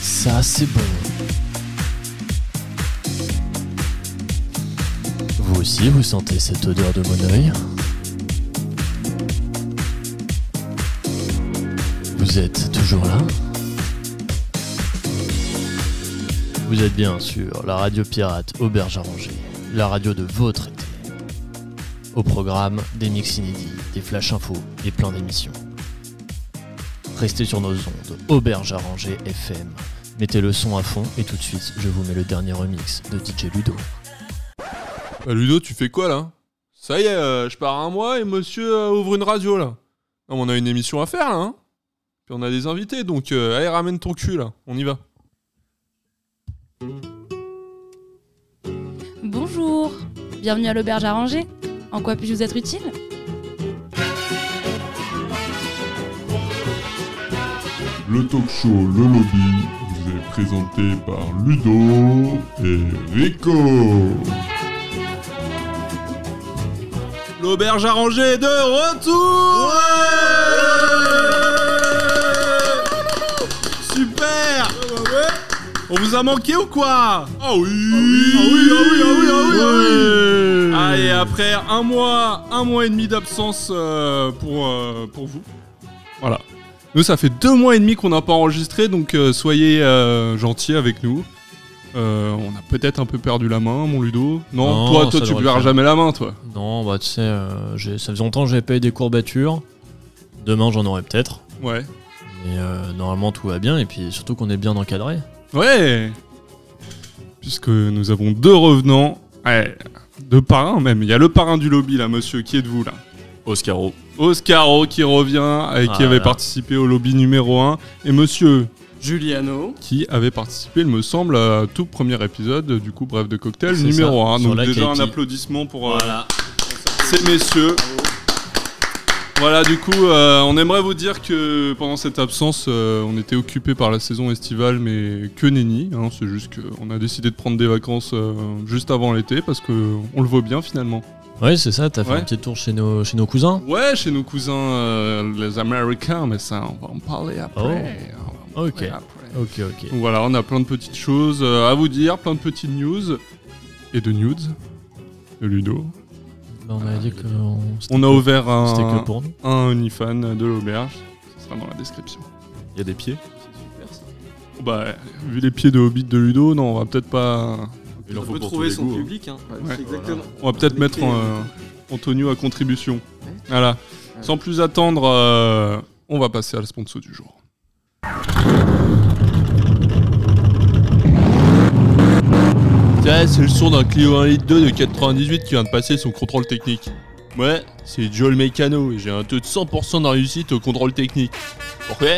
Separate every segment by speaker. Speaker 1: Ça, c'est bon. Vous aussi, vous sentez cette odeur de mon œil Vous êtes toujours là Vous êtes bien sûr la radio pirate Auberge à Ranger, la radio de votre été. Au programme, des mix inédits, des flash infos et plein d'émissions. Restez sur nos ondes, Auberge à Ranger FM. Mettez le son à fond et tout de suite, je vous mets le dernier remix de DJ Ludo.
Speaker 2: Bah, Ludo, tu fais quoi là Ça y est, euh, je pars un mois et monsieur euh, ouvre une radio là. Non, mais on a une émission à faire là, hein Puis on a des invités, donc euh, allez, ramène ton cul là, on y va.
Speaker 3: Bonjour, bienvenue à l'auberge à Ranger. En quoi puis-je vous être utile
Speaker 4: Le talk show Le Lobby vous est présenté par Ludo et Rico.
Speaker 2: L'auberge arrangée de retour
Speaker 1: Ah
Speaker 2: Super
Speaker 1: bah
Speaker 2: On vous a manqué ou quoi Ah oui Ah oui, ah oui, ah oui, ah oui, ah oui. Ah, et après un mois, un mois et demi d'absence euh, pour, euh, pour vous. Voilà. Nous, ça fait deux mois et demi qu'on n'a pas enregistré, donc euh, soyez euh, gentils avec nous. Euh, on a peut-être un peu perdu la main, mon Ludo. Non,
Speaker 1: Non,
Speaker 2: toi,
Speaker 1: ça
Speaker 2: toi, tu
Speaker 1: devrait
Speaker 2: ne
Speaker 1: le
Speaker 2: perds
Speaker 1: faire.
Speaker 2: jamais la main, toi.
Speaker 1: Non, bah tu sais, euh, j'ai- ça faisait longtemps que j'avais pas eu des courbatures. Demain, j'en aurai peut-être.
Speaker 2: Ouais.
Speaker 1: Mais euh, normalement, tout va bien et puis surtout qu'on est bien encadré.
Speaker 2: Ouais Puisque nous avons deux revenants, ouais, deux parrains même. Il y a le parrain du lobby, là, monsieur, qui est de vous, là.
Speaker 5: Oscaro.
Speaker 2: Oscaro qui revient et qui
Speaker 1: Ah
Speaker 2: avait
Speaker 1: là.
Speaker 2: participé au lobby numéro 1. Et monsieur
Speaker 5: Giuliano.
Speaker 2: qui avait participé, il me semble, à tout premier épisode du coup Bref de Cocktail
Speaker 1: C'est
Speaker 2: numéro
Speaker 1: ça,
Speaker 2: 1.
Speaker 1: sur
Speaker 2: Donc
Speaker 1: la
Speaker 2: déjà un
Speaker 1: Katie.
Speaker 2: applaudissement pour euh, ces messieurs. Voilà, du coup, euh, on aimerait vous dire que pendant cette absence, euh, on était occupé par la saison estivale, mais que nenni. hein. c'est juste qu'on a décidé de prendre des vacances euh, juste avant l'été parce que on le vaut bien finalement.
Speaker 1: Ouais, c'est ça, t'as fait
Speaker 2: Ouais.
Speaker 1: un petit tour chez nos, chez nos cousins.
Speaker 2: Ouais, chez nos cousins, euh, les Américains, mais ça, on va en parler après.
Speaker 1: Oh.
Speaker 2: On va en
Speaker 1: Ok.
Speaker 2: parler après.
Speaker 1: Ok, ok.
Speaker 2: Donc Voilà, on a plein de petites choses euh, à vous dire, plein de petites news et de nudes de Ludo.
Speaker 1: Bah, on a dit que on- c'était
Speaker 2: On a
Speaker 1: que-
Speaker 2: ouvert
Speaker 1: C'était que
Speaker 2: un,
Speaker 1: pour nous.
Speaker 2: un OnlyFans de l'auberge. Ce sera dans la description.
Speaker 5: Il y a des pieds.
Speaker 2: Bah, vu les pieds de Hobbit de Ludo, non, on va peut-être pas.
Speaker 5: Il en
Speaker 6: On
Speaker 5: faut
Speaker 6: peut
Speaker 5: pour
Speaker 6: trouver
Speaker 5: tous les
Speaker 6: son
Speaker 5: goûts, hein.
Speaker 6: public, hein.
Speaker 2: Ouais.
Speaker 6: c'est exactement.
Speaker 2: On va peut-être mettre
Speaker 6: Mettez-
Speaker 2: euh, Antonio à contribution.
Speaker 6: Ouais.
Speaker 2: Voilà. Sans plus attendre, euh, on va passer à la sponsor du jour. Tiens, c'est le son d'un Clio 1 litre 2 de 98 qui vient de passer son contrôle technique. Ouais, c'est Joel Mécano et j'ai un taux de 100% de réussite au contrôle technique. Pourquoi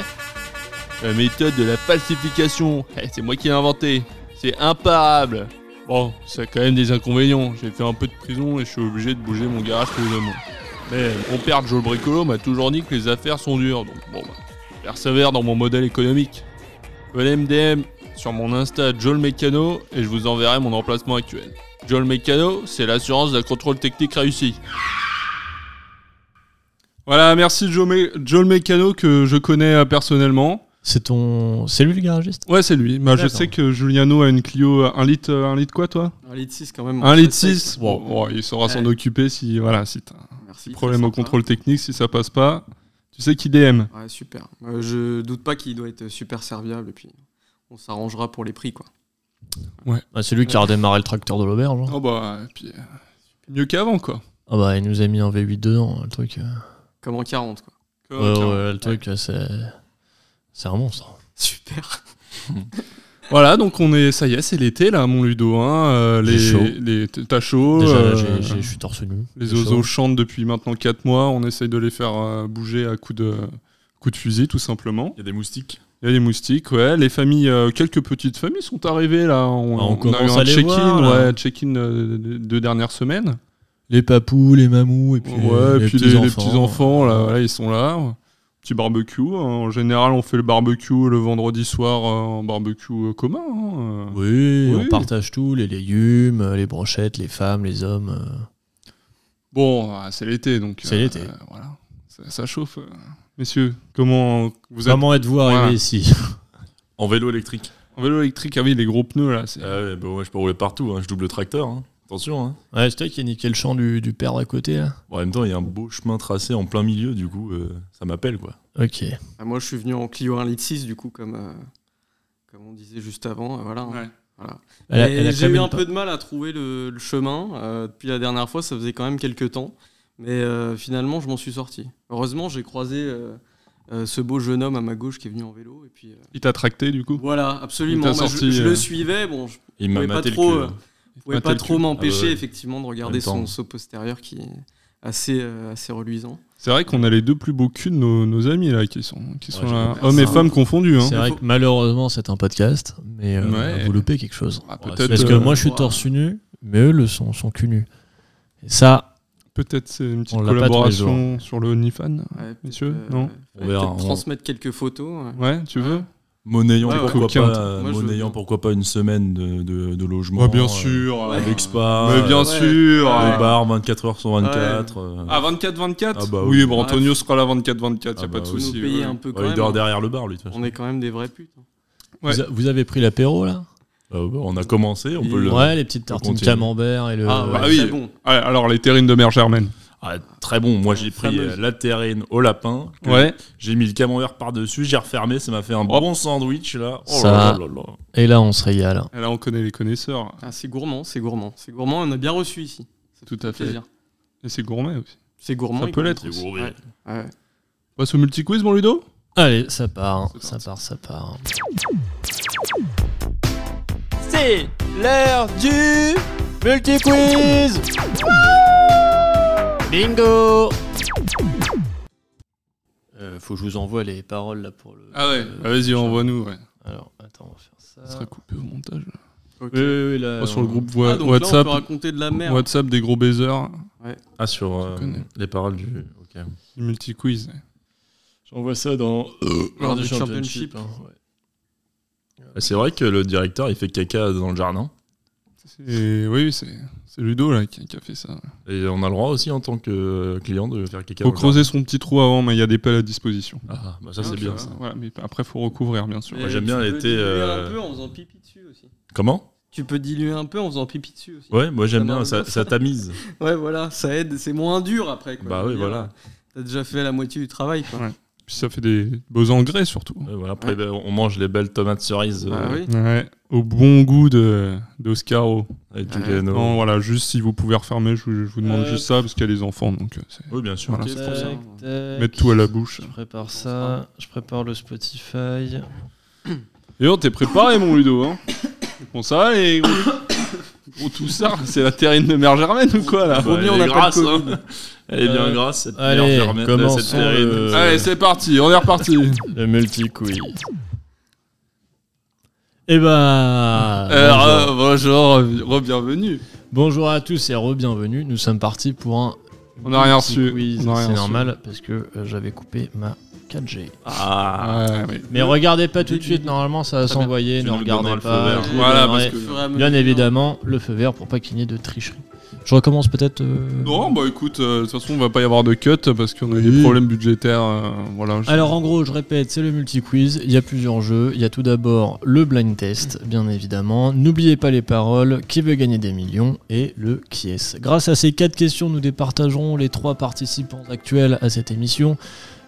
Speaker 2: La méthode de la falsification, Eh, c'est moi qui l'ai inventée. C'est imparable. Bon, ça a quand même des inconvénients. J'ai fait un peu de prison et je suis obligé de bouger mon garage tous les deux mois. Mais mon père, Joe Bricolo, m'a toujours dit que les affaires sont dures. Donc bon, bah, je persévère dans mon modèle économique. Venez MDM sur mon Insta Joel Mécano et je vous enverrai mon emplacement actuel. Joel Mécano, c'est l'assurance d'un contrôle technique réussi. Voilà, merci Joel, Mécano que je connais personnellement.
Speaker 1: C'est ton. C'est lui le garagiste
Speaker 2: Ouais, c'est lui. Bah, je
Speaker 1: D'accord.
Speaker 2: sais que Giuliano a une Clio 1 litre, 1 litre quoi, toi
Speaker 6: Un litre 6 quand même.
Speaker 2: 1 litre
Speaker 6: Respect.
Speaker 2: 6 Bon, bon, il saura s'en
Speaker 6: Ouais.
Speaker 2: occuper si, voilà, si t'as un
Speaker 6: Merci.
Speaker 2: problème
Speaker 6: c'est
Speaker 2: au
Speaker 6: sympa.
Speaker 2: contrôle technique, si ça passe pas. Tu sais qui DM
Speaker 6: Ouais, super. Euh, je doute pas qu'il doit être super serviable et puis on s'arrangera pour les prix quoi.
Speaker 1: ah, C'est lui qui a redémarré le tracteur de l'auberge. hein.
Speaker 2: Oh bah, et puis, euh, mieux qu'avant, quoi.
Speaker 1: Ah bah, il nous a mis un V8 dedans, le truc. euh.
Speaker 6: Comme en 40 quoi.
Speaker 2: Comme
Speaker 1: ouais,
Speaker 2: avant.
Speaker 1: ouais, le truc, euh, c'est. C'est un monstre. hein.
Speaker 6: Super.
Speaker 2: Voilà, donc on est, ça y est, c'est l'été, là, mon Ludo. Hein. euh,
Speaker 1: J'ai
Speaker 2: les,
Speaker 1: chaud.
Speaker 2: les- T'as chaud.
Speaker 1: Déjà, là,
Speaker 2: euh,
Speaker 1: j'ai- j'ai- je suis torse nu.
Speaker 2: les
Speaker 1: j'ai chaud.
Speaker 2: oiseaux chantent depuis maintenant 4 mois. On essaye de les faire euh, bouger à coups de, coup de fusil, tout simplement.
Speaker 5: Il y a des moustiques.
Speaker 2: Il y a les moustiques, ouais. Les familles, euh, quelques petites familles sont arrivées là. On,
Speaker 1: Ah, on
Speaker 2: on a eu
Speaker 1: commence
Speaker 2: un
Speaker 1: à les voir,
Speaker 2: check-in,
Speaker 1: là.
Speaker 2: ouais, check-in euh, de- deux dernières semaines.
Speaker 1: Les papous, les mamous, et puis
Speaker 2: ouais,
Speaker 1: les,
Speaker 2: puis euh, les,
Speaker 1: petits
Speaker 2: les
Speaker 1: enfants.
Speaker 2: petits-enfants, là, voilà, ils sont là. Petit barbecue. hein. En général, on fait le barbecue le vendredi soir euh, en barbecue euh, commun. hein.
Speaker 1: Oui,
Speaker 2: Oui.
Speaker 1: on partage tout, les légumes, euh, les brochettes, les femmes, les hommes. euh.
Speaker 2: Bon, euh, c'est l'été donc.
Speaker 1: C'est l'été.
Speaker 2: Voilà, ça, ça chauffe. euh. Messieurs, comment vous êtes
Speaker 1: Comment êtes-vous arrivé
Speaker 2: Voilà.
Speaker 1: ici
Speaker 5: En vélo électrique.
Speaker 2: En vélo électrique, ah oui, les gros pneus là. c'est-
Speaker 1: Euh,
Speaker 4: Ah ouais, bah ouais, je peux rouler partout, hein, je double le tracteur. hein. Attention. Hein.
Speaker 1: Ouais, c'est toi qui a niqué le champ du, du père à côté, là
Speaker 4: Bon, en même temps, il y a un beau chemin tracé en plein milieu, du coup, euh, ça m'appelle quoi.
Speaker 1: Ok.
Speaker 6: Ah, moi, je suis venu en Clio 1 litre 6, du coup, comme, euh, comme on disait juste avant. euh, voilà.
Speaker 2: Ouais.
Speaker 1: Elle a-
Speaker 6: Et
Speaker 1: elle a
Speaker 6: J'ai
Speaker 1: quand
Speaker 6: eu
Speaker 1: même
Speaker 6: un
Speaker 1: pas-
Speaker 6: peu de mal à trouver le, le chemin. euh, depuis la dernière fois, ça faisait quand même quelques temps. Mais euh, finalement, je m'en suis sorti. Heureusement, j'ai croisé euh, euh, ce beau jeune homme à ma gauche qui est venu en vélo. Et puis, euh,
Speaker 2: Il t'a tracté du coup
Speaker 6: voilà, absolument.
Speaker 2: Il t'a
Speaker 6: Moi,
Speaker 2: sorti,
Speaker 6: je, je
Speaker 2: euh,
Speaker 6: le suivais. Bon, je
Speaker 4: Il m'a
Speaker 6: pouvais pas
Speaker 4: maté le
Speaker 6: trop,
Speaker 4: cul.
Speaker 6: euh,
Speaker 2: Il te
Speaker 6: pouvais
Speaker 2: matait
Speaker 6: pas
Speaker 2: le
Speaker 6: trop
Speaker 2: cul.
Speaker 6: m'empêcher,
Speaker 4: Ah bah ouais.
Speaker 6: effectivement, de
Speaker 4: En
Speaker 6: regarder
Speaker 4: même temps.
Speaker 6: son saut postérieur qui est assez, euh, assez reluisant.
Speaker 2: C'est vrai qu'on a les deux plus beaux culs de nos, nos amis là qui sont, qui sont
Speaker 4: j'ai
Speaker 2: là,
Speaker 4: pas
Speaker 2: hommes
Speaker 4: ça.
Speaker 2: et femmes confondus. Hein.
Speaker 1: C'est vrai que malheureusement, c'est un podcast, mais euh,
Speaker 2: Ouais.
Speaker 1: vous loupez quelque chose.
Speaker 2: Ah,
Speaker 4: Ouais,
Speaker 2: peut-être
Speaker 1: Parce que
Speaker 2: euh,
Speaker 1: moi, je suis
Speaker 6: ouah.
Speaker 1: torse nu, mais eux le sont, sont cul nu. Et ça,
Speaker 2: peut-être c'est une petite
Speaker 1: On l'a pas tous les
Speaker 2: collaboration sur le OnlyFans.
Speaker 6: Ouais, peut-être,
Speaker 2: Messieurs, non
Speaker 4: On
Speaker 6: fallait
Speaker 4: verra,
Speaker 6: peut-être
Speaker 4: on-
Speaker 6: transmettre quelques photos. euh, ouais.
Speaker 2: Ouais, tu veux
Speaker 4: Monnayant,
Speaker 6: Ouais, ouais.
Speaker 4: pourquoi,
Speaker 2: Coquin.
Speaker 4: pas, euh,
Speaker 6: Moi, je veux
Speaker 4: monnayant
Speaker 6: bien.
Speaker 4: pourquoi pas une semaine de, de- de logement.
Speaker 2: Ouais, Ah, bah. bien
Speaker 4: euh,
Speaker 2: sûr.
Speaker 6: Ouais.
Speaker 4: Avec spa.
Speaker 2: Mais bien
Speaker 4: euh,
Speaker 2: sûr.
Speaker 4: Le bar 24 h sur 24. euh,
Speaker 2: À 24-24
Speaker 4: Ah bah
Speaker 2: oui.
Speaker 4: oui.
Speaker 2: bon, Antonio sera là 24-24, y a
Speaker 4: Ah
Speaker 2: pas
Speaker 4: bah
Speaker 2: de
Speaker 6: Faut
Speaker 4: oui.
Speaker 6: nous
Speaker 2: souci.
Speaker 6: payer
Speaker 2: ouais.
Speaker 6: un peu quand
Speaker 4: ouais, il
Speaker 6: même.
Speaker 4: dort
Speaker 6: hein.
Speaker 4: derrière le bar, lui, de toute façon.
Speaker 6: On est quand même des vrais putes. hein.
Speaker 2: Ouais.
Speaker 1: vous, a- vous avez pris l'apéro, là
Speaker 4: Euh, bah, on a commencé, on peut le.
Speaker 1: Ouais, les petites tartines
Speaker 4: continue.
Speaker 1: camembert et le.
Speaker 6: Ah,
Speaker 2: bah
Speaker 6: ouais,
Speaker 2: oui.
Speaker 6: très bon.
Speaker 2: Ouais, alors, les terrines de mère Germaine.
Speaker 4: Ah, très bon, moi j'ai pris
Speaker 6: Fameuse.
Speaker 4: euh, la terrine au lapin. que
Speaker 2: Ouais.
Speaker 4: J'ai mis le camembert par-dessus, j'ai refermé, ça m'a fait un bon sandwich là. Oh
Speaker 1: Ça.
Speaker 4: là là là là.
Speaker 1: Et là, on se régale.
Speaker 2: Et Là, on connaît les connaisseurs.
Speaker 6: Ah, c'est gourmand, c'est gourmand. C'est gourmand, on a bien reçu ici. Ça
Speaker 2: Tout à fait.
Speaker 6: plaisir.
Speaker 2: Et c'est gourmet aussi.
Speaker 6: C'est gourmand.
Speaker 2: Ça
Speaker 6: et
Speaker 2: peut
Speaker 6: gourmand.
Speaker 2: l'être
Speaker 4: C'est
Speaker 2: aussi.
Speaker 4: gourmet.
Speaker 6: Ouais. Ouais.
Speaker 2: On Passe au multi-quiz, mon Ludo
Speaker 1: Allez, ça part,
Speaker 2: C'est
Speaker 1: ça part, ça part.
Speaker 7: C'est l'heure du multi-quiz
Speaker 1: Bingo Euh, Faut que je vous envoie les paroles là pour le.
Speaker 2: Ah ouais,
Speaker 1: euh,
Speaker 2: vas-y,
Speaker 1: prochain.
Speaker 2: envoie-nous. Ouais.
Speaker 1: Alors, attends, on va faire ça.
Speaker 2: Ça
Speaker 6: Euh.
Speaker 2: sera coupé au montage.
Speaker 6: Ok.
Speaker 1: Oui, oui, oui, là,
Speaker 2: Moi, sur
Speaker 1: on-
Speaker 2: le groupe
Speaker 6: Ah,
Speaker 2: voix-
Speaker 6: donc là, on
Speaker 2: WhatsApp,
Speaker 6: peut raconter de la merde.
Speaker 2: WhatsApp des gros baisers
Speaker 4: Ah, sur euh,
Speaker 2: connais.
Speaker 4: les paroles du. Ok.
Speaker 2: du multi-quiz.
Speaker 1: J'envoie ça dans.
Speaker 6: Lors du championship.
Speaker 1: hein, ouais.
Speaker 4: Ah, C'est vrai que le directeur il fait caca dans le jardin.
Speaker 2: C'est- Oui, c'est c'est Ludo là, qui, qui a fait ça.
Speaker 4: Et on a le droit aussi en tant que euh, client de faire caca.
Speaker 2: Faut
Speaker 4: dans le
Speaker 2: creuser son petit trou avant, mais il y a des pelles à disposition.
Speaker 4: jardin. Ah, bah ça c'est
Speaker 2: Ah,
Speaker 4: bien
Speaker 2: voilà,
Speaker 4: ça.
Speaker 2: Voilà, mais après, faut recouvrir, bien sûr.
Speaker 6: Et
Speaker 4: Moi, j'aime bien
Speaker 6: Eh, tu peux
Speaker 4: l'été,
Speaker 6: diluer
Speaker 4: euh,
Speaker 6: un peu en faisant pipi dessus aussi.
Speaker 4: Comment
Speaker 6: Tu peux diluer un peu en faisant pipi dessus aussi. Ouais,
Speaker 4: Ouais, moi j'aime
Speaker 6: Ça
Speaker 4: bien,
Speaker 6: marche
Speaker 4: ça,
Speaker 6: bien.
Speaker 4: ça tamise.
Speaker 6: voilà, ça aide. C'est moins dur après. Quoi,
Speaker 4: Bah
Speaker 6: Je veux
Speaker 4: oui,
Speaker 6: dire,
Speaker 4: voilà.
Speaker 6: T'as déjà fait la moitié du travail. Quoi.
Speaker 2: Puis ça fait des beaux engrais, surtout.
Speaker 4: Ouais, voilà, après bah, on mange les belles tomates cerises euh,
Speaker 6: Ah oui.
Speaker 2: Ouais, au bon goût de d'Oscaro.
Speaker 4: avec du
Speaker 2: Ah,
Speaker 6: Ouais.
Speaker 4: Léano.
Speaker 2: Non, voilà, juste si vous pouvez refermer, je, vous- je vous demande
Speaker 1: Euh,
Speaker 2: juste ça parce qu'il y a des enfants, donc euh, c'est-
Speaker 4: Oui, bien sûr.
Speaker 2: Voilà.
Speaker 4: Ok.
Speaker 2: c'est pour ça.
Speaker 1: Tac, tac.
Speaker 2: mettre tout à la bouche.
Speaker 1: Je prépare ça, je prépare le Spotify.
Speaker 2: Et on t'es préparé, mon Ludo. Hein bon, ça va, les gros, gros toussards, c'est la terrine de mère Germaine ou quoi là
Speaker 4: Ah bah,
Speaker 6: Combien
Speaker 4: elle est
Speaker 6: on a pas
Speaker 4: grasse,
Speaker 6: de
Speaker 4: hein. Elle est bien
Speaker 1: Euh,
Speaker 4: grasse cette
Speaker 1: allez,
Speaker 4: mère germaine, euh,
Speaker 1: commençons
Speaker 4: cette terrine.
Speaker 1: le-
Speaker 2: Allez, c'est parti, on est reparti. Euh,
Speaker 1: Le multi-quiz. Eh ben.
Speaker 2: Alors,
Speaker 1: bonjour.
Speaker 2: euh, bonjour, re- bienvenue.
Speaker 1: Bonjour à tous et re-bienvenue. Nous sommes partis pour un.
Speaker 2: On n'a rien reçu.
Speaker 1: multi-quiz.
Speaker 2: On n'a rien
Speaker 1: C'est
Speaker 2: reçu.
Speaker 1: normal parce que euh, j'avais coupé ma 4G.
Speaker 4: Ah,
Speaker 2: Ouais, ouais.
Speaker 1: Mais regardez pas tout de
Speaker 6: Débile.
Speaker 1: suite, normalement ça va
Speaker 6: Très bien.
Speaker 1: s'envoyer.
Speaker 4: Tu
Speaker 1: Ne
Speaker 4: nous
Speaker 1: regardez
Speaker 4: donneras le feu
Speaker 1: pas.
Speaker 4: vert.
Speaker 1: je vous
Speaker 2: Voilà,
Speaker 1: donnerai,
Speaker 2: parce que-
Speaker 1: Bien évidemment, le feu vert pour pas qu'il n'y ait de tricherie. Je recommence peut-être. euh,
Speaker 2: Non, bah écoute, euh, de toute façon, on va pas y avoir de cut parce qu'on a des problèmes budgétaires. euh, voilà. je-
Speaker 1: Alors en gros, je répète, c'est le multi-quiz, il y a plusieurs jeux, il y a tout d'abord le blind test, bien évidemment, n'oubliez pas les paroles, qui veut gagner des millions et le qui est Grâce à ces quatre questions, nous départagerons les trois participants actuels à cette émission.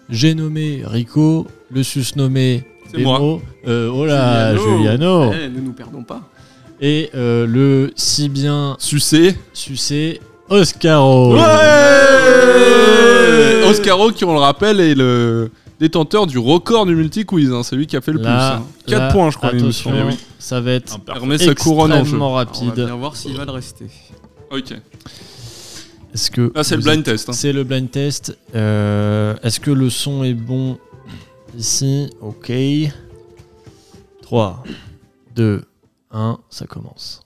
Speaker 1: J'ai nommé Rico, le susnommé
Speaker 2: C'est moi.
Speaker 1: Bemo, euh, oh là, Giuliano,
Speaker 6: Eh, ne nous perdons pas.
Speaker 1: et euh, le si bien
Speaker 2: Sucé.
Speaker 1: sucé Oscaro.
Speaker 2: Ouais Oscaro, qui on le rappelle, est le détenteur du record du multi-quiz. hein. C'est lui qui a fait le
Speaker 1: Là,
Speaker 2: plus. 4
Speaker 1: là,
Speaker 2: points, je crois. Ah, il me
Speaker 1: Attention,
Speaker 2: semble.
Speaker 1: ça va être
Speaker 4: un
Speaker 2: Il
Speaker 4: parfait.
Speaker 2: remet sa couronne en jeu.
Speaker 1: extrêmement
Speaker 6: Alors,
Speaker 2: Ah,
Speaker 6: on va
Speaker 1: rapide.
Speaker 6: bien voir s'il va le rester.
Speaker 2: Ok.
Speaker 1: Est-ce que
Speaker 2: Là, c'est le
Speaker 1: vous
Speaker 2: blind test. hein.
Speaker 1: C'est le blind test. Euh, Est-ce que le son est bon ici Ok. 3, 2, 1, ça commence.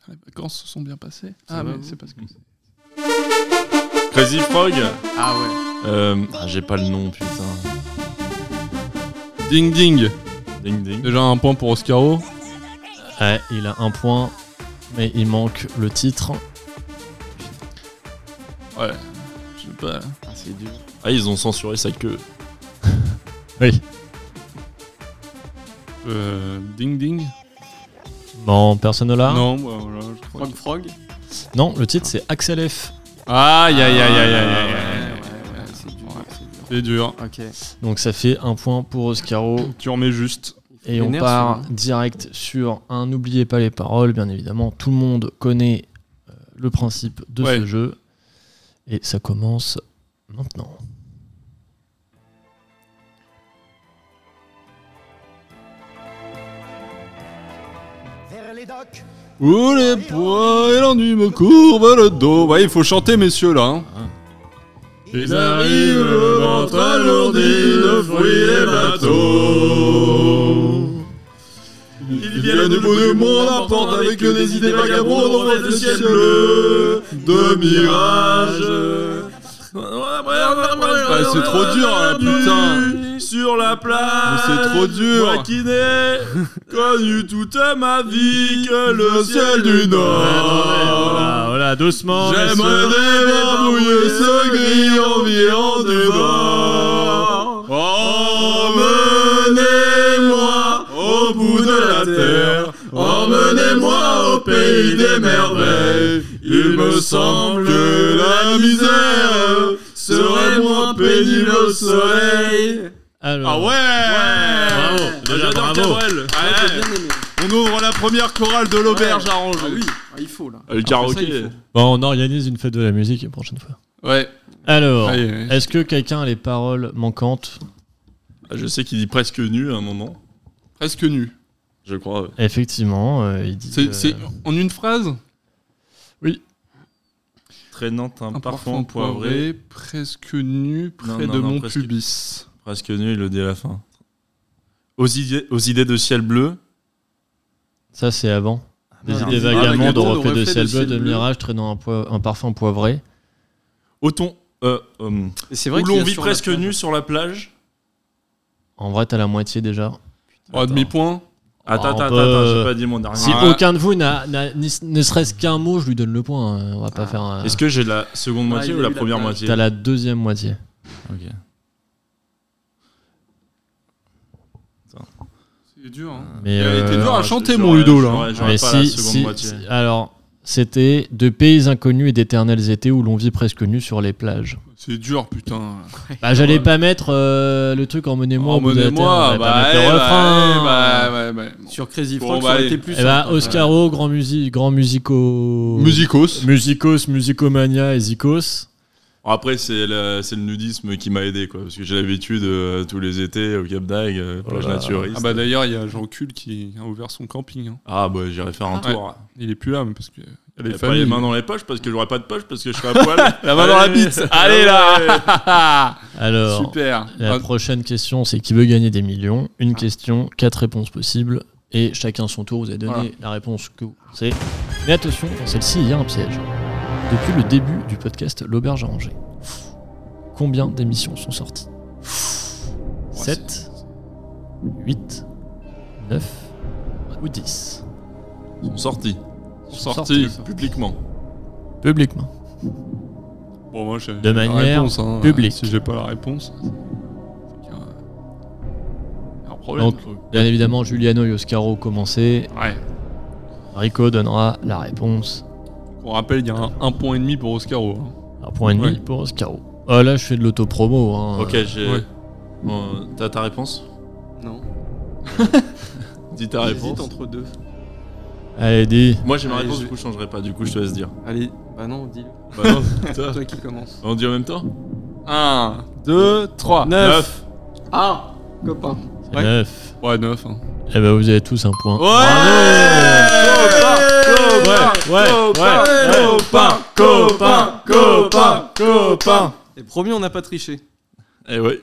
Speaker 2: Ah, Les vacances se sont bien passées. ah,
Speaker 6: Ça va,
Speaker 2: mais
Speaker 6: vous
Speaker 2: c'est parce que.
Speaker 4: Crazy Frog
Speaker 6: Ah ouais.
Speaker 4: Euh, ah, J'ai pas le nom, putain.
Speaker 2: Ding ding
Speaker 4: Ding ding.
Speaker 2: Déjà un point pour Oscaro.
Speaker 1: Ouais, il a un point, mais il manque le titre.
Speaker 2: Je sais pas.
Speaker 6: Ah, c'est dur.
Speaker 4: Ah, ils ont censuré sa queue.
Speaker 1: Oui.
Speaker 2: Euh, ding ding
Speaker 1: Bon, personne ne l'a
Speaker 2: Non, bah, voilà, je crois
Speaker 6: Frog
Speaker 2: que-
Speaker 6: Frog
Speaker 1: Non, le titre c'est Axel F.
Speaker 2: Aïe aïe aïe aïe aïe aïe,
Speaker 4: Ah.
Speaker 6: Ouais,
Speaker 2: aïe.
Speaker 6: Ah, ouais, ouais, c'est dur, c'est dur.
Speaker 2: C'est dur.
Speaker 6: Ok.
Speaker 1: Donc ça fait un point pour Oscaro.
Speaker 2: Tu remets juste.
Speaker 1: Et
Speaker 6: Les
Speaker 1: on
Speaker 6: nerfs
Speaker 1: part
Speaker 6: sont-
Speaker 1: direct sur un N'oubliez pas les paroles, bien évidemment. Tout le monde connaît euh, le principe de
Speaker 2: Ouais.
Speaker 1: ce jeu. Et ça commence maintenant.
Speaker 2: Ouh les poids et l'ennui me courbe le dos. Ouais, il faut chanter, messieurs, là. hein.
Speaker 4: Ils arrivent, le ventre alourdi, le fruit des bateaux. Ils viennent du bout du monde, arpentent avec eux des idées vagabondes, on rêve de ciel bleu, de mirages. Ah,
Speaker 2: Bah, c'est trop dur, là,
Speaker 4: hein,
Speaker 2: putain.
Speaker 4: Sur la plage,
Speaker 2: Mais c'est trop dur.
Speaker 4: Moi qui n'ai connu toute ma vie que le ciel du nord.
Speaker 8: voilà, doucement.
Speaker 4: J'aimerais m'embrouiller ce grillon viande du bord. Emmenez-moi au bout de la terre, emmenez-moi au pays des merveilles. Il me semble que la misère serait moins pénible au soleil.
Speaker 1: Alors,
Speaker 2: Ah ouais,
Speaker 4: Bravo, déjà,
Speaker 2: J'adore
Speaker 4: bravo. Ah
Speaker 2: Cabrel.
Speaker 6: J'ai
Speaker 2: Ouais.
Speaker 6: Ah, bien aimé.
Speaker 2: On ouvre la première chorale de l'auberge arrangée.
Speaker 6: Ah oui, ah, il faut là.
Speaker 4: Le
Speaker 2: Ah,
Speaker 6: karaoké. il
Speaker 1: bon, on organise une fête de la musique la prochaine fois.
Speaker 2: Ouais.
Speaker 1: Alors,
Speaker 2: Allez, ouais.
Speaker 1: est-ce que quelqu'un a les paroles manquantes
Speaker 4: Je sais qu'il dit presque nu à un moment,
Speaker 2: Presque nu.
Speaker 4: je crois.
Speaker 1: Effectivement, euh, il dit.
Speaker 2: C'est
Speaker 1: euh,
Speaker 2: c'est en une phrase
Speaker 4: Traînant un,
Speaker 2: parfum poivré, presque nu,
Speaker 4: Non,
Speaker 2: près
Speaker 4: non,
Speaker 2: de
Speaker 4: non,
Speaker 2: mon
Speaker 4: presque-
Speaker 2: pubis.
Speaker 4: Presque nu, il le dit à la fin. Aux idées, aux idées de ciel bleu.
Speaker 1: Ça, c'est avant. Des
Speaker 6: Ah,
Speaker 1: idées
Speaker 6: des
Speaker 1: vagabondes,
Speaker 6: vagabondes
Speaker 1: on
Speaker 6: auraient
Speaker 1: refait de ciel bleu, de
Speaker 6: bleu.
Speaker 1: mirage, traînant un, poi- un parfum poivré.
Speaker 4: Au ton. euh, euh,
Speaker 6: Et c'est
Speaker 4: où
Speaker 6: qu'il y
Speaker 4: l'on
Speaker 6: a
Speaker 4: vit
Speaker 6: sur
Speaker 4: presque
Speaker 6: la plage.
Speaker 4: nu sur la plage.
Speaker 1: Oh, En vrai, t'as la moitié déjà.
Speaker 2: Oh, demi-point.
Speaker 4: Attends,
Speaker 1: on
Speaker 4: attends,
Speaker 1: peut-
Speaker 4: attends, j'ai pas dit mon dernier.
Speaker 1: Si
Speaker 2: Ah.
Speaker 1: aucun de vous n'a, n'a- ni- ne serait-ce qu'un mot, je lui donne le point. hein. On va pas
Speaker 6: Ah.
Speaker 1: faire. un-
Speaker 4: Est-ce que j'ai la seconde moitié
Speaker 6: il
Speaker 4: ou
Speaker 6: a
Speaker 4: la
Speaker 6: eu la
Speaker 4: première
Speaker 6: plage.
Speaker 4: moitié
Speaker 1: T'as la deuxième moitié.
Speaker 4: Ok.
Speaker 2: C'est dur. hein.
Speaker 1: Mais,
Speaker 2: Elle était
Speaker 1: euh,
Speaker 2: dure à
Speaker 4: alors,
Speaker 2: chanter,
Speaker 4: je-
Speaker 2: mon Ludo,
Speaker 4: j'aurais-
Speaker 2: là.
Speaker 4: j'aurais- j'aurais
Speaker 1: mais
Speaker 4: pas
Speaker 1: si,
Speaker 4: la seconde
Speaker 1: si-
Speaker 4: moitié.
Speaker 1: si- alors, c'était de pays inconnus et d'éternels étés où l'on vit presque nu sur les plages.
Speaker 2: Ah. C'est dur, putain.
Speaker 1: Bah, j'allais pas mettre euh, le truc emmenez-moi au bout de la terre,
Speaker 2: Emmenez-moi,
Speaker 1: j'allais pas
Speaker 2: bah,
Speaker 1: mettre
Speaker 2: eh,
Speaker 1: le
Speaker 2: bah,
Speaker 1: refrain.
Speaker 2: eh, bah, ouais, bah, bon.
Speaker 6: Sur Crazy
Speaker 2: Bon,
Speaker 6: Frog,
Speaker 2: bah,
Speaker 6: ça aurait
Speaker 2: allez.
Speaker 6: été plus.
Speaker 1: Eh bah,
Speaker 6: simple.
Speaker 1: Oscaro, grand, musi- grand musico.
Speaker 2: Musicos.
Speaker 1: Musicos, musicomania et zikos.
Speaker 4: Bon, Après, c'est le, c'est le nudisme qui m'a aidé, quoi. Parce que j'ai l'habitude euh, tous les étés au Cap d'Agde, euh,
Speaker 1: Oh
Speaker 4: plage naturiste.
Speaker 2: Ah bah d'ailleurs, il y a Jean Cul qui a ouvert son camping. hein.
Speaker 4: Ah, bah, j'irai faire un
Speaker 2: Ah.
Speaker 4: tour.
Speaker 2: Il est plus là, mais parce que. Il y a
Speaker 4: J'aurais
Speaker 2: des
Speaker 4: pas les
Speaker 2: familles.
Speaker 4: mains dans les poches parce que j'aurais pas de poche parce que je serais à poil.
Speaker 2: La main dans la
Speaker 4: Allez.
Speaker 2: bite. Allez là
Speaker 1: Alors,
Speaker 2: Super.
Speaker 1: la
Speaker 2: Ah,
Speaker 1: prochaine question, c'est qui veut gagner des millions Une question, quatre réponses possibles. Et chacun son tour, vous allez donner
Speaker 2: Voilà.
Speaker 1: la réponse que vous pensez. Mais attention, dans celle-ci, il y a un piège. Depuis le début du podcast L'Auberge à Angers, combien d'émissions sont sorties
Speaker 2: Ah,
Speaker 1: 7, 8, 9 ou 10
Speaker 4: Ils sont sortis.
Speaker 2: Sorti.
Speaker 1: sorties.
Speaker 4: Publiquement.
Speaker 1: Publiquement.
Speaker 2: Bon, moi, j'ai-
Speaker 1: De
Speaker 2: j'ai la
Speaker 1: manière
Speaker 2: réponse, hein.
Speaker 1: publique.
Speaker 2: Si j'ai pas la réponse, c'est qu'il y a un- il y a un problème.
Speaker 1: Donc, bien évidemment, Juliano et Oscaro commencez.
Speaker 2: ouais.
Speaker 1: Rico donnera la réponse.
Speaker 2: On rappelle, il y a un, un point et demi pour Oscaro. hein.
Speaker 1: Un point et demi
Speaker 2: Ouais.
Speaker 1: pour Oscaro. Ah là, je fais de l'autopromo. Hein.
Speaker 4: Ok, j'ai.
Speaker 2: euh, ouais.
Speaker 4: Bon, T'as ta réponse
Speaker 6: Non.
Speaker 4: Dis ta réponse.
Speaker 6: J'hésite entre deux.
Speaker 1: Allez, dis.
Speaker 4: Moi j'ai ma
Speaker 6: Allez,
Speaker 4: réponse,
Speaker 6: je-
Speaker 4: du coup je changerai pas, du coup je te laisse dire.
Speaker 6: Allez, bah non, dis-le.
Speaker 4: Bah non, putain.
Speaker 6: Toi qui commence.
Speaker 4: On dit en même temps
Speaker 2: 1, 2, 3.
Speaker 4: Neuf.
Speaker 6: Ah, copain.
Speaker 1: C'est
Speaker 2: Ouais.
Speaker 1: neuf.
Speaker 2: Ouais, 9. Hein.
Speaker 1: Eh ben, vous avez tous un point.
Speaker 4: Oh.
Speaker 2: Ouais Copain Copain Copain Copain Copain
Speaker 6: Et promis, on n'a pas triché.
Speaker 4: Eh ouais.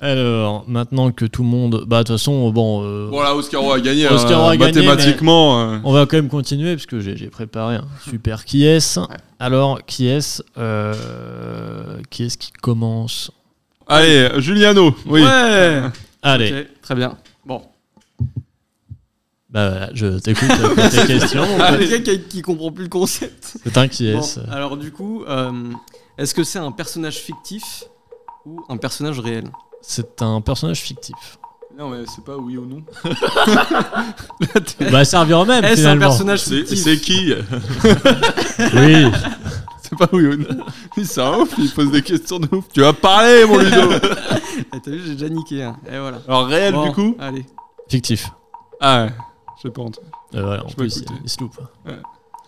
Speaker 1: Alors, maintenant que tout le monde. Bah, de toute façon, bon. euh,
Speaker 2: Voilà, Oscaro a gagné. hein,
Speaker 1: Oscaro a gagné,
Speaker 2: Mathématiquement. euh,
Speaker 1: On va quand même continuer parce que j'ai j'ai préparé un super qui est Alors, qui est-ce euh, Qui est-ce qui commence
Speaker 2: Allez, Juliano. Oui.
Speaker 6: Ouais.
Speaker 1: Allez,
Speaker 6: Ok, très bien. Bon.
Speaker 1: bah voilà, je t'écoute pour tes questions.
Speaker 6: Ah, le gars qui, qui comprend plus le concept.
Speaker 1: C'est un qui
Speaker 6: Bon,
Speaker 1: est
Speaker 6: alors du coup, euh, est-ce que c'est un personnage fictif ou un personnage réel
Speaker 1: C'est un personnage fictif.
Speaker 6: Non, mais c'est pas oui ou non.
Speaker 9: Bah, ça revient au même
Speaker 6: Est-ce un
Speaker 9: finalement.
Speaker 6: personnage
Speaker 2: C'est
Speaker 6: fictif
Speaker 2: c'est qui
Speaker 9: Oui.
Speaker 2: C'est pas oui ou non. Mais c'est un ouf, il pose des questions de ouf. Tu vas parler, mon Ludo
Speaker 6: Ah, T'as vu, j'ai déjà niqué un. Et voilà.
Speaker 2: Alors, réel,
Speaker 6: Bon,
Speaker 2: du coup
Speaker 6: Allez.
Speaker 1: Fictif.
Speaker 2: Ah ouais, je pense.
Speaker 1: Euh, voilà, en
Speaker 2: Je
Speaker 1: plus,
Speaker 2: m'écoute.
Speaker 1: il, il se loupe.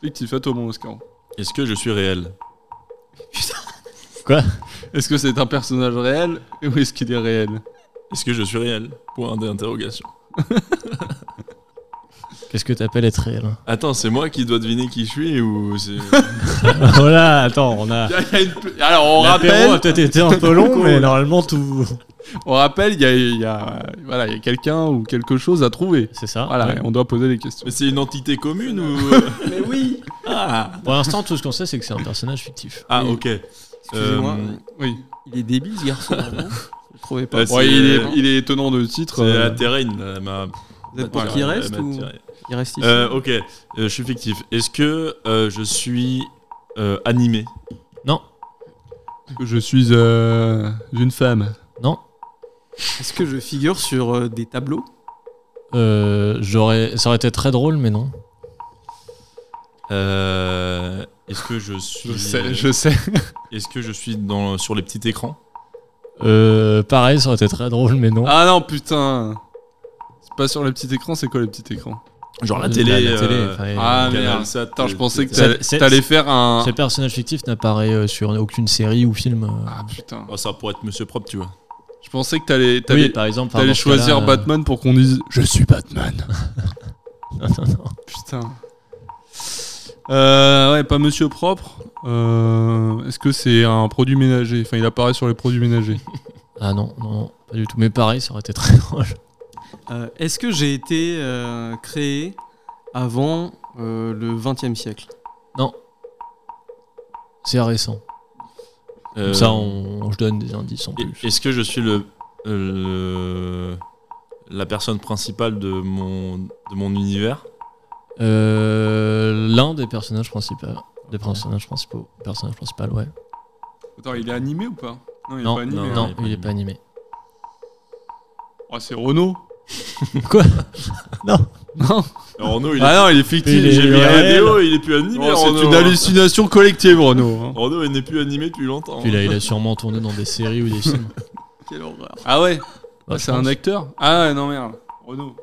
Speaker 2: Fictif, à toi, mon Oscar. Est-ce que je suis réel
Speaker 1: Quoi
Speaker 2: Est-ce que c'est un personnage réel ou est-ce qu'il est réel Est-ce que je suis réel Point d'interrogation.
Speaker 1: Qu'est-ce que t'appelles être réel hein
Speaker 2: Attends, c'est moi qui dois deviner qui je suis ou c'est...
Speaker 9: voilà, attends, on a.
Speaker 2: Alors,
Speaker 9: L'apéro
Speaker 2: on
Speaker 9: a
Speaker 2: rappelle,
Speaker 9: peut-être été un peu long, mais normalement tout.
Speaker 2: on rappelle, il y a, il y a- voilà, il y a quelqu'un ou quelque chose à trouver.
Speaker 1: C'est ça
Speaker 2: Voilà,
Speaker 1: ouais.
Speaker 2: et on doit poser les questions. Mais c'est une entité commune ou... euh,
Speaker 6: Mais oui
Speaker 1: Pour l'instant, tout ce qu'on sait, c'est que c'est un personnage fictif.
Speaker 2: Ah, ok.
Speaker 6: Excusez-moi.
Speaker 2: oui.
Speaker 6: Il est débile, ce garçon. vraiment. Vous trouvez pas
Speaker 2: Ouais,
Speaker 6: Ouais,
Speaker 2: il, est,
Speaker 6: hein.
Speaker 2: il est tenant de titre.
Speaker 4: C'est
Speaker 2: euh,
Speaker 4: la Terrain, là, ma...
Speaker 6: Vous êtes pour
Speaker 4: Voilà,
Speaker 6: qu'il reste
Speaker 4: ma
Speaker 6: ou
Speaker 4: Terrain.
Speaker 6: il reste ici
Speaker 4: Euh, Ok, euh, je suis fictif. Est-ce que euh, je suis euh, animé
Speaker 2: Je suis euh, une femme.
Speaker 6: Est-ce que je figure sur euh, des tableaux
Speaker 1: Euh, j'aurais, ça aurait été très drôle, mais non.
Speaker 4: Euh, Est-ce que je suis
Speaker 2: Je sais, je sais.
Speaker 4: Est-ce que je suis dans sur les petits écrans
Speaker 1: Euh, pareil, ça aurait été très drôle, mais non.
Speaker 2: Ah non, putain. C'est pas sur le petit écran, c'est quoi le petit écran
Speaker 4: Genre la
Speaker 1: Euh,
Speaker 4: télé.
Speaker 1: la- la télé,
Speaker 4: euh,
Speaker 1: enfin,
Speaker 2: Ah
Speaker 4: Canal
Speaker 2: merde.
Speaker 4: Sat,
Speaker 2: Attends, je
Speaker 4: euh,
Speaker 2: pensais que
Speaker 1: c'est-
Speaker 2: t'allais-
Speaker 1: c'est-
Speaker 2: t'allais faire un.
Speaker 1: Ce personnage fictif n'apparaît euh, sur aucune série ou film. euh.
Speaker 2: Ah putain.
Speaker 4: Oh, ça pourrait être Monsieur Propre, tu vois.
Speaker 2: Je pensais que t'allais
Speaker 1: oui,
Speaker 2: t'allais
Speaker 1: par exemple. enfin,
Speaker 2: t'allais
Speaker 1: dans ce
Speaker 2: choisir
Speaker 1: cas-là, euh,
Speaker 2: Batman pour qu'on dise Je suis Batman. Putain. Euh, ouais, pas Monsieur Propre. Euh, Est-ce que c'est un produit ménager Enfin, il apparaît sur les produits ménagers.
Speaker 1: Ah non, non, non, pas du tout. Mais pareil, ça aurait été très drôle.
Speaker 6: Euh, Est-ce que j'ai été euh, créé avant euh, le XXe siècle
Speaker 1: C'est récent. Comme
Speaker 4: Euh,
Speaker 1: ça, on, on- je donne des indices en
Speaker 4: et-
Speaker 1: plus.
Speaker 4: Est-ce que je suis le, euh, le- la personne principale de mon de mon univers
Speaker 1: Euh, L'un des personnages principaux. Des personnages principaux. Personnage principal, ouais.
Speaker 2: Attends, il est animé ou pas Non, il
Speaker 1: Non,
Speaker 2: est pas animé.
Speaker 4: non,
Speaker 2: hein.
Speaker 1: non, il est pas animé.
Speaker 2: Oh, c'est Renault.
Speaker 4: Renaud, il est,
Speaker 2: Ah non, il est fictif.
Speaker 1: Il est
Speaker 4: j'ai mis
Speaker 1: réel.
Speaker 4: Renaud, il est plus animé.
Speaker 2: Oh, c'est
Speaker 4: Renaud,
Speaker 2: une
Speaker 4: hein.
Speaker 2: hallucination collective, Renault. hein.
Speaker 4: Renaud, il n'est plus animé depuis longtemps.
Speaker 1: Puis là, il a sûrement tourné dans des séries ou des films.
Speaker 6: Quelle horreur
Speaker 2: Ah ouais
Speaker 1: Bah, je
Speaker 2: C'est un
Speaker 1: pense.
Speaker 2: acteur Ah non, merde. Renault.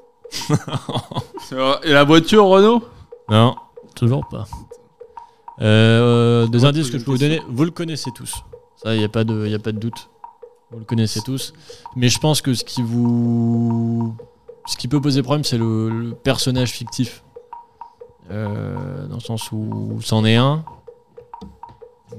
Speaker 2: Et la voiture, Renault
Speaker 1: Non, toujours pas. Euh, des
Speaker 2: Moi,
Speaker 1: indices
Speaker 2: je
Speaker 1: que je peux
Speaker 2: pose
Speaker 1: vous
Speaker 2: une
Speaker 1: donner, vous le connaissez tous. Ça, il n'y a, pas de- y a pas de doute. Vous le connaissez tous. Mais je pense que ce qui vous. Ce qui peut poser problème, c'est le, le personnage fictif. Euh, dans le sens où c'en est un,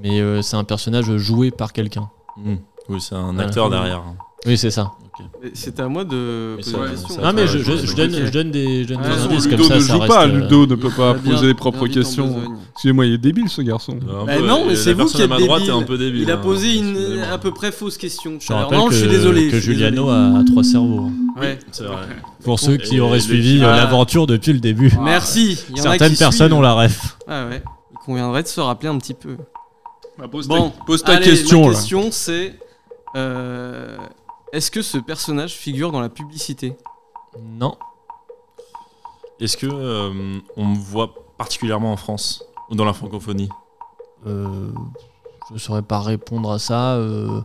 Speaker 1: mais euh, c'est un personnage joué par quelqu'un.
Speaker 4: Hmm. Oui, c'est un
Speaker 1: Voilà.
Speaker 4: acteur derrière. hein.
Speaker 1: Oui, c'est ça.
Speaker 6: Mais C'est à moi de
Speaker 4: Mais
Speaker 6: poser
Speaker 4: ça-
Speaker 6: la
Speaker 4: ça-
Speaker 6: question.
Speaker 4: ça-
Speaker 1: Non, Ah, mais je,
Speaker 4: je-
Speaker 1: je- je
Speaker 4: ok.
Speaker 1: donne, je donne des, je donne
Speaker 6: Ah,
Speaker 1: des
Speaker 6: non,
Speaker 1: indices
Speaker 2: Ludo
Speaker 1: comme ça.
Speaker 2: ne
Speaker 1: ça
Speaker 2: joue
Speaker 1: reste,
Speaker 2: pas,
Speaker 1: euh,
Speaker 2: Ludo ne peut pas
Speaker 6: Il a bien-
Speaker 2: poser les
Speaker 6: bien
Speaker 2: propres
Speaker 6: vite en
Speaker 2: questions.
Speaker 6: besogne.
Speaker 2: Excusez-moi, il est débile ce garçon.
Speaker 4: Un
Speaker 6: Bah
Speaker 4: peu,
Speaker 6: non, mais
Speaker 4: euh,
Speaker 6: c'est
Speaker 4: la
Speaker 6: vous qui
Speaker 4: personne à
Speaker 6: êtes
Speaker 4: ma droite est
Speaker 6: débile.
Speaker 4: un peu débile.
Speaker 6: Il a
Speaker 4: hein,
Speaker 6: posé une
Speaker 4: excusez-moi.
Speaker 6: à peu près fausse question. tout
Speaker 1: Je
Speaker 6: à l'heure.
Speaker 1: rappelle
Speaker 6: Non,
Speaker 1: que,
Speaker 6: je suis désolé.
Speaker 1: que
Speaker 6: je suis désolé.
Speaker 1: Juliano a trois cerveaux.
Speaker 6: Ouais.
Speaker 4: C'est vrai.
Speaker 1: Pour ceux qui
Speaker 4: Et
Speaker 1: auraient
Speaker 4: les-
Speaker 1: suivi euh,
Speaker 6: Ah.
Speaker 1: l'aventure depuis le début.
Speaker 6: Merci. Il y en a
Speaker 9: Certaines
Speaker 6: qui
Speaker 9: personnes
Speaker 6: suivent.
Speaker 9: ont la ref.
Speaker 6: Ah ouais. Il conviendrait de se rappeler un petit peu.
Speaker 2: Bah, pose
Speaker 6: Bon,
Speaker 2: ta, pose ta
Speaker 6: Allez,
Speaker 2: question,
Speaker 6: ma
Speaker 2: là.
Speaker 6: question c'est euh, est-ce que ce personnage figure dans la publicité
Speaker 1: Non.
Speaker 4: Est-ce que euh, on me voit particulièrement en France ou dans la francophonie
Speaker 1: Euh, je ne saurais pas répondre à ça. euh,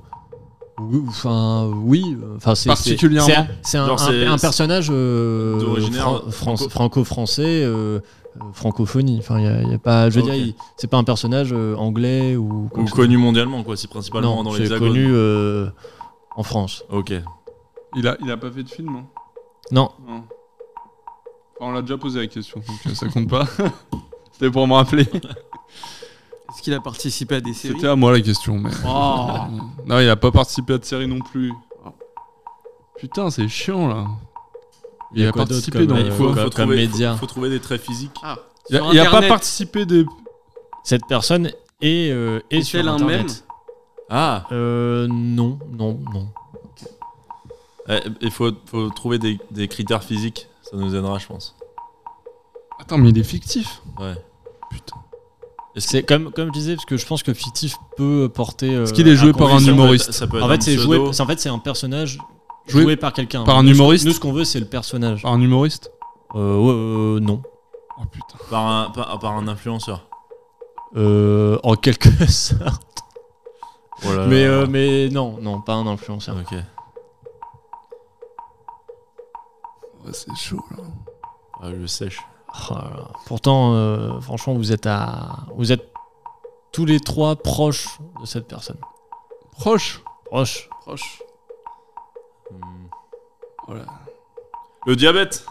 Speaker 1: oui, enfin, oui. euh, Enfin, c'est c'est-
Speaker 2: Particulièrement.
Speaker 1: c'est un- C'est un,
Speaker 4: Genre, c'est-
Speaker 1: un- un personnage euh,
Speaker 4: D'originaire
Speaker 1: fran- france-
Speaker 4: franco-
Speaker 1: franco-français, euh, euh, francophonie. Enfin, il y a, il y a pas. Je veux
Speaker 4: Ok.
Speaker 1: dire, il- c'est pas un personnage euh, anglais ou.
Speaker 4: Ou connu mondialement, quoi, c'est principalement
Speaker 1: Non,
Speaker 4: dans
Speaker 1: c'est
Speaker 4: l'hexagone.
Speaker 1: connu euh, en France.
Speaker 4: Ok.
Speaker 2: Il a, il a pas fait de film hein
Speaker 1: Non.
Speaker 2: Non. Enfin, on l'a déjà posé la question, donc euh, ça compte pas. C'était pour me rappeler.
Speaker 6: Est-ce qu'il a participé à des séries
Speaker 2: C'était à moi la question, mais.
Speaker 6: Oh.
Speaker 2: Non, il a pas participé à de série non plus. Putain, c'est chiant là. Il, a
Speaker 1: quoi d'autre
Speaker 2: participé
Speaker 1: comme,
Speaker 2: dans
Speaker 1: euh,
Speaker 4: Il faut,
Speaker 1: comme-
Speaker 4: faut
Speaker 1: comme
Speaker 4: trouver,
Speaker 1: média.
Speaker 4: faut- faut trouver des traits physiques.
Speaker 6: Ah,
Speaker 2: Il a,
Speaker 6: Sur
Speaker 2: il a pas
Speaker 6: Internet.
Speaker 2: participé des.
Speaker 1: Cette personne est, euh, est
Speaker 6: Est-elle
Speaker 1: sur
Speaker 6: un
Speaker 1: Internet.
Speaker 6: mème
Speaker 4: Ah
Speaker 1: Euh, non, non, non.
Speaker 4: Eh, Il faut, faut trouver des, des critères physiques, ça nous aidera, je pense.
Speaker 2: Attends, mais il est fictif.
Speaker 4: Ouais.
Speaker 1: C'est comme, comme je disais, parce que je pense que fictif peut porter. euh,
Speaker 2: qu'il est joué
Speaker 1: à
Speaker 2: par un
Speaker 1: condition-
Speaker 2: humoriste.
Speaker 4: Ça peut être
Speaker 1: En fait, c'est joué.
Speaker 4: pseudo.
Speaker 1: c'est- En fait, c'est un personnage
Speaker 2: Joué
Speaker 1: joué, par quelqu'un.
Speaker 2: par un
Speaker 1: Nous, ce-
Speaker 2: humoriste
Speaker 1: Nous, ce qu'on veut, c'est le personnage.
Speaker 2: Par un humoriste
Speaker 1: Euh, ouais, euh, non.
Speaker 2: Oh putain.
Speaker 4: Par un, par, par un influenceur.
Speaker 1: Euh, en quelque sorte.
Speaker 4: Oh là
Speaker 1: Mais,
Speaker 4: là.
Speaker 1: euh, mais non, non, pas un influenceur.
Speaker 4: Ok.
Speaker 2: Ouais, c'est chaud là.
Speaker 4: Ah, je sèche.
Speaker 1: Oh là là. Pourtant, euh, franchement, vous êtes à, vous êtes tous les trois proches de cette personne.
Speaker 2: Proche
Speaker 1: Proches.
Speaker 6: Proche.
Speaker 4: Hmm.
Speaker 6: Voilà.
Speaker 4: Le diabète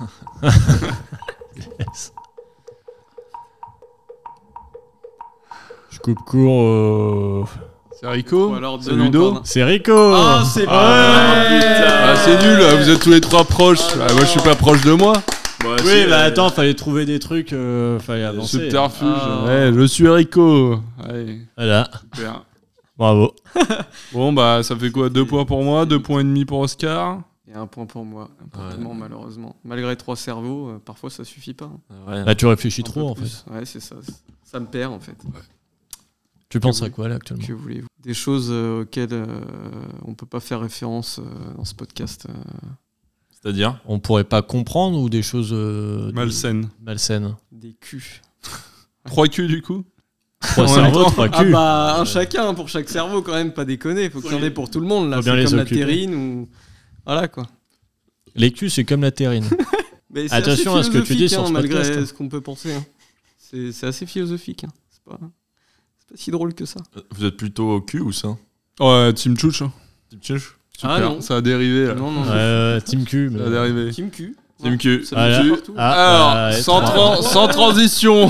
Speaker 1: Je coupe court. euh,
Speaker 2: C'est Rico
Speaker 6: Ou alors
Speaker 2: C'est
Speaker 6: donne
Speaker 2: Ludo
Speaker 6: encore un-
Speaker 10: C'est Rico
Speaker 1: Oh.
Speaker 6: Ah, c'est
Speaker 4: Ah,
Speaker 6: pas vrai.
Speaker 4: putain.
Speaker 2: Ah, c'est nul, là, vous êtes tous les trois proches. Ah, moi, je suis pas proche de moi.
Speaker 4: Ouais,
Speaker 10: Oui,
Speaker 4: c'est-
Speaker 10: bah attends, fallait trouver des trucs, euh, fallait avancer.
Speaker 2: Subterfuge.
Speaker 6: Ah.
Speaker 2: Ouais, je suis Rico. Ouais,
Speaker 1: Voilà.
Speaker 2: super.
Speaker 1: Bravo.
Speaker 2: Bon, bah, ça fait quoi Deux points pour moi, deux points et demi pour Oscar.
Speaker 6: Il y a un point pour moi, un point
Speaker 4: Ouais.
Speaker 6: pour moi, malheureusement. Malgré trois cerveaux, euh, parfois ça suffit pas. hein.
Speaker 4: euh, Ouais.
Speaker 1: Là, Bah, tu réfléchis
Speaker 6: Un
Speaker 1: trop
Speaker 6: peu
Speaker 1: Euh, en fait.
Speaker 6: plus. Ouais, c'est ça. c'est- Ça me perd en fait.
Speaker 1: Tu penses à quoi là actuellement
Speaker 6: Que voulez-vous Des choses euh, auxquelles euh, on peut pas faire référence euh, dans ce podcast. euh.
Speaker 4: C'est-à-dire
Speaker 1: On pourrait pas comprendre ou des choses euh,
Speaker 2: Malsaine.
Speaker 1: malsaines.
Speaker 6: des culs.
Speaker 2: Trois culs, du coup
Speaker 1: Trois
Speaker 2: En même
Speaker 1: cerveaux,
Speaker 2: temps-
Speaker 1: trois
Speaker 6: Ah
Speaker 1: culs.
Speaker 6: bah un chacun pour chaque cerveau quand même, pas déconner. Faut qu'il y en ait pour tout le monde là.
Speaker 10: Faut bien
Speaker 6: C'est
Speaker 10: les
Speaker 6: comme la
Speaker 10: occuper.
Speaker 6: terrine ou voilà quoi.
Speaker 1: Les culs, c'est comme la terrine.
Speaker 6: Mais c'est
Speaker 1: Attention
Speaker 6: assez
Speaker 1: à ce que tu dis
Speaker 6: philosophique,
Speaker 1: sur
Speaker 6: hein,
Speaker 1: ce
Speaker 6: malgré
Speaker 1: podcast, hein.
Speaker 6: ce qu'on peut penser. hein. C'est c'est assez philosophique. hein. C'est pas, c'est pas si drôle que ça.
Speaker 4: euh, Vous êtes plutôt au cul ou ça
Speaker 2: Ouais, Team Chouch. hein.
Speaker 4: Type tchouche
Speaker 2: Super.
Speaker 6: Ah, non.
Speaker 2: Ça a dérivé, là.
Speaker 6: Non non.
Speaker 1: Ouais, ouais, team cul. mais-
Speaker 2: Ça a dérivé.
Speaker 6: Team Q.
Speaker 4: Team Q.
Speaker 6: Ça
Speaker 1: Ah,
Speaker 6: me
Speaker 1: là.
Speaker 6: suit partout.
Speaker 1: Ah,
Speaker 2: Alors,
Speaker 1: ouais,
Speaker 2: sans,
Speaker 1: ça-
Speaker 2: tran- sans transition.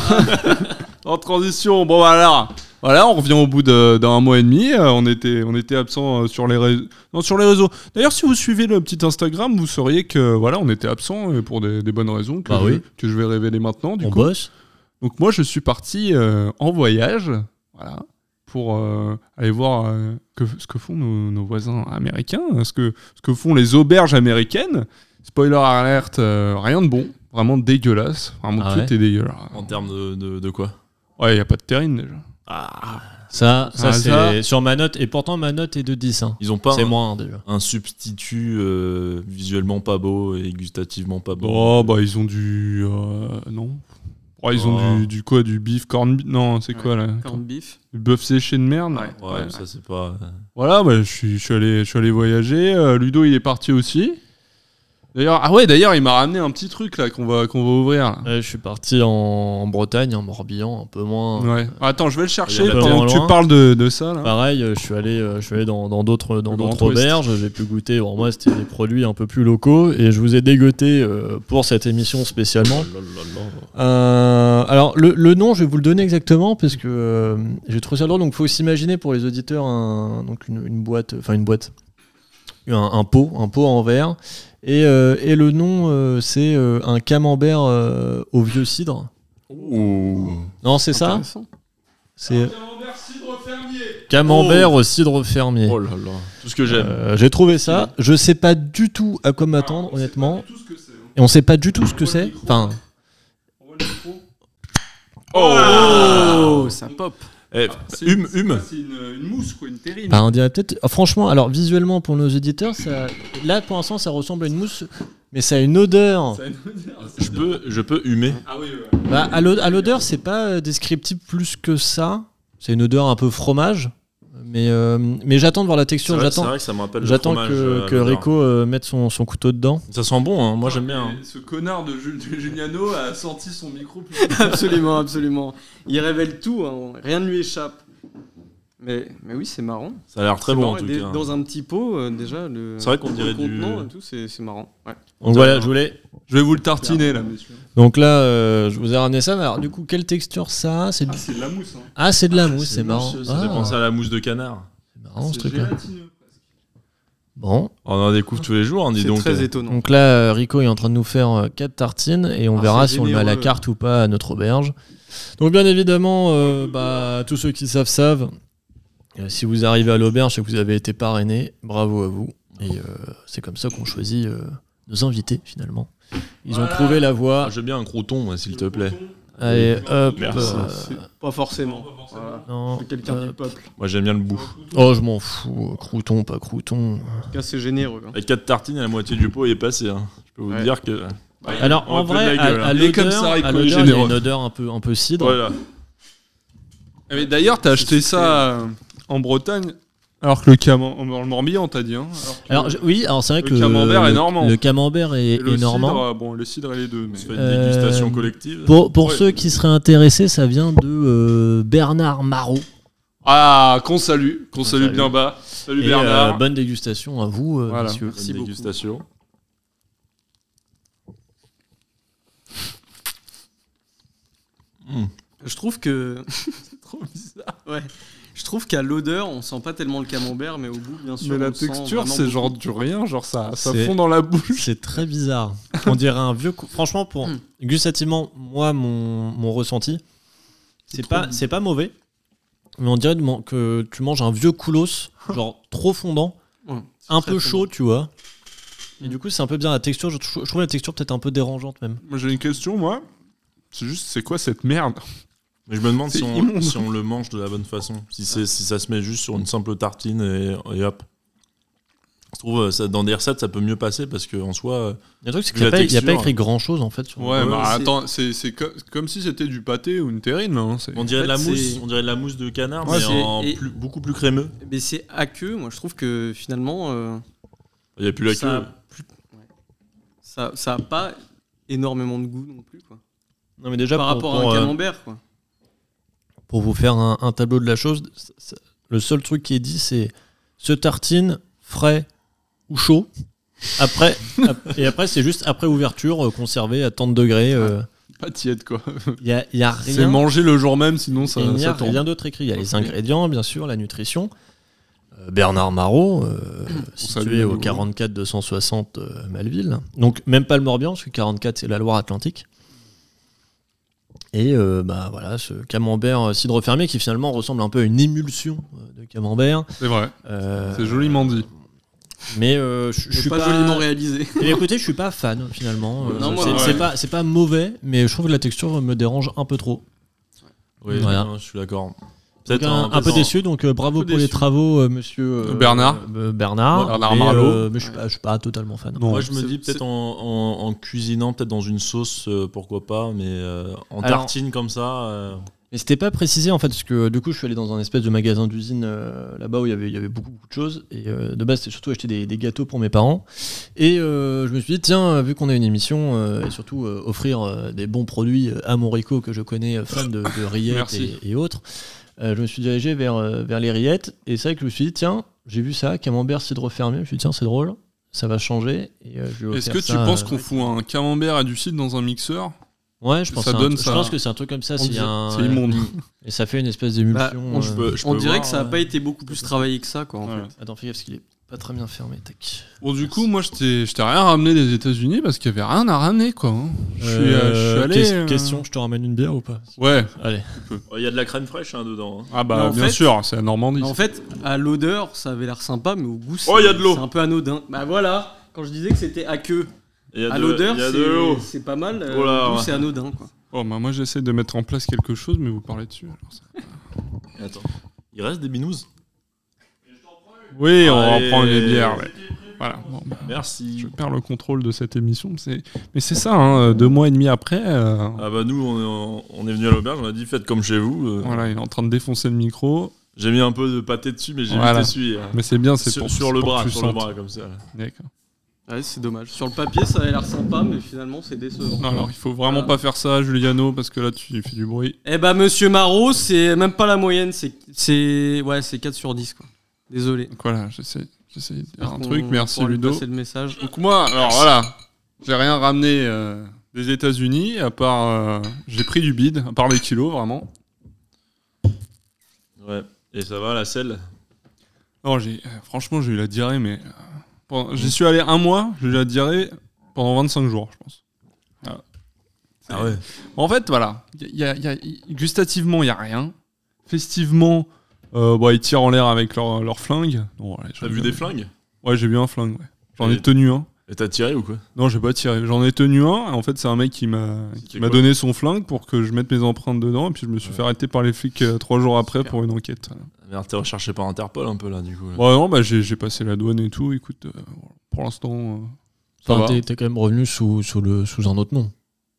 Speaker 2: sans transition. Bon, bah, alors, voilà, on revient au bout de- d'un mois et demi. Euh, On était, on était absent euh, sur les réseaux. Non, sur les réseaux. D'ailleurs, si vous suivez le petit Instagram, vous sauriez que voilà, on était absent euh, pour des, des bonnes raisons que,
Speaker 1: Bah
Speaker 2: je,
Speaker 1: oui.
Speaker 2: que je vais révéler maintenant. Du
Speaker 1: On
Speaker 2: coup.
Speaker 1: bosse
Speaker 2: Donc moi, je suis parti euh, en voyage, voilà, pour euh, aller voir euh, que- ce que font nos, nos voisins américains, euh, ce que, ce que font les auberges américaines. Spoiler alerte, euh, rien de bon, vraiment dégueulasse, vraiment
Speaker 1: Ah
Speaker 2: tout est dégueulasse.
Speaker 4: En termes de, de, de quoi
Speaker 2: Ouais, il y a pas de terrine déjà.
Speaker 1: Ça, ça
Speaker 2: Ah,
Speaker 1: c'est
Speaker 2: ça.
Speaker 1: sur ma note. Et pourtant, ma note est de 10. hein.
Speaker 4: Ils ont pas
Speaker 1: C'est
Speaker 4: un,
Speaker 1: moins hein, déjà.
Speaker 4: un substitut euh, visuellement pas beau et gustativement pas beau.
Speaker 2: Oh bah ils ont du euh, non. Ouais, ils ont
Speaker 4: Oh.
Speaker 2: du, du quoi Du beef corn non, c'est quoi là
Speaker 6: Corned beef.
Speaker 2: Du bœuf séché de merde.
Speaker 4: Ouais, mais ça c'est pas. euh,
Speaker 2: Voilà, bah, je, suis, je, suis allé, je suis allé voyager. euh, Ludo, il est parti aussi. D'ailleurs, ah ouais, d'ailleurs, il m'a ramené un petit truc là qu'on va, qu'on va ouvrir. là.
Speaker 1: Ouais, Euh, je suis parti en, en Bretagne, en Morbihan, un peu moins.
Speaker 2: Ouais. Attends, je vais le chercher
Speaker 4: Ah. Il y a Ah. pas
Speaker 2: pendant
Speaker 1: tellement
Speaker 2: que tu
Speaker 1: loin.
Speaker 2: parles de, de ça là.
Speaker 1: Pareil, euh, je suis allé, euh, je suis allé dans dans d'autres dans
Speaker 2: Le Grand
Speaker 1: d'autres
Speaker 2: Ouest.
Speaker 1: auberges. J'ai pu goûter. Bon, moi, c'était des produits un peu plus locaux et je vous ai dégoté euh, pour cette émission spécialement. Euh, alors le, le nom, je vais vous le donner exactement parce que euh, j'ai trouvé ça drôle. Donc, faut s'imaginer pour les auditeurs un- donc une, une boîte, enfin une boîte, un, un pot, un pot en verre. Et, euh, et le nom, euh, c'est euh, un camembert euh, au vieux cidre. Non, c'est ça.
Speaker 6: Intéressant.
Speaker 1: C'est camembert au cidre fermier.
Speaker 4: Oh là là. Tout ce que j'aime.
Speaker 1: Euh, J'ai trouvé ça. Je sais pas du tout à quoi m'attendre, honnêtement. Et on sait pas du tout ce que c'est. Enfin, Ah.
Speaker 6: Oh, ça pop.
Speaker 4: Eh, hume, hume.
Speaker 2: C'est une, mousse quoi, une terrine.
Speaker 1: bah, on dirait peut-être. ah, Franchement, alors visuellement pour nos auditeurs, ça... là pour l'instant, ça ressemble à une mousse, mais ça a une odeur.
Speaker 4: Je peux, je peux humer.
Speaker 2: Ah oui,
Speaker 1: Bah, à l'o- à l'odeur, c'est pas euh, descriptif plus que ça. C'est une odeur un peu fromage, mais euh, mais j'attends de voir la
Speaker 4: C'est
Speaker 1: texture.
Speaker 4: vrai, c'est
Speaker 1: J'attends.
Speaker 4: vrai que ça me rappelle le
Speaker 1: J'attends
Speaker 4: fromage,
Speaker 1: que,
Speaker 4: euh,
Speaker 1: que
Speaker 4: à l'odeur.
Speaker 1: Rico euh, mette son, son couteau dedans.
Speaker 4: Ça sent bon, hein. moi j'aime bien. hein.
Speaker 2: Ce connard de, Juliano a sorti son micro.
Speaker 6: absolument, absolument. Il révèle tout, hein, rien ne lui échappe. Mais, mais oui, c'est marrant.
Speaker 4: Ça a l'air très
Speaker 6: C'est
Speaker 4: bon
Speaker 6: marrant,
Speaker 4: en tout
Speaker 6: des-
Speaker 4: cas.
Speaker 6: Dans un petit pot, euh, déjà, le,
Speaker 4: C'est vrai qu'on dirait
Speaker 6: le contenant
Speaker 4: du-
Speaker 6: et tout, c'est c'est marrant. Ouais.
Speaker 1: Donc voilà, je voulais
Speaker 2: Je vais vous le tartiner là, messieurs.
Speaker 1: Donc là, euh, je vous ai ramené ça. Mais alors, du coup, quelle texture ça a C'est du-
Speaker 2: c'est de la mousse. Hein.
Speaker 1: Ah, c'est de la mousse, c'est marrant.
Speaker 4: Ça fait
Speaker 1: Ah,
Speaker 4: penser à la mousse de canard.
Speaker 1: c'est
Speaker 6: Ah,
Speaker 1: marrant ce truc-là. Bon,
Speaker 4: On en découvre tous les jours, on dit
Speaker 6: Ah. C'est
Speaker 4: donc.
Speaker 6: très
Speaker 4: euh,
Speaker 6: étonnant.
Speaker 1: donc là, euh, Rico est en train de nous faire euh, quatre tartines et on
Speaker 6: Ah,
Speaker 1: verra
Speaker 6: c'est
Speaker 1: si on le met à la
Speaker 6: généreux.
Speaker 1: carte ou pas à notre auberge. Donc, bien évidemment, euh, bah, tous ceux qui savent, savent. Euh, si vous arrivez à l'auberge et que vous avez été parrainé, bravo à vous. Et euh, c'est comme ça qu'on choisit euh, nos invités finalement. Ils ont trouvé la voie.
Speaker 4: ah, j'ai bien un crouton, moi, s'il te plaît.
Speaker 1: Allez, hop.
Speaker 4: Merci.
Speaker 1: euh,
Speaker 6: Pas forcément. Voilà.
Speaker 1: non,
Speaker 6: C'est quelqu'un
Speaker 1: hop.
Speaker 6: du peuple.
Speaker 4: Moi j'aime bien le bout.
Speaker 1: Oh, je m'en fous. Crouton, pas crouton.
Speaker 6: En tout cas, c'est généreux. hein.
Speaker 4: Les 4 tartines et la moitié du pot est passée. hein. Je peux vous
Speaker 6: Ouais.
Speaker 4: dire que.
Speaker 1: Alors,
Speaker 4: on
Speaker 1: en
Speaker 4: va te
Speaker 1: vrai,
Speaker 4: la gueule,
Speaker 1: à, à
Speaker 4: hein.
Speaker 2: Il est comme
Speaker 1: l'odeur,
Speaker 2: ça, Rico,
Speaker 1: à
Speaker 2: il est
Speaker 1: l'odeur, il y a
Speaker 2: généreux.
Speaker 1: une odeur un peu, un peu cidre.
Speaker 4: Voilà.
Speaker 2: Ah, Mais d'ailleurs, t'as acheté ça euh, en Bretagne, alors que le camembert, en Morbihan, t'as dit. Hein, que
Speaker 1: Alors, je- oui, alors c'est vrai
Speaker 2: le
Speaker 1: que
Speaker 2: camembert
Speaker 1: le,
Speaker 2: est normand.
Speaker 1: le camembert est,
Speaker 2: et le
Speaker 1: est normand.
Speaker 2: cidre, euh, bon, le cidre et les deux. Mais...
Speaker 4: On se fait une
Speaker 1: Euh,
Speaker 4: dégustation collective.
Speaker 1: Pour, pour
Speaker 2: Ouais.
Speaker 1: ceux qui seraient intéressés, ça vient de euh, Bernard Marot.
Speaker 2: Ah, qu'on salue, qu'on salue
Speaker 1: salue.
Speaker 2: bien bas. Salut
Speaker 1: Et,
Speaker 2: Bernard.
Speaker 1: euh, bonne dégustation à vous, euh,
Speaker 2: Voilà.
Speaker 1: messieurs.
Speaker 4: Bonne dégustation.
Speaker 6: Je trouve que. c'est trop bizarre. Ouais. Je trouve qu'à l'odeur, on sent pas tellement le camembert, mais au bout, bien sûr.
Speaker 2: Mais
Speaker 6: on
Speaker 2: la
Speaker 6: le sent
Speaker 2: texture,
Speaker 6: vraiment
Speaker 2: c'est
Speaker 6: beaucoup.
Speaker 2: genre du rien, genre ça, ça
Speaker 1: C'est-
Speaker 2: fond dans la bouche.
Speaker 1: C'est très bizarre. On dirait un vieux. cou- Franchement, pour
Speaker 6: Hmm.
Speaker 1: gustativement, moi, mon, mon ressenti, c'est pas, c'est pas mauvais. Mais on dirait de man- que tu manges un vieux coulos, genre trop fondant,
Speaker 6: Ouais, c'est
Speaker 1: un
Speaker 6: très
Speaker 1: peu
Speaker 6: très
Speaker 1: chaud,
Speaker 6: bon.
Speaker 1: tu vois. Et
Speaker 6: Hmm.
Speaker 1: du coup, c'est un peu bien la texture. Je, trou- je trouve la texture peut-être un peu dérangeante même.
Speaker 2: Moi, j'ai une question, moi. C'est juste, c'est quoi cette merde
Speaker 4: Mais je me demande
Speaker 2: C'est
Speaker 4: si on,
Speaker 2: immonde.
Speaker 4: si on le mange de la bonne façon. Si, c'est- si ça se met juste sur une simple tartine et, et hop. Je trouve euh, ça, dans des recettes, ça peut mieux passer parce qu'en soi, euh,
Speaker 1: Le truc, c'est qu'il
Speaker 4: La
Speaker 1: n'y a, pas- il y a pas
Speaker 4: texture. hein.
Speaker 1: écrit grand chose en fait. Sur
Speaker 2: Ouais,
Speaker 4: Ouais,
Speaker 2: bah
Speaker 6: c'est-
Speaker 2: attends, c'est c'est co- comme si c'était du pâté ou une terrine. Hein, c'est-
Speaker 4: on dirait de
Speaker 6: fait,
Speaker 4: la mousse,
Speaker 6: c'est-
Speaker 4: on dirait de la mousse de canard,
Speaker 6: Ouais,
Speaker 4: mais
Speaker 6: c'est-
Speaker 4: en
Speaker 6: et-
Speaker 4: plus- beaucoup plus crémeux.
Speaker 6: Mais c'est aqueux, moi, je trouve que finalement. euh,
Speaker 4: Il n'y a plus la
Speaker 6: ça, a
Speaker 4: queue.
Speaker 6: plus- ouais. ça, ça a pas énormément de goût non plus, quoi.
Speaker 1: Non, mais déjà,
Speaker 6: Par
Speaker 1: pour-
Speaker 6: rapport
Speaker 1: pour,
Speaker 6: à un
Speaker 1: euh,
Speaker 6: camembert, quoi.
Speaker 1: pour vous faire un, un tableau de la chose, c- c- le seul truc qui est dit, c'est se tartine frais ou chaud. Après, ap- et après, c'est juste après ouverture, euh, conservé à tant de degrés. euh,
Speaker 2: Pas tiède, quoi.
Speaker 1: Il y a, il y a
Speaker 2: C'est
Speaker 1: rien.
Speaker 2: manger le jour même, sinon ça,
Speaker 1: il n'y
Speaker 2: ça
Speaker 1: a
Speaker 2: tombe.
Speaker 1: rien d'autre écrit. Il y a les
Speaker 2: Ok.
Speaker 1: ingrédients, bien sûr, la nutrition. Euh, Bernard Marot, euh,
Speaker 2: salue
Speaker 1: situé
Speaker 2: à
Speaker 1: au
Speaker 2: nouveau.
Speaker 1: 44 260 euh, Malville. Donc même pas le Morbihan, parce que 44 c'est la Loire-Atlantique. Et euh, bah voilà, ce camembert euh, cidre fermé qui finalement ressemble un peu à une émulsion euh, de camembert.
Speaker 2: C'est vrai,
Speaker 1: Euh,
Speaker 2: c'est joliment dit.
Speaker 1: Mais euh, je je
Speaker 6: Je
Speaker 1: suis
Speaker 6: pas,
Speaker 1: pas.
Speaker 6: joliment réalisé.
Speaker 1: Eh bien, écoutez, je suis pas fan finalement. Euh,
Speaker 6: Non, moi,
Speaker 1: c'est
Speaker 6: ouais.
Speaker 1: c'est pas, c'est pas mauvais, mais je trouve que la texture me dérange un peu trop.
Speaker 4: Oui,
Speaker 1: Voilà.
Speaker 4: non, je suis d'accord.
Speaker 1: Donc,
Speaker 4: Peut-être
Speaker 1: un, un peu déçu, donc euh, bravo
Speaker 6: Un peu
Speaker 1: pour les
Speaker 6: déçu.
Speaker 1: travaux, euh, monsieur euh,
Speaker 2: Bernard.
Speaker 1: euh, Bernard.
Speaker 2: Bernard
Speaker 1: mais,
Speaker 2: Marlot.
Speaker 1: euh, mais je suis pas, je suis pas totalement fan.
Speaker 4: Moi, je me
Speaker 6: C'est-
Speaker 4: dis peut-être en, en- en cuisinant, peut-être dans une sauce, euh, pourquoi pas, mais euh, en
Speaker 1: Alors-
Speaker 4: tartine comme ça. euh,
Speaker 1: Mais c'était pas précisé en fait, parce que du coup, je suis allé dans un espèce de magasin d'usine euh, là-bas où il y avait- il y avait beaucoup, beaucoup de choses. Et euh, de base, c'était surtout acheter des, des gâteaux pour mes parents. Et euh, je me suis dit, tiens, euh, vu qu'on a une émission, euh, et surtout euh, offrir euh, des bons produits euh, à mon Rico que je connais, euh, fan de, de rillettes
Speaker 2: Merci.
Speaker 1: et, et autres, euh, je me suis dirigé vers, euh, vers les rillettes. Et c'est vrai que je me suis dit, tiens, j'ai vu ça, camembert cidre fermé. Je me suis dit, tiens, c'est drôle, ça va changer. Et, euh, je vais
Speaker 2: Est-ce que
Speaker 1: offrir
Speaker 2: tu
Speaker 1: ça,
Speaker 2: penses
Speaker 1: euh,
Speaker 2: qu'on fout un camembert et du cidre dans un mixeur
Speaker 1: Ouais, je pense,
Speaker 2: ça
Speaker 1: à un
Speaker 2: donne
Speaker 1: truc-
Speaker 2: ça.
Speaker 1: je pense que c'est un truc comme ça.
Speaker 2: On
Speaker 1: s'il y a
Speaker 2: dit-
Speaker 1: un-
Speaker 2: C'est immonde.
Speaker 1: Et ça fait une espèce d'émulsion.
Speaker 6: Bah, on-
Speaker 1: euh,
Speaker 4: je peux- je
Speaker 6: On
Speaker 4: peux
Speaker 6: dirait
Speaker 4: voir,
Speaker 6: que ça a
Speaker 4: euh,
Speaker 6: pas été beaucoup plus travaillé que ça, quoi. En
Speaker 2: Ouais.
Speaker 6: fait.
Speaker 1: Attends, fais gaffe parce qu'il est pas très bien fermé. Tac.
Speaker 2: Bon, du coup, moi, je t'ai je t'ai rien ramené des États-Unis parce qu'il y avait rien à ramener, quoi. hein. Je suis, euh, je suis allé. euh,
Speaker 1: Question, je te ramène une bière ou pas
Speaker 2: Ouais,
Speaker 1: Allez.
Speaker 4: Il y a de la crème fraîche hein, dedans. hein.
Speaker 2: ah
Speaker 6: Mais
Speaker 2: bah,
Speaker 6: en
Speaker 2: bien
Speaker 6: fait-
Speaker 2: sûr, c'est la Normandie.
Speaker 6: Mais En fait, à l'odeur, ça avait l'air sympa, mais au goût, c'est
Speaker 4: Oh, il y a de l'eau.
Speaker 6: c'est un peu anodin. Bah voilà, quand je disais que c'était aqueux,
Speaker 4: Et il y a
Speaker 6: à
Speaker 4: de-
Speaker 6: l'odeur,
Speaker 4: il y a de l'eau.
Speaker 6: c'est- c'est pas mal. euh,
Speaker 4: Oh là,
Speaker 6: au goût,
Speaker 4: ouais.
Speaker 6: c'est anodin, quoi.
Speaker 2: Oh, bah, moi, j'essaie de mettre en place quelque chose, mais vous parlez dessus. alors ça-
Speaker 4: Attends. Il reste des binous
Speaker 2: Oui, on va
Speaker 4: Allez.
Speaker 2: en prendre les bières. ouais. Voilà. bon, bah,
Speaker 4: Merci.
Speaker 2: je perds le contrôle de cette émission. mais c'est- Mais c'est ça, hein, deux mois et demi après. euh,
Speaker 4: Ah bah nous, on est, en- on est venu à l'auberge, on a dit faites comme chez vous. euh,
Speaker 2: Voilà, il est en train de défoncer le micro.
Speaker 4: J'ai mis un peu de pâté dessus, mais j'ai
Speaker 2: Voilà.
Speaker 4: vite essuyé. hein.
Speaker 2: Mais c'est bien, c'est
Speaker 4: Sur,
Speaker 2: pour
Speaker 4: sur le
Speaker 2: pour que
Speaker 4: bras,
Speaker 2: tu
Speaker 4: sur le
Speaker 2: sentes.
Speaker 4: bras, comme ça.
Speaker 2: D'accord.
Speaker 6: Ouais, Ah, c'est dommage. Sur le papier, ça avait l'air sympa, mais finalement, c'est décevant.
Speaker 2: Non, alors il faut vraiment
Speaker 6: Voilà.
Speaker 2: pas faire ça, Juliano, parce que là tu fais du bruit.
Speaker 6: Eh bah, monsieur Marot, c'est même pas la moyenne, c'est- c'est ouais, c'est 4 sur 10, quoi. Désolé.
Speaker 2: Donc voilà, j'essaie, j'essaie de dire un
Speaker 6: On-
Speaker 2: truc.
Speaker 6: on
Speaker 2: Merci
Speaker 6: pourra lui
Speaker 2: Ludo.
Speaker 6: passer le message.
Speaker 2: Donc moi, alors voilà, j'ai rien ramené euh, des États-Unis à part, euh, j'ai pris du bide, à part les kilos vraiment.
Speaker 4: Ouais. Et ça va, la selle
Speaker 2: Non, j'ai, euh, franchement, j'ai eu la diarrhée, mais euh, pendant- j'y suis allé un mois, j'ai eu la diarrhée pendant 25 jours, je pense. Voilà.
Speaker 4: Ah ouais.
Speaker 2: En fait, voilà, Y a- y a- y a- y- gustativement, il y a rien. Festivement, euh, bah, ils tirent en l'air avec leur, leur flingue. Bon, voilà,
Speaker 4: T'as
Speaker 2: j'en ai-
Speaker 4: vu des flingues
Speaker 2: Ouais, j'ai vu un flingue, ouais. J'en
Speaker 4: Et-
Speaker 2: ai tenu un.
Speaker 4: Et t'as tiré ou quoi
Speaker 2: Non, j'ai pas tiré. J'en ai tenu un. et En fait, c'est un mec qui m'a qui
Speaker 4: C'était
Speaker 2: m'a
Speaker 4: quoi
Speaker 2: donné son flingue pour que je mette mes empreintes dedans. Et puis, je me suis fait arrêter par les flics euh, trois jours après
Speaker 4: Super.
Speaker 2: pour une enquête. Voilà.
Speaker 4: Ah Merde, t'es recherché par Interpol un peu là, du coup. là.
Speaker 2: Bon, non, bah, j'ai j'ai passé la douane et tout. Écoute, euh, pour l'instant. euh, ça
Speaker 1: Enfin,
Speaker 2: va.
Speaker 1: t'es, t'es quand même revenu sous, sous le, sous un autre nom.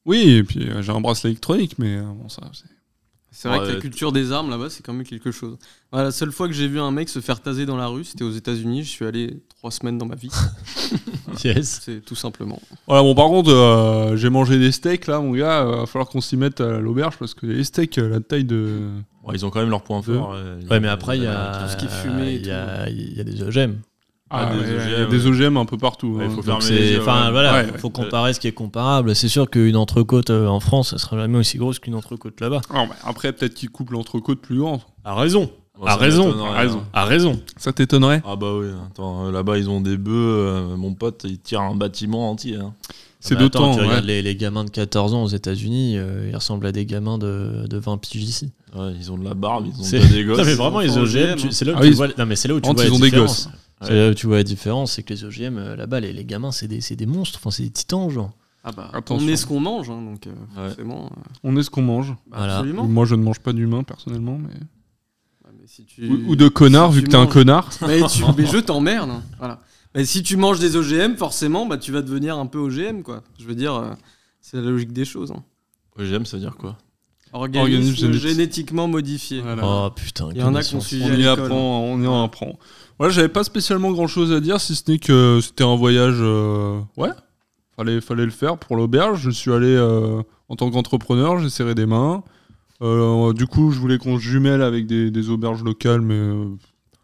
Speaker 2: Oui, et puis euh, j'ai un bracelet électronique, mais euh, bon, ça. c'est-
Speaker 6: C'est vrai
Speaker 4: Ouais,
Speaker 6: que la
Speaker 4: t-
Speaker 6: culture des armes là-bas, c'est quand même quelque chose. Voilà, la seule fois que j'ai vu un mec se faire taser dans la rue, c'était aux États-Unis. Je suis allé trois semaines dans ma vie.
Speaker 1: Yes.
Speaker 6: c'est tout simplement.
Speaker 2: Voilà, bon, par contre, euh, j'ai mangé des steaks là, mon gars. euh, va falloir qu'on s'y mette à l'auberge parce que les steaks, euh, la taille de.
Speaker 4: Ouais, ils ont quand même leur point fort. euh,
Speaker 1: Ouais, mais après, il y
Speaker 4: les
Speaker 1: a.
Speaker 4: Américains.
Speaker 6: ce qui est fumé et
Speaker 1: Il y a, il y a des OGM.
Speaker 4: Ah, des
Speaker 2: ouais,
Speaker 4: OGM,
Speaker 2: il y a
Speaker 4: ouais.
Speaker 2: des OGM un peu partout.
Speaker 4: Ouais,
Speaker 2: hein.
Speaker 4: il faut faire
Speaker 1: Donc
Speaker 4: fermer les
Speaker 1: c'est,
Speaker 4: yeux,
Speaker 1: enfin
Speaker 4: ouais.
Speaker 1: voilà,
Speaker 2: Ouais,
Speaker 1: faut comparer ce qui est comparable. C'est sûr qu'une entrecôte euh, en France, ça sera jamais aussi grosse qu'une entrecôte là-bas.
Speaker 2: Alors, bah, après, peut-être qu'ils coupent l'entrecôte plus grand.
Speaker 11: A raison,
Speaker 4: Bon,
Speaker 11: à
Speaker 1: Ah,
Speaker 4: ça
Speaker 11: raison,
Speaker 4: m'étonnerait,
Speaker 11: à raison,
Speaker 4: hein.
Speaker 11: à raison.
Speaker 2: Ça t'étonnerait
Speaker 4: Ah bah oui, attends, euh, là-bas ils ont des bœufs, euh, mon pote il tire un bâtiment entier. hein.
Speaker 2: C'est
Speaker 1: Mais bah, attends,
Speaker 2: d'autant.
Speaker 1: Tu
Speaker 2: ouais.
Speaker 1: regardes les, les gamins de 14 ans aux États-Unis, euh, ils ressemblent à des gamins de, de 20 piges ici.
Speaker 4: Ouais, ils ont de la barbe, ils ont
Speaker 1: C'est-
Speaker 4: des gosses.
Speaker 1: Non, mais vraiment, les
Speaker 6: enfants
Speaker 1: OGM,
Speaker 6: OGM,
Speaker 1: tu-
Speaker 6: hein.
Speaker 1: c'est là où
Speaker 2: Ah
Speaker 1: tu
Speaker 2: oui,
Speaker 1: vois. Non, mais c'est là où tu
Speaker 2: Entre,
Speaker 1: vois
Speaker 2: ils
Speaker 1: la
Speaker 2: ont des
Speaker 1: différence.
Speaker 2: gosses.
Speaker 1: C'est là où tu vois la différence, c'est que les OGM, euh, là-bas, les, les gamins, c'est des, c'est des monstres, enfin, c'est des titans, genre.
Speaker 6: Ah bah,
Speaker 2: Attention.
Speaker 6: on est ce qu'on mange, hein, donc euh,
Speaker 4: Ouais.
Speaker 6: forcément. euh,
Speaker 2: On est ce qu'on mange.
Speaker 6: bah,
Speaker 1: Voilà.
Speaker 6: Absolument.
Speaker 2: Moi, je ne mange pas d'humain personnellement, mais.
Speaker 6: Ouais, mais si tu-
Speaker 2: Ou, ou de connard,
Speaker 6: si
Speaker 2: vu
Speaker 6: tu
Speaker 2: que t'es un
Speaker 6: manges-
Speaker 2: connard.
Speaker 6: Mais, tu- mais je t'emmerde. hein. Voilà. Mais si tu manges des OGM, forcément, bah, tu vas devenir un peu OGM, quoi. Je veux dire, euh, c'est la logique des choses. hein.
Speaker 4: OGM, ça veut dire quoi
Speaker 6: Organisme
Speaker 2: Organisme génétique.
Speaker 6: génétiquement modifié.
Speaker 2: Ah.
Speaker 1: Oh putain,
Speaker 6: Il y en a
Speaker 1: que
Speaker 6: qui ont
Speaker 1: naissance.
Speaker 6: suivi
Speaker 2: On
Speaker 6: à
Speaker 2: y
Speaker 6: l'école.
Speaker 2: apprend, on y en apprend. Voilà, j'avais pas spécialement grand chose à dire, si ce n'est que c'était un voyage. euh, Ouais, fallait, fallait le faire pour l'auberge. Je suis allé euh, en tant qu'entrepreneur, j'ai serré des mains. Euh, du coup, je voulais qu'on se jumelle avec des, des auberges locales, mais euh,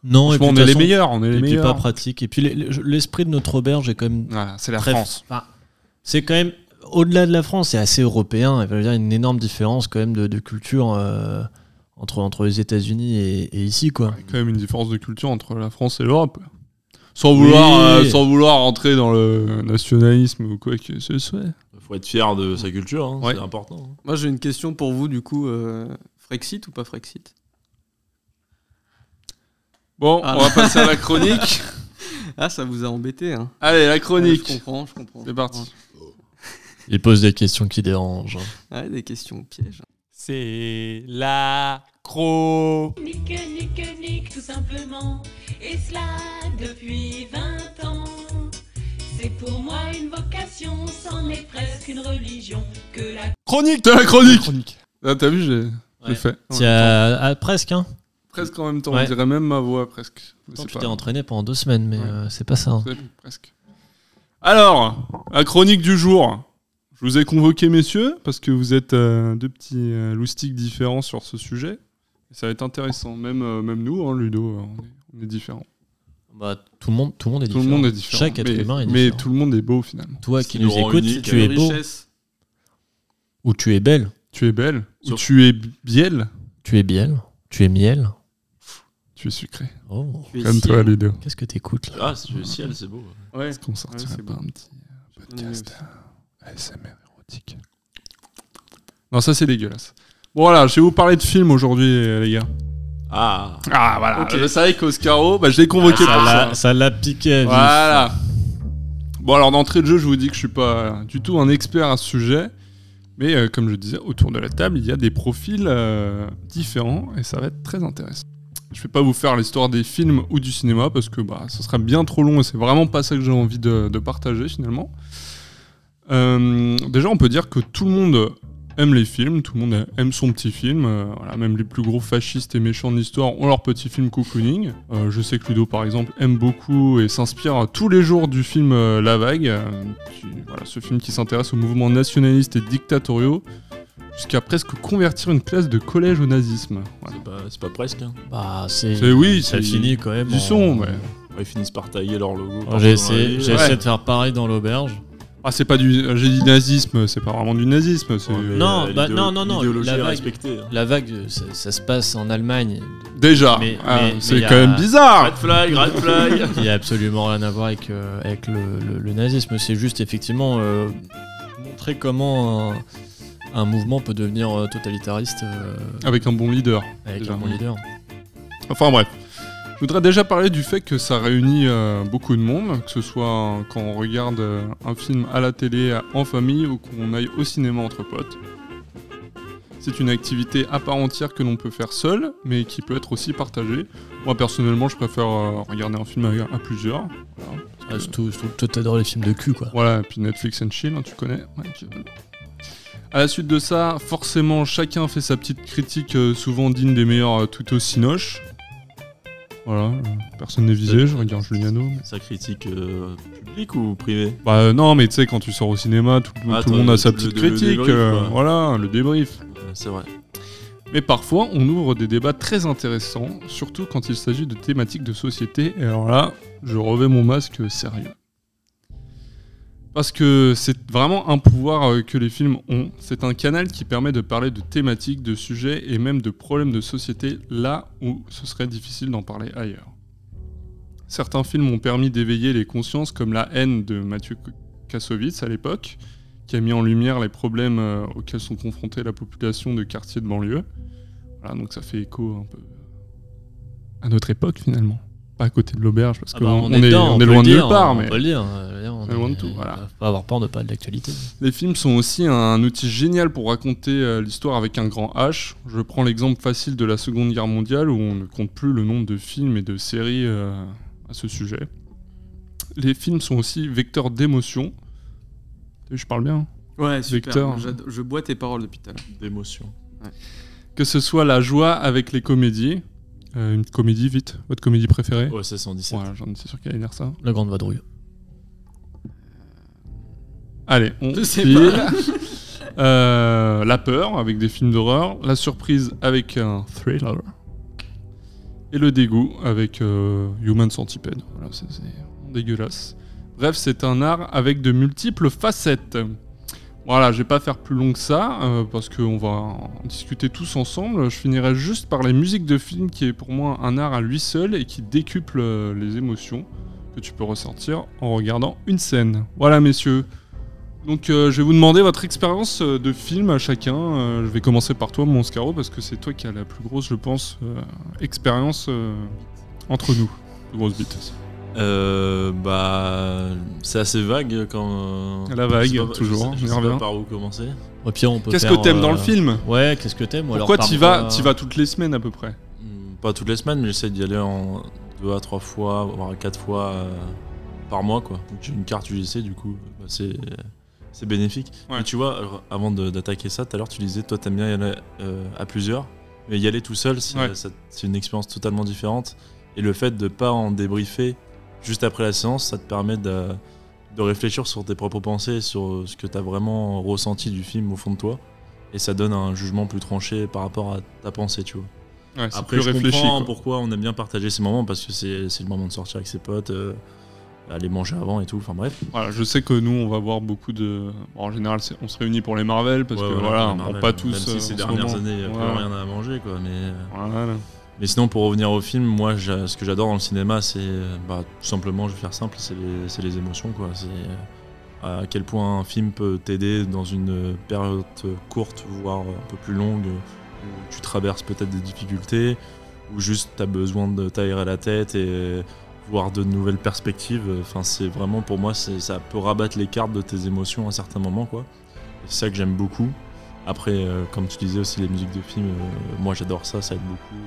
Speaker 1: Non, et puis, de
Speaker 2: franchement, on est
Speaker 1: toute
Speaker 2: les
Speaker 1: façon,
Speaker 2: meilleurs. On est les
Speaker 1: Et puis,
Speaker 2: meilleurs.
Speaker 1: pas pratique. Et puis, les- les- l'esprit de notre auberge est quand même
Speaker 2: Voilà, c'est la
Speaker 1: Très-
Speaker 2: France.
Speaker 1: enfin, c'est quand même au-delà de la France, c'est assez européen. Il va y a une énorme différence quand même de, de culture euh, entre, entre les États-Unis et, et ici, quoi.
Speaker 2: quand même une différence de culture entre la France et l'Europe. Sans vouloir,
Speaker 1: Oui.
Speaker 2: euh, sans vouloir entrer dans le nationalisme ou quoi que ce soit.
Speaker 4: Faut être fier de sa culture, hein,
Speaker 2: Ouais.
Speaker 4: c'est important.
Speaker 6: Moi, j'ai une question pour vous, du coup. euh, Frexit ou pas Frexit
Speaker 2: Bon,
Speaker 6: Ah.
Speaker 2: on va passer à la chronique.
Speaker 6: Ah, ça vous a embêté, hein
Speaker 2: Allez, la
Speaker 6: Ouais, je
Speaker 2: chronique.
Speaker 6: comprends, je comprends.
Speaker 2: C'est parti.
Speaker 1: Il pose des questions qui dérangent.
Speaker 6: Ouais, des questions pièges. hein.
Speaker 12: C'est la cro.
Speaker 13: Nique, nique, nique, tout simplement. Et cela depuis 20 ans. C'est pour moi une vocation, c'en est presque une religion. Que la
Speaker 2: Chronique de la chronique. Ah, t'as vu, j'ai je l'ai fait. En
Speaker 1: Tiens,
Speaker 2: même temps.
Speaker 1: à- à- presque, hein.
Speaker 2: Presque en même temps.
Speaker 1: Ouais.
Speaker 2: On dirait même ma voix presque. Mais
Speaker 1: Pourtant,
Speaker 2: c'est
Speaker 1: tu
Speaker 2: pas-
Speaker 1: t'es entraîné pendant deux semaines, mais
Speaker 2: Ouais.
Speaker 1: euh, c'est pas ça. hein.
Speaker 2: c'est presque. Alors, la chronique du jour. Je vous ai convoqué, messieurs, parce que vous êtes euh, deux petits euh, loustiques différents sur ce sujet. Ça va être intéressant. Même, euh, même nous, hein, Ludo, euh, on est- on est différents.
Speaker 1: Bah, tout le monde, tout le monde est
Speaker 2: Tout
Speaker 1: différent.
Speaker 2: le monde est différent.
Speaker 1: Chaque être
Speaker 2: mais,
Speaker 1: humain est
Speaker 2: Mais
Speaker 1: différent.
Speaker 2: tout le monde est beau finalement.
Speaker 1: Toi
Speaker 4: Ce
Speaker 1: qui
Speaker 4: qui nous
Speaker 1: nous
Speaker 4: rend
Speaker 1: écoutes,
Speaker 4: unique,
Speaker 1: tu es beau
Speaker 6: Richesse.
Speaker 1: ou tu es belle,
Speaker 2: Tu es belle, ou
Speaker 4: Sauf-
Speaker 2: tu es bielle,
Speaker 1: tu es bielle, tu es miel.
Speaker 2: tu es sucrée.
Speaker 1: Oh,
Speaker 6: Tu es
Speaker 2: Comme
Speaker 6: si-
Speaker 2: toi, Ludo.
Speaker 1: qu'est-ce que t'écoutes là
Speaker 4: Ah, c'est le ciel, c'est beau.
Speaker 6: Ouais.
Speaker 2: Est-ce qu'on sortirait
Speaker 6: c'est
Speaker 2: pas
Speaker 6: beau.
Speaker 2: un petit euh, podcast euh, ASMR érotique Non, ça c'est dégueulasse. Bon, voilà, je vais vous parler de films aujourd'hui, euh, les gars.
Speaker 4: Ah,
Speaker 2: Ah, voilà.
Speaker 6: Ok.
Speaker 2: Je savais qu'Oscaro, bah, je l'ai convoqué pour ça.
Speaker 1: l'a- Ah, ça l'a piqué. à vif.
Speaker 2: Voilà. Bon, alors d'entrée de jeu, je vous dis que je suis pas euh, du tout un expert à ce sujet. Mais euh, comme je disais, autour de la table, il y a des profils euh, différents et ça va être très intéressant. Je vais pas vous faire l'histoire des films ou du cinéma parce que bah, ce serait bien trop long et c'est vraiment pas ça que j'ai envie de, de partager finalement. Euh, déjà, on peut dire que tout le monde aime les films, tout le monde aime son petit film. euh, voilà, même les plus gros fascistes et méchants de l'histoire ont leur petit film cocooning. Euh, je sais que Ludo, par exemple, aime beaucoup et s'inspire tous les jours du film euh, La Vague. euh, qui- voilà, ce film qui s'intéresse aux mouvements nationalistes et dictatoriaux jusqu'à presque convertir une classe de collège au nazisme. Voilà.
Speaker 4: c'est pas, c'est pas presque. hein.
Speaker 1: Bah, c'est.
Speaker 2: C'est- oui,
Speaker 1: ça
Speaker 2: c'est-
Speaker 1: finit quand même.
Speaker 2: Du
Speaker 1: en-
Speaker 2: son, ouais.
Speaker 4: Ils finissent par tailler leur logo.
Speaker 1: Alors,
Speaker 4: partout
Speaker 1: Ah, J'ai
Speaker 4: dans la
Speaker 1: essayé,
Speaker 4: ville.
Speaker 1: j'ai
Speaker 4: Ouais.
Speaker 1: essayé de faire pareil dans l'auberge.
Speaker 2: Ah, c'est pas du. euh, J'ai dit nazisme, c'est pas vraiment du nazisme. C'est
Speaker 4: Ouais, mais,
Speaker 1: Non,
Speaker 4: euh,
Speaker 1: bah,
Speaker 4: l'idéo-
Speaker 1: non, non, non,
Speaker 4: L'idéologie
Speaker 1: la
Speaker 4: est
Speaker 1: vague.
Speaker 4: respectée. hein.
Speaker 1: La vague, ça, ça se passe en Allemagne.
Speaker 2: déjà.
Speaker 1: Mais-
Speaker 2: ah,
Speaker 1: mais- mais
Speaker 2: c'est
Speaker 1: y a-
Speaker 2: quand même bizarre.
Speaker 4: Red flag, red flag.
Speaker 1: Il n'y a absolument rien à voir avec, euh, avec le, le- le nazisme. C'est juste effectivement euh, montrer comment un, un mouvement peut devenir euh, totalitariste euh,
Speaker 2: Avec un bon leader.
Speaker 1: avec
Speaker 2: Déjà,
Speaker 1: un bon
Speaker 2: oui.
Speaker 1: leader.
Speaker 2: Enfin bref.
Speaker 14: Bah,
Speaker 2: Je voudrais déjà parler du fait que ça réunit euh, beaucoup de monde, que ce soit euh, quand on regarde euh, un film à la télé euh, en famille ou qu'on aille au cinéma entre potes. C'est une activité à part entière que l'on peut faire seul, mais qui peut être aussi partagée. Moi personnellement, je préfère euh, regarder un film à, à plusieurs. Voilà, parce que-
Speaker 1: Surtout, surtout que toi, t'adores les films de cul, quoi.
Speaker 2: voilà, et puis Netflix and Chill, hein, tu connais. Ouais, tu- À la suite de ça, forcément, chacun fait sa petite critique, euh, souvent digne des meilleurs euh, tout aussi noches. Voilà, euh, personne n'est visé, je regarde Juliano. mais-
Speaker 4: Sa critique euh, publique ou privée
Speaker 2: Bah euh, non, mais tu sais, quand tu sors au cinéma, tout,
Speaker 4: Ah,
Speaker 2: tout le
Speaker 4: toi,
Speaker 2: monde a
Speaker 4: le-
Speaker 2: sa
Speaker 4: le-
Speaker 2: petite
Speaker 4: le
Speaker 2: critique.
Speaker 4: débrief,
Speaker 2: euh,
Speaker 4: quoi.
Speaker 2: voilà, le débrief.
Speaker 4: C'est vrai.
Speaker 2: Mais parfois, on ouvre des débats très intéressants, surtout quand il s'agit de thématiques de société. Et alors là, je revais mon masque euh, sérieux. Parce que c'est vraiment un pouvoir euh, que les films ont. C'est un canal qui permet de parler de thématiques, de sujets et même de problèmes de société là où ce serait difficile d'en parler ailleurs. Certains films ont permis d'éveiller les consciences comme La haine de Mathieu Kassovitz à l'époque, qui a mis en lumière les problèmes euh, auxquels sont confrontés la population de quartiers de banlieue. Voilà, donc ça fait écho un peu à notre époque finalement. Pas à côté de l'auberge parce
Speaker 1: Ah
Speaker 2: qu'on
Speaker 1: bah,
Speaker 2: on, est,
Speaker 1: dedans, on
Speaker 2: on est
Speaker 1: peut
Speaker 2: loin
Speaker 1: le
Speaker 2: de
Speaker 1: dire,
Speaker 2: nulle part.
Speaker 1: on
Speaker 2: mais...
Speaker 1: peut le dire, euh, dire, on
Speaker 2: est loin de tout,
Speaker 1: est-
Speaker 2: voilà.
Speaker 1: faut pas avoir peur de pas de l'actualité.
Speaker 2: Les films sont aussi un outil génial pour raconter euh, l'histoire avec un grand H. Je prends l'exemple facile de la Seconde Guerre mondiale où on ne compte plus le nombre de films et de séries euh, à ce sujet. Les films sont aussi vecteurs d'émotion. T'as vu, Je parle bien. hein
Speaker 6: Ouais, super.
Speaker 2: Vecteur.
Speaker 6: J'ado- Je bois tes paroles depuis tout à l'heure.
Speaker 4: D'émotion.
Speaker 2: Que ce soit la joie avec les comédies. Euh, une comédie, vite. Votre comédie préférée
Speaker 4: OSS 117.
Speaker 2: Voilà, j'en étais sûr qu'il allait dire ça.
Speaker 1: La grande vadrouille.
Speaker 2: Allez, on
Speaker 6: Je sais
Speaker 2: file.
Speaker 6: pas.
Speaker 2: Euh, la peur avec des films d'horreur, la surprise avec un thriller et le dégoût avec euh, Human Centipede. Voilà, ça, c'est dégueulasse. Bref, c'est un art avec de multiples facettes. Voilà, je vais pas faire plus long que ça euh, parce qu'on va en discuter tous ensemble. Je finirai juste par les musiques de films qui est pour moi un art à lui seul et qui décuple euh, les émotions que tu peux ressentir en regardant une scène. Voilà, messieurs. Donc, euh, je vais vous demander votre expérience euh, de film à chacun. Euh, je vais commencer par toi, mon Scaro, parce que c'est toi qui as la plus grosse, je pense, euh, expérience euh, entre nous. Plus Grosse bite.
Speaker 4: Euh, bah, c'est assez vague quand.
Speaker 2: La vague,
Speaker 4: je sais pas-
Speaker 2: toujours,
Speaker 4: Je
Speaker 2: on
Speaker 4: sais, je
Speaker 2: y
Speaker 4: sais
Speaker 2: revient.
Speaker 4: pas par où commencer.
Speaker 1: Et puis on peut
Speaker 2: Qu'est-ce
Speaker 1: faire,
Speaker 2: que t'aimes
Speaker 1: euh,
Speaker 2: dans le film
Speaker 1: Ouais, qu'est-ce que t'aimes ou alors
Speaker 2: Pourquoi t'y vas,
Speaker 1: parfois-
Speaker 2: t'y vas toutes les semaines à peu près
Speaker 4: Hmm, Pas toutes les semaines, mais j'essaie d'y aller en deux à trois fois, voire quatre fois euh, par mois, quoi. Donc, J'ai une carte UGC, du coup, bah, c'est. C'est bénéfique. Mais tu vois, alors, avant de- d'attaquer ça, tout à l'heure, tu disais, toi, t'aimes bien y aller euh, à plusieurs, mais y aller tout seul, c'est ça- c'est une expérience totalement différente. Et le fait de pas en débriefer juste après la séance, ça te permet de, de réfléchir sur tes propres pensées, sur ce que tu as vraiment ressenti du film au fond de toi. Et ça donne un jugement plus tranché par rapport à ta pensée, tu vois.
Speaker 2: Ouais, c'est
Speaker 4: Après,
Speaker 2: plus
Speaker 4: je
Speaker 2: réfléchi,
Speaker 4: comprends
Speaker 2: quoi.
Speaker 4: pourquoi on aime bien partager ces moments, parce que c'est c'est le moment de sortir avec ses potes, euh, aller manger avant et tout, enfin bref.
Speaker 2: Voilà, je sais que nous, on va voir beaucoup de. bon, en général, c'est- on se réunit pour les Marvel parce
Speaker 4: Ouais,
Speaker 2: que
Speaker 4: voilà,
Speaker 2: voilà,
Speaker 4: pour les
Speaker 2: on prend
Speaker 4: Marvel,
Speaker 2: pas tous.
Speaker 4: même si
Speaker 2: euh,
Speaker 4: ces
Speaker 2: en ce
Speaker 4: dernières
Speaker 2: moment.
Speaker 4: années, il y a plus
Speaker 2: Voilà.
Speaker 4: rien à manger, quoi. Mais, euh,
Speaker 2: Voilà.
Speaker 4: mais sinon, pour revenir au film, moi, j'a- ce que j'adore dans le cinéma, c'est euh, bah, tout simplement, je vais faire simple, c'est les, c'est les émotions, quoi. C'est euh, à quel point un film peut t'aider dans une euh, période courte, voire un peu plus longue, euh, où tu traverses peut-être des difficultés, ou juste t'as besoin de t'aérer la tête et voir de nouvelles perspectives. Enfin, c'est vraiment pour moi, c'est- ça peut rabattre les cartes de tes émotions à certains moments, quoi. Et C'est ça que j'aime beaucoup. Après, euh, comme tu disais aussi, les musiques de films, euh, moi j'adore ça, ça aide beaucoup.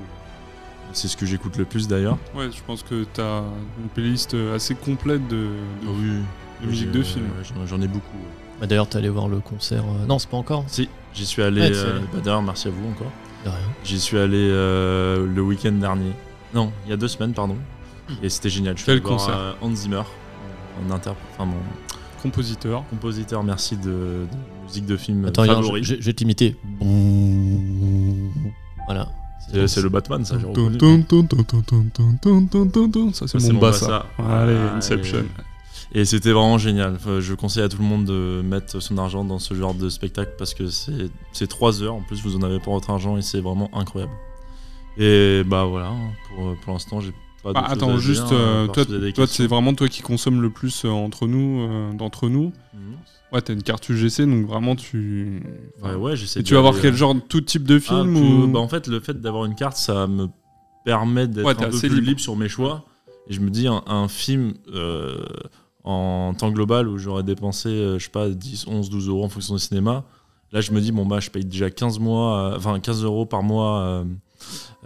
Speaker 4: C'est ce que j'écoute le plus d'ailleurs.
Speaker 2: Ouais, je pense que t'as une playlist euh, assez complète de, de, de musique de
Speaker 4: Euh,
Speaker 2: film.
Speaker 4: j'en- J'en ai beaucoup.
Speaker 1: Bah, D'ailleurs, t'es allé voir le concert. euh, Non, c'est pas encore.
Speaker 4: Si, j'y suis allé.
Speaker 1: Ouais, t'y es
Speaker 4: euh,
Speaker 1: allé.
Speaker 4: bah, d'ailleurs, merci à vous encore.
Speaker 1: De rien.
Speaker 4: J'y suis allé euh, le week-end dernier. Non, il y a deux semaines, pardon. Et c'était génial. Je suis
Speaker 2: Quel
Speaker 4: allé voir,
Speaker 2: concert
Speaker 4: euh, Hans Zimmer, un interpr- enfin, mon
Speaker 2: compositeur.
Speaker 4: Compositeur, merci de, de musique de film
Speaker 1: Attends, regarde,
Speaker 4: favori.
Speaker 1: je, je- je vais te l'imiter. Voilà.
Speaker 4: C'est- c'est le Batman, ça, j'ai reconnu.
Speaker 2: Tum, tum, tum, tum, tum, tum, tum, tum, tum, tum. Ça, c'est
Speaker 4: Ça,
Speaker 2: mon, bas,
Speaker 4: bassa.
Speaker 2: ça. Allez,
Speaker 4: Ah,
Speaker 2: Inception.
Speaker 4: Et, et c'était vraiment génial. Enfin, je conseille à tout le monde de mettre son argent dans ce genre de spectacle parce que c'est c'est trois heures. En plus, vous en avez pour votre argent et c'est vraiment incroyable. Et bah voilà, pour, pour l'instant, j'ai pas
Speaker 2: Bah,
Speaker 4: d'autres choses
Speaker 2: attends,
Speaker 4: à
Speaker 2: juste,
Speaker 4: dire, hein,
Speaker 2: euh,
Speaker 4: à part
Speaker 2: toi,
Speaker 4: si vous avez des
Speaker 2: toi,
Speaker 4: questions.
Speaker 2: c'est vraiment toi qui consomme le plus euh, entre nous, euh, d'entre nous. Ouais, t'as une carte UGC, donc vraiment tu.
Speaker 4: Ouais, ouais, j'essaie
Speaker 2: Et
Speaker 4: de
Speaker 2: tu vas voir
Speaker 4: regarder,
Speaker 2: quel
Speaker 4: euh,
Speaker 2: genre, tout type de film
Speaker 4: Ah, plus-
Speaker 2: ou.
Speaker 4: bah, En fait, le fait d'avoir une carte, ça me permettre d'être
Speaker 2: Ouais, t'es
Speaker 4: un peu
Speaker 2: assez
Speaker 4: plus libre.
Speaker 2: libre.
Speaker 4: sur mes choix. Et je me dis, un, un film euh, en temps global où j'aurais dépensé, euh, je sais pas, 10, 11, 12 euros en fonction du cinéma. Là, je me dis, bon, bah, je paye déjà 15, mois, euh, enfin, 15 euros par mois euh,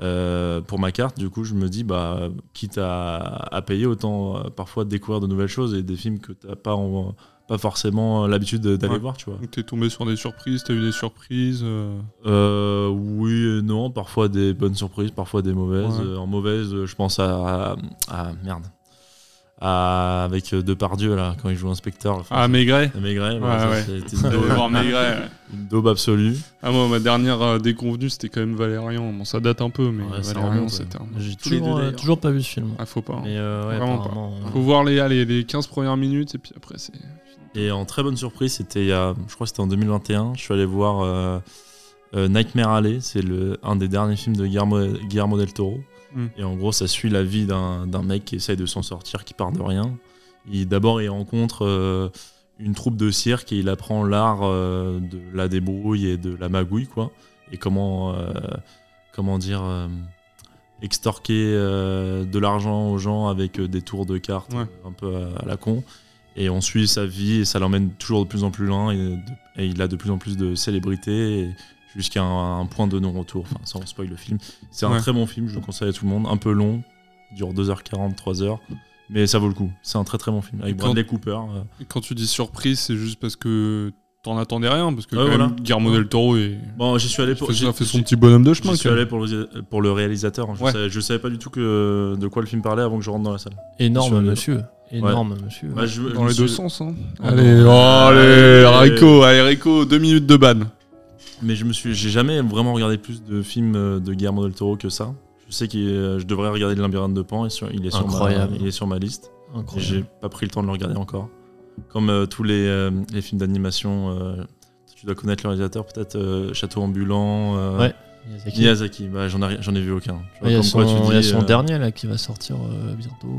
Speaker 4: euh, pour ma carte. Du coup, je me dis, bah, quitte à, à payer, autant euh, parfois découvrir de nouvelles choses et des films que t'as pas, en- pas forcément euh, l'habitude d'aller
Speaker 2: Ouais.
Speaker 4: voir, tu vois.
Speaker 2: Donc t'es tombé sur des surprises, t'as eu des surprises. euh,
Speaker 4: Euh, oui et non, parfois des bonnes surprises, parfois des mauvaises.
Speaker 2: Ouais.
Speaker 4: Euh, en mauvaise, euh, je pense à, à, à- merde. À- avec euh, Depardieu là quand il joue inspecteur. là. Enfin,
Speaker 2: Ah,
Speaker 4: c'est-
Speaker 2: Maigret
Speaker 4: à Maigret,
Speaker 2: Ouais,
Speaker 4: voilà, ça,
Speaker 2: ouais.
Speaker 4: c'était
Speaker 2: Allez
Speaker 4: daube-
Speaker 2: voir Maigret, ouais.
Speaker 4: une daube absolue.
Speaker 2: Ah, moi, ma dernière euh, déconvenue, c'était quand même Valérian. Bon, ça date un peu, mais
Speaker 1: Ouais, ça
Speaker 2: Valérian,
Speaker 1: remonte,
Speaker 2: c'était
Speaker 1: ouais.
Speaker 2: un.
Speaker 1: J'ai
Speaker 2: Tous les deux,
Speaker 1: toujours, euh,
Speaker 2: d'ailleurs.
Speaker 1: toujours pas vu ce film.
Speaker 2: Ah, faut pas. hein.
Speaker 1: Mais euh, ouais,
Speaker 2: Vraiment pas.
Speaker 1: apparemment, euh,
Speaker 2: Faut voir les, allez, les 15 premières minutes, et puis après, c'est.
Speaker 4: Et en très bonne surprise, c'était il y a, je crois que c'était en 2021, je suis allé voir euh, euh, Nightmare Alley, c'est le, un des derniers films de Guillermo, Guillermo del Toro.
Speaker 2: Mm.
Speaker 4: Et en gros, ça suit la vie d'un d'un mec qui essaye de s'en sortir, qui part de rien. Il- D'abord, il rencontre euh, une troupe de cirque et il apprend l'art euh, de la débrouille et de la magouille, quoi. Et comment, euh, comment dire, euh, extorquer euh, de l'argent aux gens avec euh, des tours de cartes
Speaker 2: Ouais.
Speaker 4: euh, un peu à, à la con. Et on suit sa vie et ça l'emmène toujours de plus en plus loin. Et, de- et il a de plus en plus de célébrités et jusqu'à un, un point de non-retour. Enfin, sans spoil le film. C'est un
Speaker 2: Ouais.
Speaker 4: très bon film, je le conseille à tout le monde. Un peu long, dure 2h40, 3h. Mais ça vaut le coup. C'est un très très bon film. Avec
Speaker 2: Et quand-
Speaker 4: Bradley Cooper. euh,
Speaker 2: Et Quand tu dis surprise, c'est juste parce que t'en attendais rien, parce que
Speaker 4: Ouais,
Speaker 2: quand
Speaker 4: voilà.
Speaker 2: même, Guillermo del Toro est.
Speaker 4: Bon, j'y suis allé pour.
Speaker 2: Fait-
Speaker 4: j'ai-
Speaker 2: ça fait son
Speaker 4: j'ai-
Speaker 2: petit bonhomme de chemin,
Speaker 4: J'y suis
Speaker 2: quand même.
Speaker 4: allé pour le, pour le réalisateur. hein. Je,
Speaker 2: Ouais.
Speaker 4: savais, je savais pas du tout que, de quoi le film parlait avant que je rentre dans la salle.
Speaker 1: Énorme
Speaker 4: Je suis allé-
Speaker 1: monsieur. Énorme monsieur.
Speaker 4: Bah, je- je
Speaker 2: Dans
Speaker 4: me
Speaker 2: les deux
Speaker 4: suis-
Speaker 2: sens, hein.
Speaker 4: Oh,
Speaker 2: allez,
Speaker 4: non.
Speaker 2: oh, allez,
Speaker 4: Allez.
Speaker 2: Rico, allez, Rico, deux minutes de ban.
Speaker 4: Mais je me suis, j'ai jamais vraiment regardé plus de films euh, de Guillermo del Toro que ça. Je sais que je devrais regarder le Labyrinthe de Pan. Et sur, il est sur ma,
Speaker 1: Incroyable.
Speaker 4: il est sur ma liste. Et
Speaker 1: Incroyable.
Speaker 4: J'ai pas pris le temps de le regarder encore. Comme euh, tous les, euh, les films d'animation, euh, tu dois connaître le réalisateur peut-être. euh, Château ambulant. euh,
Speaker 1: Ouais, Miyazaki.
Speaker 4: Miyazaki. Bah, j'en ai, j'en ai vu aucun. Tu vois,
Speaker 1: Il y a
Speaker 4: comme
Speaker 1: son,
Speaker 4: quoi tu
Speaker 1: il y a
Speaker 4: dis,
Speaker 1: son
Speaker 4: euh,
Speaker 1: dernier là qui va sortir euh, bientôt.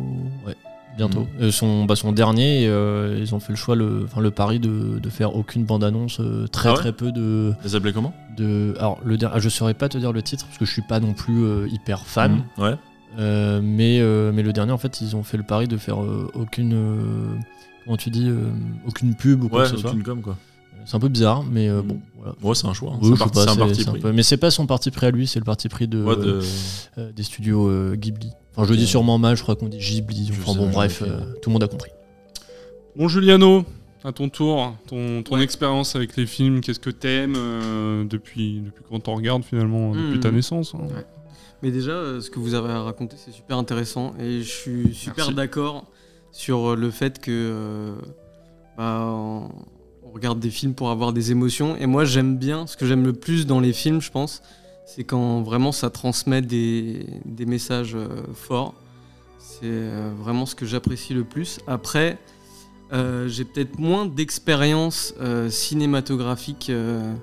Speaker 1: Ouais, bientôt.
Speaker 4: Mm.
Speaker 1: Euh, son, bah, son dernier, euh, ils ont fait le choix, le, enfin, le pari de, de faire aucune bande-annonce, euh, très
Speaker 4: Ah ouais
Speaker 1: très peu de.
Speaker 4: Les appelés comment
Speaker 1: de alors, le, der- ah, je saurais pas te dire le titre parce que je suis pas non plus euh, hyper fan.
Speaker 4: Mhm. Ouais.
Speaker 1: Euh, mais, euh, mais le dernier, en fait, ils ont fait le pari de faire euh, aucune. euh, comment tu dis euh, Aucune pub ou quoi
Speaker 4: Ouais,
Speaker 1: que ce soit.
Speaker 4: aucune com quoi.
Speaker 1: C'est un peu bizarre, mais euh, bon, voilà.
Speaker 4: Ouais, c'est un choix. hein.
Speaker 1: Ouais,
Speaker 4: C'est un
Speaker 1: je sais
Speaker 4: parti-
Speaker 1: pas,
Speaker 4: c'est un
Speaker 1: c'est-
Speaker 4: parti
Speaker 1: c'est un
Speaker 4: pris.
Speaker 1: peu- Mais c'est pas son parti pris à lui, c'est le parti pris de,
Speaker 4: Ouais, de-
Speaker 1: euh, euh, des studios euh, Ghibli. Enfin, je dis sûrement mal, je crois qu'on dit Ghibli. Enfin,
Speaker 4: sais
Speaker 1: bon,
Speaker 4: pas,
Speaker 1: bref,
Speaker 4: ok.
Speaker 1: euh, tout le monde a compris.
Speaker 2: Bon Juliano, à ton tour, ton, ton expérience avec les films, qu'est-ce que t'aimes euh, depuis, depuis quand t'en regardes finalement, depuis
Speaker 6: Hmm.
Speaker 2: ta naissance hein.
Speaker 6: Ouais. Mais déjà, euh, ce que vous avez raconté, c'est super intéressant et je suis super
Speaker 2: Merci.
Speaker 6: d'accord sur euh, le fait que euh, bah, on, on regarde des films pour avoir des émotions. Et moi, j'aime bien, ce que j'aime le plus dans les films, je pense, c'est quand vraiment ça transmet des, des messages euh, forts. C'est euh, vraiment ce que j'apprécie le plus. Après, euh, j'ai peut-être moins d'expérience euh, cinématographique euh,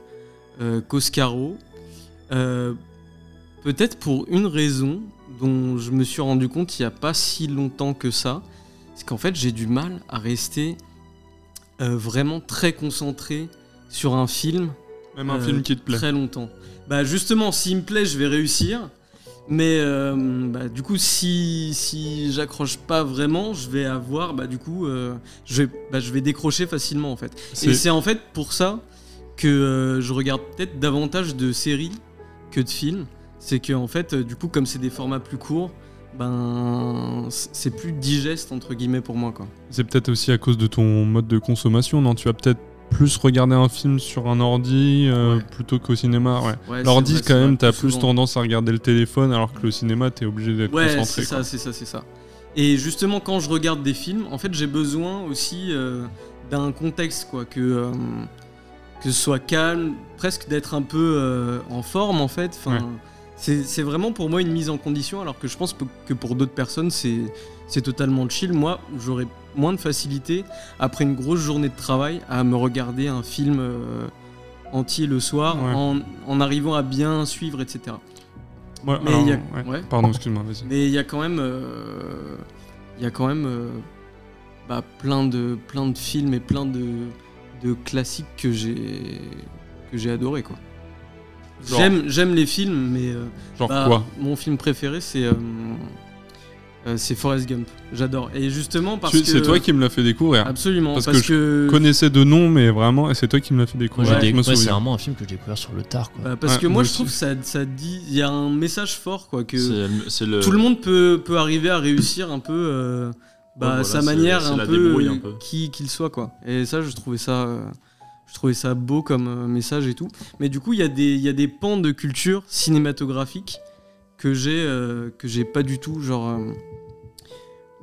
Speaker 6: euh, qu'Oscaro. Euh, Peut-être pour une raison dont je me suis rendu compte il n'y a pas si longtemps que ça, c'est qu'en fait j'ai du mal à rester euh, vraiment très concentré sur un film.
Speaker 2: Même un
Speaker 6: euh,
Speaker 2: film qui te plaît.
Speaker 6: Très longtemps. Bah justement, s'il me plaît, je vais réussir. Mais euh, bah, du coup, si, si j'accroche pas vraiment, je vais avoir, bah du coup, euh, je, vais, bah, je vais décrocher facilement en fait. Et c'est en fait pour ça que euh, je regarde peut-être davantage de séries que de films. C'est que en fait, euh, du coup, comme c'est des formats plus courts, ben c- c'est plus digeste entre guillemets pour moi quoi.
Speaker 2: C'est peut-être aussi à cause de ton mode de consommation, non Tu vas peut-être plus regarder un film sur un ordi euh,
Speaker 6: Ouais.
Speaker 2: plutôt qu'au cinéma. Ouais.
Speaker 6: Ouais,
Speaker 2: L'ordi,
Speaker 6: c'est vrai,
Speaker 2: quand
Speaker 6: c'est
Speaker 2: même,
Speaker 6: vrai,
Speaker 2: t'as
Speaker 6: plus
Speaker 2: plus
Speaker 6: souvent.
Speaker 2: tendance à regarder le téléphone, alors que le cinéma, t'es obligé d'être
Speaker 6: Ouais,
Speaker 2: concentré.
Speaker 6: c'est
Speaker 2: quoi.
Speaker 6: ça, c'est ça, c'est ça. Et justement, quand je regarde des films, en fait, j'ai besoin aussi euh, d'un contexte, quoi, que euh, que ce soit calme, presque d'être un peu euh, en forme, en fait. Enfin,
Speaker 2: Ouais.
Speaker 6: c'est c'est vraiment pour moi une mise en condition, alors que je pense que pour d'autres personnes, c'est c'est totalement chill. Moi, j'aurais moins de facilité après une grosse journée de travail à me regarder un film. euh, entier le soir
Speaker 2: Ouais.
Speaker 6: en, en arrivant à bien suivre etc
Speaker 2: Ouais,
Speaker 6: Mais
Speaker 2: alors,
Speaker 6: il y a-
Speaker 2: Ah, ouais.
Speaker 6: ouais.
Speaker 2: Pardon, excuse-moi, vas-y.
Speaker 6: mais il y a quand même, euh, il y a quand même euh, bah, plein, de, plein de films et plein de, de classiques que j'ai que j'ai adoré quoi.
Speaker 14: Genre.
Speaker 6: J'aime, j'aime les films, mais. euh,
Speaker 2: Genre
Speaker 6: bah,
Speaker 2: quoi
Speaker 6: Mon film préféré, c'est. euh, euh, c'est Forrest Gump. J'adore. Et justement parce
Speaker 2: Tu-
Speaker 6: que. Ah,
Speaker 2: C'est toi qui me l'as fait découvrir.
Speaker 6: Absolument,
Speaker 2: Parce,
Speaker 6: parce
Speaker 2: que, je
Speaker 6: que-
Speaker 2: connaissais de nom, mais vraiment, et c'est toi qui me l'as fait
Speaker 1: Moi,
Speaker 2: découvrir.
Speaker 1: j'ai
Speaker 2: je
Speaker 1: déc-
Speaker 2: me
Speaker 1: ouais, c'est
Speaker 2: souviens.
Speaker 1: vraiment un film que j'ai découvert sur le tard. Quoi.
Speaker 6: Bah, parce
Speaker 2: Ouais,
Speaker 6: que moi,
Speaker 2: moi
Speaker 6: je
Speaker 2: aussi.
Speaker 6: trouve que ça, ça dit. Il y a un message fort, quoi. Que
Speaker 4: C'est- c'est le-
Speaker 6: Tout le monde peut, peut arriver à réussir un peu. euh, bah,
Speaker 4: voilà,
Speaker 6: sa
Speaker 4: c'est-
Speaker 6: manière,
Speaker 4: c'est
Speaker 6: un,
Speaker 4: la
Speaker 6: peu,
Speaker 4: débrouille un peu.
Speaker 6: Qui, qu'il soit, quoi. Et ça, je trouvais ça. euh, je trouvais ça beau comme euh, message et tout. Mais du coup, il y, a des- il y a des pans de culture cinématographique que j'ai euh, que j'ai pas du tout. Genre, euh,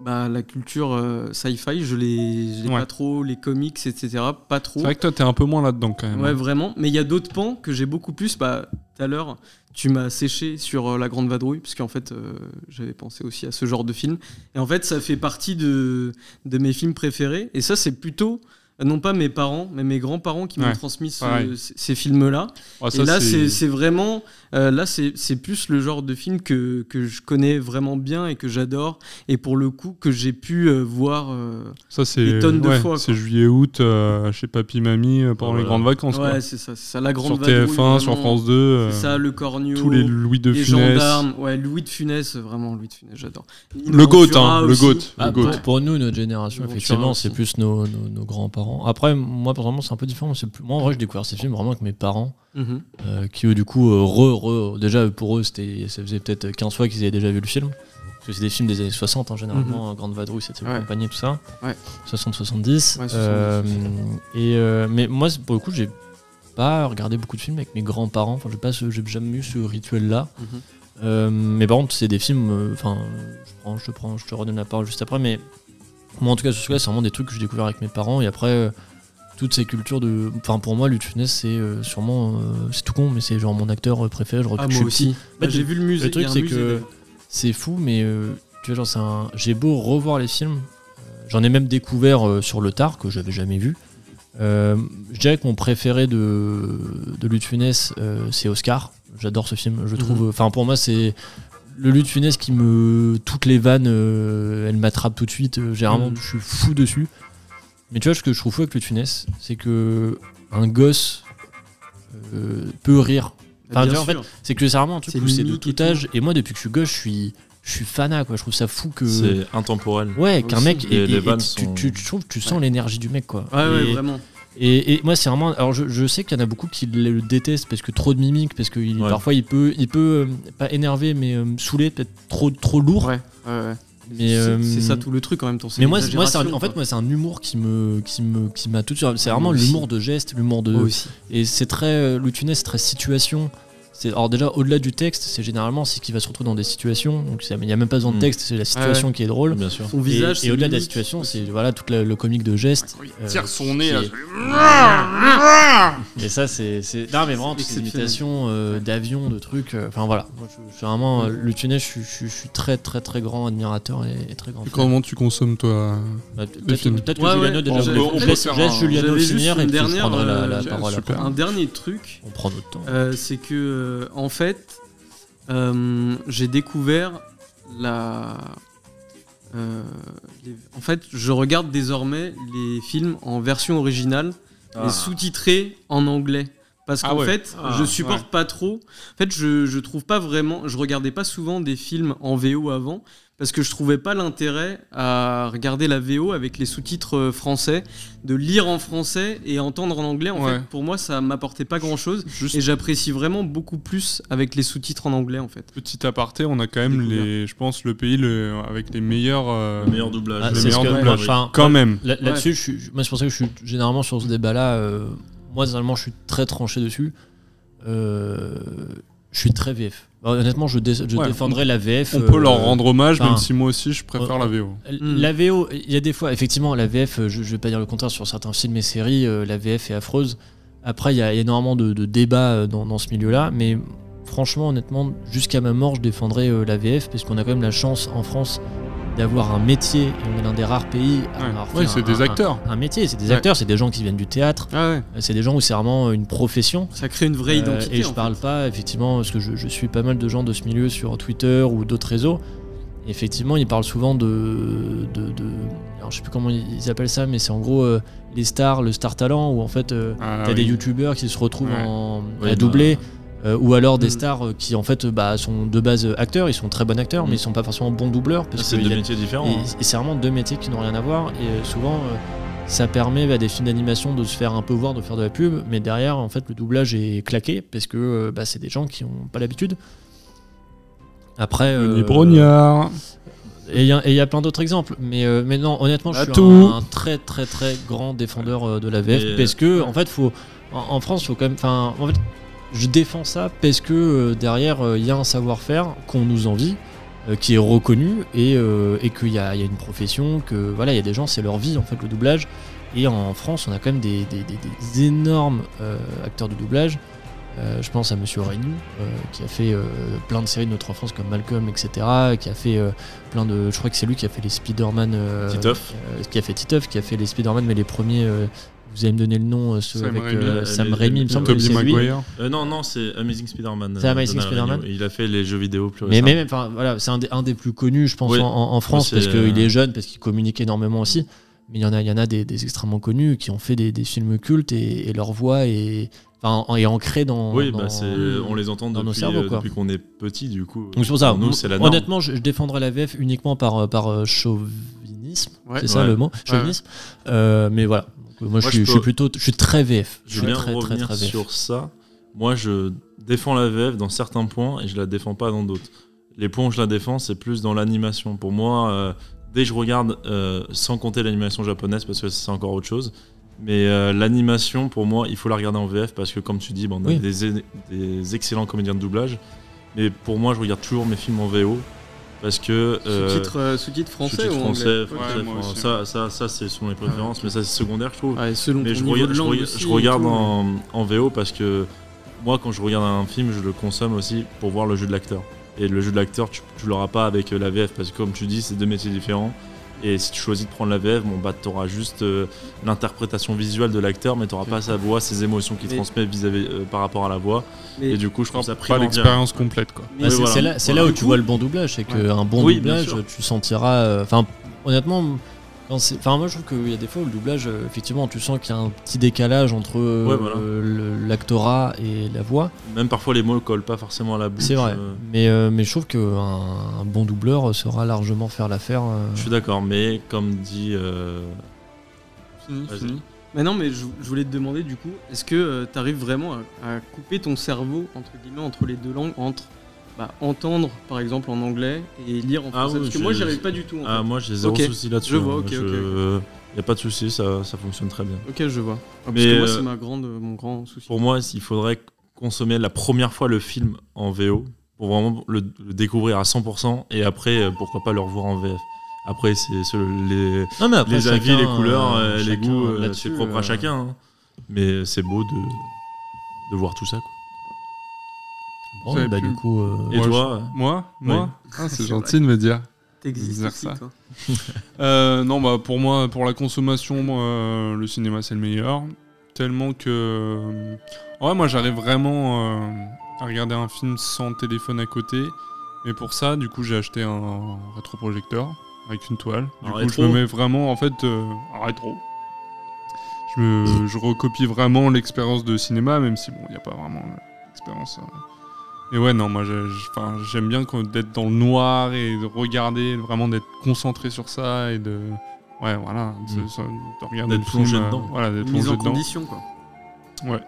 Speaker 6: bah, la culture euh, sci-fi, je l'ai je l'ai
Speaker 2: Ouais.
Speaker 6: pas trop. Les comics, etc. Pas trop.
Speaker 2: C'est vrai que toi, t'es un peu moins là-dedans quand même.
Speaker 6: Ouais, vraiment. Mais il y a d'autres pans que j'ai beaucoup plus. Bah, tout à l'heure, tu m'as séché sur euh, La Grande Vadrouille, parce qu'en fait, euh, j'avais pensé aussi à ce genre de film. Et en fait, ça fait partie de, de mes films préférés. Et ça, c'est plutôt, euh, non pas mes parents, mais mes grands-parents qui m'ont
Speaker 2: Ouais,
Speaker 6: transmis ce-
Speaker 2: pareil.
Speaker 6: ces- ces films-là.
Speaker 2: Ah, ça,
Speaker 6: Et là,
Speaker 2: c'est-
Speaker 6: c'est c'est vraiment. euh, là, c'est c'est plus le genre de film que, que je connais vraiment bien et que j'adore. Et pour le coup, que j'ai pu euh, voir euh,
Speaker 2: Ça, c'est
Speaker 6: des tonnes de
Speaker 2: ouais,
Speaker 6: fois. Oh
Speaker 2: C'est juillet-août euh, chez Papy Mamie euh, pendant
Speaker 4: Ah,
Speaker 2: les
Speaker 4: voilà.
Speaker 2: grandes vacances.
Speaker 6: Ouais,
Speaker 2: quoi.
Speaker 6: c'est ça, c'est ça, la grande
Speaker 2: Sur TF1,
Speaker 6: vadrouille,
Speaker 2: sur
Speaker 6: vraiment.
Speaker 2: France 2. euh,
Speaker 6: C'est ça, le Cornio.
Speaker 2: Tous les Louis de
Speaker 6: les
Speaker 2: Funès.
Speaker 6: gendarmes. Ouais, Louis de Funès, vraiment Louis de Funès, j'adore.
Speaker 2: Le goat,
Speaker 6: Ventura
Speaker 2: hein, le
Speaker 6: aussi.
Speaker 2: goat,
Speaker 1: Ah,
Speaker 2: le
Speaker 1: pour,
Speaker 2: goat.
Speaker 1: pour nous, notre génération,
Speaker 6: Le
Speaker 1: effectivement,
Speaker 6: Ventura
Speaker 1: c'est
Speaker 6: aussi.
Speaker 1: plus nos, nos- nos grands-parents. Après, moi, personnellement, c'est un peu différent. C'est plus- Moi, en vrai, j'ai découvert ces films vraiment avec mes parents,
Speaker 6: Mhm.
Speaker 1: euh, qui, eux, du coup, euh, re, re- déjà, pour eux, c'était- ça faisait peut-être 15 fois qu'ils avaient déjà vu le film. Parce que c'est des films des années 60, hein, généralement, Grande Vadrouille, c'était
Speaker 6: Mhm. Ouais.
Speaker 1: le compagnie, tout ça.
Speaker 6: Ouais.
Speaker 1: 60-70.
Speaker 6: Ouais, 70,
Speaker 1: Euh,
Speaker 6: c'est
Speaker 1: et, euh, mais moi, c'est- pour le coup, j'ai pas regardé beaucoup de films avec mes grands-parents. Enfin, j'ai pas ce- j'ai jamais eu ce rituel-là.
Speaker 6: Mhm.
Speaker 1: Euh, mais par contre, c'est des films. euh, Enfin, euh, je prends, je te prends, je te redonne la parole juste après. Mais moi, en tout cas, sur ce cas, c'est vraiment des trucs que j'ai découvert avec mes parents. Et après, euh, toutes ces cultures de. Enfin, pour moi, Lutunes, c'est euh, sûrement. euh, c'est tout con, mais c'est genre mon acteur préféré. Genre,
Speaker 6: Ah,
Speaker 1: je
Speaker 6: moi
Speaker 1: suis
Speaker 6: aussi.
Speaker 1: petit.
Speaker 6: Bah,
Speaker 1: En fait,
Speaker 6: j'ai vu le
Speaker 1: Le
Speaker 6: musée. il y
Speaker 1: truc,
Speaker 6: a un
Speaker 1: c'est
Speaker 6: musée,
Speaker 1: que
Speaker 6: d'ailleurs.
Speaker 1: c'est fou, mais euh, tu vois, genre, c'est un- j'ai beau revoir les films. euh, J'en ai même découvert euh, sur le tard que j'avais jamais vu. Euh, je dirais que mon préféré de, de Lut Funès, euh, c'est Oscar. J'adore ce film. Je trouve. Enfin, pour moi, c'est le Lut Funès qui me. Toutes les vannes, euh, elles m'attrapent tout de suite. Euh, Généralement,
Speaker 6: Mhm.
Speaker 1: je suis fou dessus. Mais tu vois, ce que je trouve fou avec Lut Funès, c'est que un gosse euh, peut rire. Enfin,
Speaker 6: Bien
Speaker 1: tu vois, en fait,
Speaker 6: sûr.
Speaker 1: c'est que c'est vraiment un truc
Speaker 6: C'est
Speaker 1: où c'est de
Speaker 6: mimique et
Speaker 1: tout
Speaker 6: tout.
Speaker 1: âge. Et moi, depuis que je suis gauche, je suis, je suis fanat, quoi. Je trouve ça fou que.
Speaker 4: C'est intemporel.
Speaker 1: Ouais, qu'un
Speaker 6: Aussi.
Speaker 1: mec.
Speaker 4: Les-
Speaker 1: et-
Speaker 4: les
Speaker 1: et- et
Speaker 4: vannes
Speaker 1: tu,
Speaker 4: sont-
Speaker 1: tu, tu trouves, tu sens l'énergie du mec, quoi.
Speaker 6: Ouais, ouais,
Speaker 1: Et-
Speaker 6: vraiment.
Speaker 1: et, et moi, c'est vraiment. Alors, je, je sais qu'il y en a beaucoup qui le détestent parce que trop de mimique, parce que il-
Speaker 4: Ouais.
Speaker 1: parfois il peut, il peut euh, pas énerver, mais euh, saouler, peut-être trop, trop lourd.
Speaker 6: Ouais, ouais, ouais.
Speaker 1: Mais,
Speaker 6: C'est-
Speaker 1: euh,
Speaker 6: c'est ça tout le truc en même temps. c'est
Speaker 1: Mais moi, c'est- moi, c'est un-
Speaker 6: l'exagération,
Speaker 1: en fait,
Speaker 6: quoi.
Speaker 1: moi, c'est un humour qui me, qui me, qui m'a tout de suite- C'est
Speaker 6: Ah,
Speaker 1: vraiment
Speaker 6: moi aussi.
Speaker 1: l'humour de geste, l'humour de.
Speaker 6: Moi aussi.
Speaker 1: Et c'est très. euh, Le tunnel, c'est très situation. C'est, alors, déjà, au-delà du texte, c'est généralement c'est qu'il va se retrouver dans des situations. Donc, c'est- il n'y a même pas besoin de
Speaker 4: Mm.
Speaker 1: texte, c'est la situation
Speaker 6: ouais.
Speaker 1: qui est drôle.
Speaker 4: Bien sûr.
Speaker 6: Son
Speaker 1: Et-
Speaker 6: visage,
Speaker 1: et,
Speaker 6: c'est
Speaker 1: au-delà de la
Speaker 6: mimique.
Speaker 1: situation, c'est voilà toute la- le comique de geste. euh,
Speaker 2: Ah, tire son
Speaker 1: qui
Speaker 2: nez, là, Ah
Speaker 1: est- Et ça, c'est. c'est- Non, mais vraiment, toutes ces
Speaker 6: exceptionnel.
Speaker 1: imitations euh, d'avions, de trucs. euh, Enfin, voilà. Moi, je, je suis vraiment.
Speaker 6: Mm.
Speaker 1: euh, Le tunnel, je, suis- je suis- je suis très, très, très grand admirateur et, et très grand.
Speaker 2: Et
Speaker 1: fan.
Speaker 2: Comment tu consommes, toi
Speaker 1: Bah,
Speaker 2: le
Speaker 1: peut-être
Speaker 2: film
Speaker 1: peut-être
Speaker 6: Ouais,
Speaker 1: que Juliano,
Speaker 6: ouais,
Speaker 1: déjà.
Speaker 2: on
Speaker 1: je
Speaker 2: peut- on
Speaker 1: laisse- je
Speaker 2: peut
Speaker 1: laisse,
Speaker 2: faire
Speaker 1: je laisse
Speaker 2: un-
Speaker 1: Juliano
Speaker 6: j'avais juste
Speaker 1: finir et
Speaker 6: une
Speaker 1: puis je
Speaker 6: dernière,
Speaker 1: prendrai la, la
Speaker 6: euh,
Speaker 1: parole
Speaker 2: super.
Speaker 1: après.
Speaker 6: Un dernier truc,
Speaker 1: On prend notre temps.
Speaker 6: euh, c'est que euh, en fait, euh, j'ai découvert la. euh, les- En fait, je regarde désormais les films en version originale
Speaker 4: Ah.
Speaker 6: mais sous-titré en anglais. Parce
Speaker 2: Ah
Speaker 6: qu'en
Speaker 2: ouais.
Speaker 6: fait,
Speaker 2: Ah,
Speaker 6: je supporte pas trop. En fait, je, je trouve pas vraiment. Je regardais pas souvent des films en VO avant parce que je trouvais pas l'intérêt à regarder la VO avec les sous-titres euh, français, de lire en français et entendre en anglais. En
Speaker 2: Ouais.
Speaker 6: fait, pour moi, ça m'apportait pas grand-chose
Speaker 2: Juste
Speaker 6: et j'apprécie vraiment beaucoup plus avec les sous-titres en anglais, en fait.
Speaker 2: petit aparté, on a quand même
Speaker 6: Découvert.
Speaker 2: les, je pense, le pays le- avec les meilleurs. euh,
Speaker 4: Le meilleur doublage.
Speaker 1: Ah,
Speaker 2: le
Speaker 1: c'est ce
Speaker 2: meilleur
Speaker 1: que-
Speaker 2: doublage.
Speaker 1: enfin,
Speaker 2: Quand même.
Speaker 1: Là- Là-dessus, je suis- je- moi, c'est pour ça que je suis généralement sur ce débat-là. euh, moi, généralement, je suis très tranché dessus. Euh, je suis très VF. Bah, honnêtement, je, dé- je
Speaker 2: Ouais,
Speaker 1: défendrai la VF.
Speaker 2: On peut
Speaker 1: euh,
Speaker 2: leur rendre hommage,
Speaker 1: enfin,
Speaker 2: même si moi aussi, je préfère
Speaker 1: on-
Speaker 2: la VO.
Speaker 6: Mm.
Speaker 1: La VO, il y a des fois, effectivement, la VF, je, je vais pas dire le contraire sur certains films et séries, euh, la VF est affreuse. Après, il y a énormément de, de débats euh, dans, dans ce milieu-là, mais franchement, honnêtement, jusqu'à ma mort, je défendrai euh, la VF, parce qu'on a quand même la chance en France d'avoir un métier, et on est l'un des rares pays à
Speaker 2: Ouais.
Speaker 1: avoir fait
Speaker 2: Ouais,
Speaker 1: un-
Speaker 2: c'est des
Speaker 1: un-
Speaker 2: acteurs.
Speaker 1: Un, un métier, c'est des
Speaker 2: Ouais.
Speaker 1: acteurs, c'est des gens qui viennent du théâtre,
Speaker 6: Ah ouais.
Speaker 1: c'est des gens où c'est vraiment une profession.
Speaker 6: Ça crée une vraie
Speaker 1: Euh,
Speaker 6: identité.
Speaker 1: et je
Speaker 6: en
Speaker 1: parle pas, effectivement, parce que je, je suis pas mal de gens de ce milieu sur Twitter ou d'autres réseaux. Effectivement, ils parlent souvent de. de, de- alors, je sais plus comment ils appellent ça, mais c'est en gros euh, les stars, le star talent, où en fait, euh,
Speaker 2: Ah,
Speaker 1: t'as
Speaker 2: oui.
Speaker 1: des youtubeurs qui se retrouvent
Speaker 2: Ouais. Mm.
Speaker 1: en,
Speaker 4: Oui,
Speaker 1: à doubler.
Speaker 4: bah,
Speaker 1: Euh, ou alors des stars euh, qui en fait euh, bah, sont de base euh, acteurs, ils sont très bons
Speaker 2: Mm.
Speaker 1: acteurs, mais ils sont pas forcément bons doubleurs. parce
Speaker 4: Ah, C'est
Speaker 1: que
Speaker 4: deux
Speaker 1: il y a-
Speaker 4: métiers différents,
Speaker 1: et-
Speaker 4: hein.
Speaker 1: Et, c'est vraiment deux métiers qui n'ont rien à voir. Et euh, souvent, euh, ça permet à des films d'animation de se faire un peu voir, de faire de la pub, mais derrière, en fait, le doublage est claqué parce que euh, bah, c'est des gens qui n'ont pas l'habitude. Après.
Speaker 2: Denis
Speaker 1: euh,
Speaker 2: Brognard.
Speaker 1: et il y, a- et il y a plein d'autres exemples, mais, euh, mais non, honnêtement, je
Speaker 2: À
Speaker 1: suis
Speaker 2: tout.
Speaker 1: un, un très très très grand défendeur euh, de la VF
Speaker 4: Et-
Speaker 1: parce que en fait, faut en, en France, faut quand même. Enfin, en fait, je défends ça parce que euh, derrière, euh, il y a un savoir-faire qu'on nous envie, euh, qui est reconnu et, euh, et qu'il y a, il y a une profession, que voilà, il y a des gens, c'est leur vie en fait le doublage. Et en France, on a quand même des, des- des- des énormes euh, acteurs de doublage. Euh, je pense à Monsieur Reynou, euh, qui a fait euh, plein de séries de notre enfance comme Malcolm, etc. Qui a fait euh, plein de. Je crois que c'est lui qui a fait les Spider-Man. euh,
Speaker 4: Titeuf.
Speaker 1: euh, qui a fait Titeuf, qui a fait les Spider-Man, mais les premiers. euh, vous allez me donner le nom, euh, ceux
Speaker 4: Sam
Speaker 1: avec
Speaker 4: Raimi.
Speaker 1: euh,
Speaker 4: Euh,
Speaker 1: Sam
Speaker 4: les-
Speaker 1: Raimi, il me
Speaker 4: les-
Speaker 1: semble.
Speaker 4: Tobey
Speaker 1: que c'est lui.
Speaker 4: Maguire. Euh, non, non, c'est Amazing Spider-Man.
Speaker 1: C'est
Speaker 4: euh,
Speaker 1: Amazing
Speaker 4: Donald
Speaker 1: Spider-Man.
Speaker 4: Renew. Il a fait les jeux vidéo plus
Speaker 1: Mais,
Speaker 4: récemment.
Speaker 1: mais, mais, enfin, voilà, c'est un des, un des plus connus, je pense,
Speaker 4: Oui.
Speaker 1: en, en France,
Speaker 4: C'est,
Speaker 1: parce qu'il
Speaker 4: euh,
Speaker 1: est jeune, parce qu'il communique énormément aussi. Mais il y en a, il y en a des, des extrêmement connus qui ont fait des, des films cultes et, et leur voix est, enfin, en- est ancrée dans.
Speaker 4: Oui,
Speaker 1: dans-
Speaker 4: bah, c'est- on les entend
Speaker 1: dans
Speaker 4: depuis,
Speaker 1: nos cerveaux,
Speaker 4: euh,
Speaker 1: quoi.
Speaker 4: depuis qu'on est petit, du coup.
Speaker 1: Donc c'est pour ça,
Speaker 4: Pour nous,
Speaker 1: m-
Speaker 4: c'est la norme.
Speaker 1: honnêtement, je, je défendrai la VF uniquement par, euh, par euh, chauvinisme,
Speaker 4: Ouais.
Speaker 1: c'est ça
Speaker 4: Ouais.
Speaker 1: le mot,
Speaker 4: Ouais.
Speaker 1: chauvinisme. Euh, mais voilà, Donc, euh, moi, je, suis, je
Speaker 4: peux-
Speaker 1: suis plutôt, je suis très VF, je
Speaker 4: Je
Speaker 1: suis
Speaker 4: viens
Speaker 1: très, très,
Speaker 4: revenir
Speaker 1: très VF.
Speaker 4: sur ça. Moi, je défends la VF dans certains points et je la défends pas dans d'autres. Les points où je la défends, c'est plus dans l'animation. Pour moi, euh, dès que je regarde, euh, sans compter l'animation japonaise, parce que c'est encore autre chose, mais euh, l'animation, pour moi, il faut la regarder en VF parce que, comme tu dis, bon, on a
Speaker 1: Oui.
Speaker 4: des, des excellents comédiens de doublage. Mais pour moi, je regarde toujours mes films en VO parce que.
Speaker 6: Sous-titres, euh, sous-titres français
Speaker 4: sous-titres
Speaker 6: ou anglais
Speaker 4: français,
Speaker 6: Ouais,
Speaker 4: français,
Speaker 6: moi
Speaker 4: français.
Speaker 6: aussi.
Speaker 4: ça, ça, ça, c'est selon les préférences, mais ça, c'est secondaire, je trouve.
Speaker 6: Ouais, selon
Speaker 4: mais
Speaker 6: ton
Speaker 4: je
Speaker 6: niveau
Speaker 4: regarde,
Speaker 6: de
Speaker 4: je
Speaker 6: langue
Speaker 4: regarde-
Speaker 6: aussi
Speaker 4: je
Speaker 6: et
Speaker 4: regarde
Speaker 6: tout,
Speaker 4: en, en VO parce que moi, quand je regarde un film, je le consomme aussi pour voir le jeu de l'acteur. Et le jeu de l'acteur, tu, tu l'auras pas avec euh, la VF parce que, comme tu dis, c'est deux métiers différents. Et si tu choisis de prendre la VF, bon, bah, t'auras juste euh, l'interprétation visuelle de l'acteur, mais t'auras pas sa voix, ses émotions qu'il
Speaker 6: Mais-
Speaker 4: transmet vis-à-vis euh, par rapport à la voix.
Speaker 6: Mais-
Speaker 4: et du coup, je trouve ça
Speaker 2: Pas
Speaker 4: primordial.
Speaker 2: l'expérience complète, quoi.
Speaker 1: Bah, c'est c'est là, c'est là où tu vois le bon doublage, c'est qu'un bon
Speaker 4: Oui, bien
Speaker 1: doublage,
Speaker 4: sûr.
Speaker 1: tu sentiras. euh, Enfin, honnêtement, quand c'est- enfin moi je trouve qu'il y a des fois où le doublage, euh, effectivement, tu sens qu'il y a un petit décalage entre euh,
Speaker 4: Ouais, voilà.
Speaker 1: le- l'actorat et la voix.
Speaker 4: Même parfois, les mots collent pas forcément à la bouche.
Speaker 1: C'est vrai,
Speaker 4: euh,
Speaker 1: mais, euh, mais je trouve qu'un un bon doubleur saura largement faire l'affaire. euh.
Speaker 4: Je suis d'accord, mais comme dit. euh,
Speaker 6: Fini,
Speaker 4: Vas-y.
Speaker 6: fini. Mmh, Mais non, mais je, je voulais te demander du coup, est-ce que tu arrives vraiment à, à couper ton cerveau entre guillemets entre les deux langues, entre bah, entendre par exemple en anglais et lire en
Speaker 4: Ah
Speaker 6: français
Speaker 4: oui,
Speaker 6: Parce que
Speaker 4: j'ai-
Speaker 6: moi, j'y arrive pas du tout. en
Speaker 4: ah,
Speaker 6: fait.
Speaker 4: moi j'ai zéro
Speaker 6: Ok,
Speaker 4: souci là-dessus.
Speaker 6: Je vois, ok, ok.
Speaker 4: Il n'y a pas de souci, ça, ça fonctionne très bien.
Speaker 6: Ok, je vois. Ah, parce
Speaker 4: Mais,
Speaker 6: que moi,
Speaker 4: euh,
Speaker 6: c'est ma grande, mon grand souci.
Speaker 4: Pour moi, il faudrait consommer la première fois le film en VO pour vraiment le, le découvrir à 100% et après, euh, pourquoi pas le revoir en VF. Après, c'est c'est les,
Speaker 1: Non, mais après,
Speaker 4: les avis,
Speaker 1: chacun,
Speaker 4: les couleurs, euh,
Speaker 1: euh,
Speaker 4: les
Speaker 1: chacun
Speaker 4: goûts, euh,
Speaker 1: là-dessus,
Speaker 4: c'est propre
Speaker 1: euh,
Speaker 4: à chacun. hein. Mais c'est beau de, de voir tout ça. quoi.
Speaker 1: Bon,
Speaker 2: J'avais
Speaker 1: bah,
Speaker 2: plus.
Speaker 1: du coup, euh,
Speaker 4: Et
Speaker 2: Moi,
Speaker 4: toi,
Speaker 2: je-
Speaker 4: euh,
Speaker 2: Moi
Speaker 4: oui.
Speaker 2: Moi Ah, C'est gentil de me dire.
Speaker 6: T'existes
Speaker 2: De me dire
Speaker 6: aussi,
Speaker 2: ça.
Speaker 6: toi.
Speaker 2: Euh, non, bah pour moi, pour la consommation, moi, euh, le cinéma c'est le meilleur. Tellement que. Ouais, moi j'arrive vraiment euh, à regarder un film sans téléphone à côté. Mais pour ça, du coup, j'ai acheté un rétroprojecteur avec une toile. Du
Speaker 4: Un
Speaker 2: coup,
Speaker 4: rétro
Speaker 2: je me mets vraiment en fait euh, un rétro. Je, me- je recopie vraiment l'expérience de cinéma, même si bon, il n'y a pas vraiment l'expérience. euh. Et ouais, non, moi j'ai- j'ai- 'fin, j'aime bien quand- d'être dans le noir et de regarder, vraiment d'être concentré sur ça et de. Ouais, voilà, de,
Speaker 4: Mm.
Speaker 2: de regarder
Speaker 4: D'être
Speaker 2: le film,
Speaker 4: plongé
Speaker 2: euh,
Speaker 4: dedans.
Speaker 2: Voilà, d'être
Speaker 6: Une mise
Speaker 2: plongé
Speaker 6: en
Speaker 2: dedans.
Speaker 6: condition, quoi.
Speaker 2: Ouais.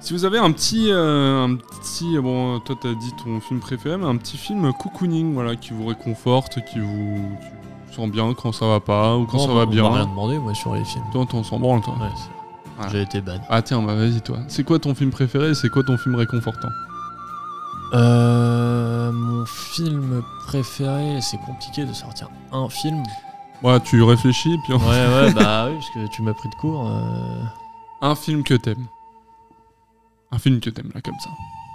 Speaker 2: Si vous avez un petit, euh, un petit, bon, toi t'as dit ton film préféré, mais un petit film cocooning, voilà, qui vous réconforte, qui vous, qui vous sent bien quand ça va pas ou quand
Speaker 1: bon,
Speaker 2: ça
Speaker 1: Oh, on
Speaker 2: va
Speaker 1: m'a
Speaker 2: bien.
Speaker 1: rien demandé, moi, sur les films.
Speaker 2: Toi, t'en s'en branle, toi.
Speaker 1: Ouais, c'est-
Speaker 2: Voilà.
Speaker 1: J'ai été ban.
Speaker 2: Ah tiens, bah vas-y toi. C'est quoi ton film préféré et C'est quoi ton film réconfortant
Speaker 1: Euh, mon film préféré, c'est compliqué de sortir un film.
Speaker 2: Ouais, tu réfléchis, puis
Speaker 1: Ouais, ouais, bah oui, parce que tu m'as pris de court. euh,
Speaker 2: un film que t'aimes. Un film que t'aimes là comme ça.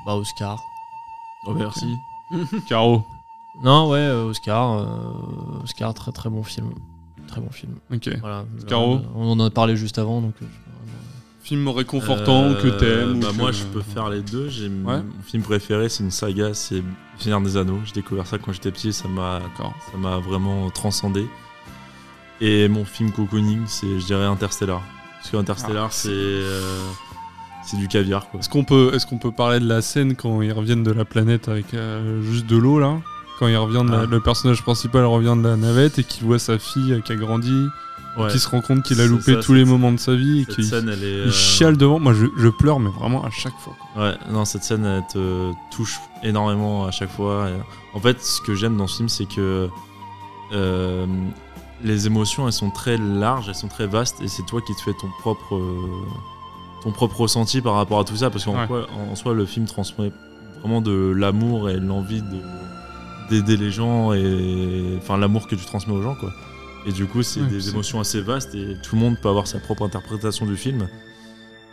Speaker 1: bah, Oscar.
Speaker 4: Oh, merci.
Speaker 2: Caro.
Speaker 1: Non, ouais, euh, Oscar. euh, Oscar, très très bon film. Très bon film.
Speaker 2: Ok.
Speaker 1: Voilà.
Speaker 2: Caro.
Speaker 1: Euh, on en a parlé juste avant, donc. euh, je-
Speaker 2: Film réconfortant que
Speaker 4: Euh,
Speaker 2: t'aimes.
Speaker 4: bah
Speaker 2: ou que-
Speaker 4: Moi, je peux faire les deux. J'ai
Speaker 2: Ouais.
Speaker 4: Mon film préféré, c'est une saga, c'est Seigneur des Anneaux. J'ai découvert ça quand j'étais petit, ça m'a
Speaker 2: D'accord.
Speaker 4: ça m'a vraiment transcendé. Et mon film cocooning, c'est, je dirais, Interstellar. Parce que Interstellar,
Speaker 2: Ah.
Speaker 4: c'est. euh, C'est du caviar, quoi.
Speaker 2: Est-ce qu'on peut, est qu'on peut parler de la scène quand ils reviennent de la planète avec euh, juste de l'eau, là Quand il revient de la-
Speaker 4: Ah.
Speaker 2: le personnage principal revient de la navette et qu'il voit sa fille euh, qui a grandi,
Speaker 4: Ouais.
Speaker 2: qui se rend compte qu'il a
Speaker 4: C'est
Speaker 2: loupé
Speaker 4: ça,
Speaker 2: tous les
Speaker 4: cette-
Speaker 2: moments de sa vie, et
Speaker 4: cette
Speaker 2: qu'il
Speaker 4: scène, elle est,
Speaker 2: il
Speaker 4: euh,
Speaker 2: chiale devant. Moi, je, je pleure, mais vraiment à chaque fois. quoi.
Speaker 4: Ouais, non, cette scène, elle te touche énormément à chaque fois. Et En fait, ce que j'aime dans ce film, c'est que euh, les émotions, elles sont très larges, elles sont très vastes, et c'est toi qui te fais ton propre, euh, ton propre ressenti par rapport à tout ça, parce qu'en
Speaker 2: Ouais.
Speaker 4: quoi- en, en soi, le film transmet vraiment de l'amour et l'envie de- d'aider les gens, et enfin l'amour que tu transmets aux gens, quoi. Et du coup, c'est
Speaker 2: Ouais,
Speaker 4: des
Speaker 2: c'est-
Speaker 4: émotions assez vastes, et tout le monde peut avoir sa propre interprétation du film.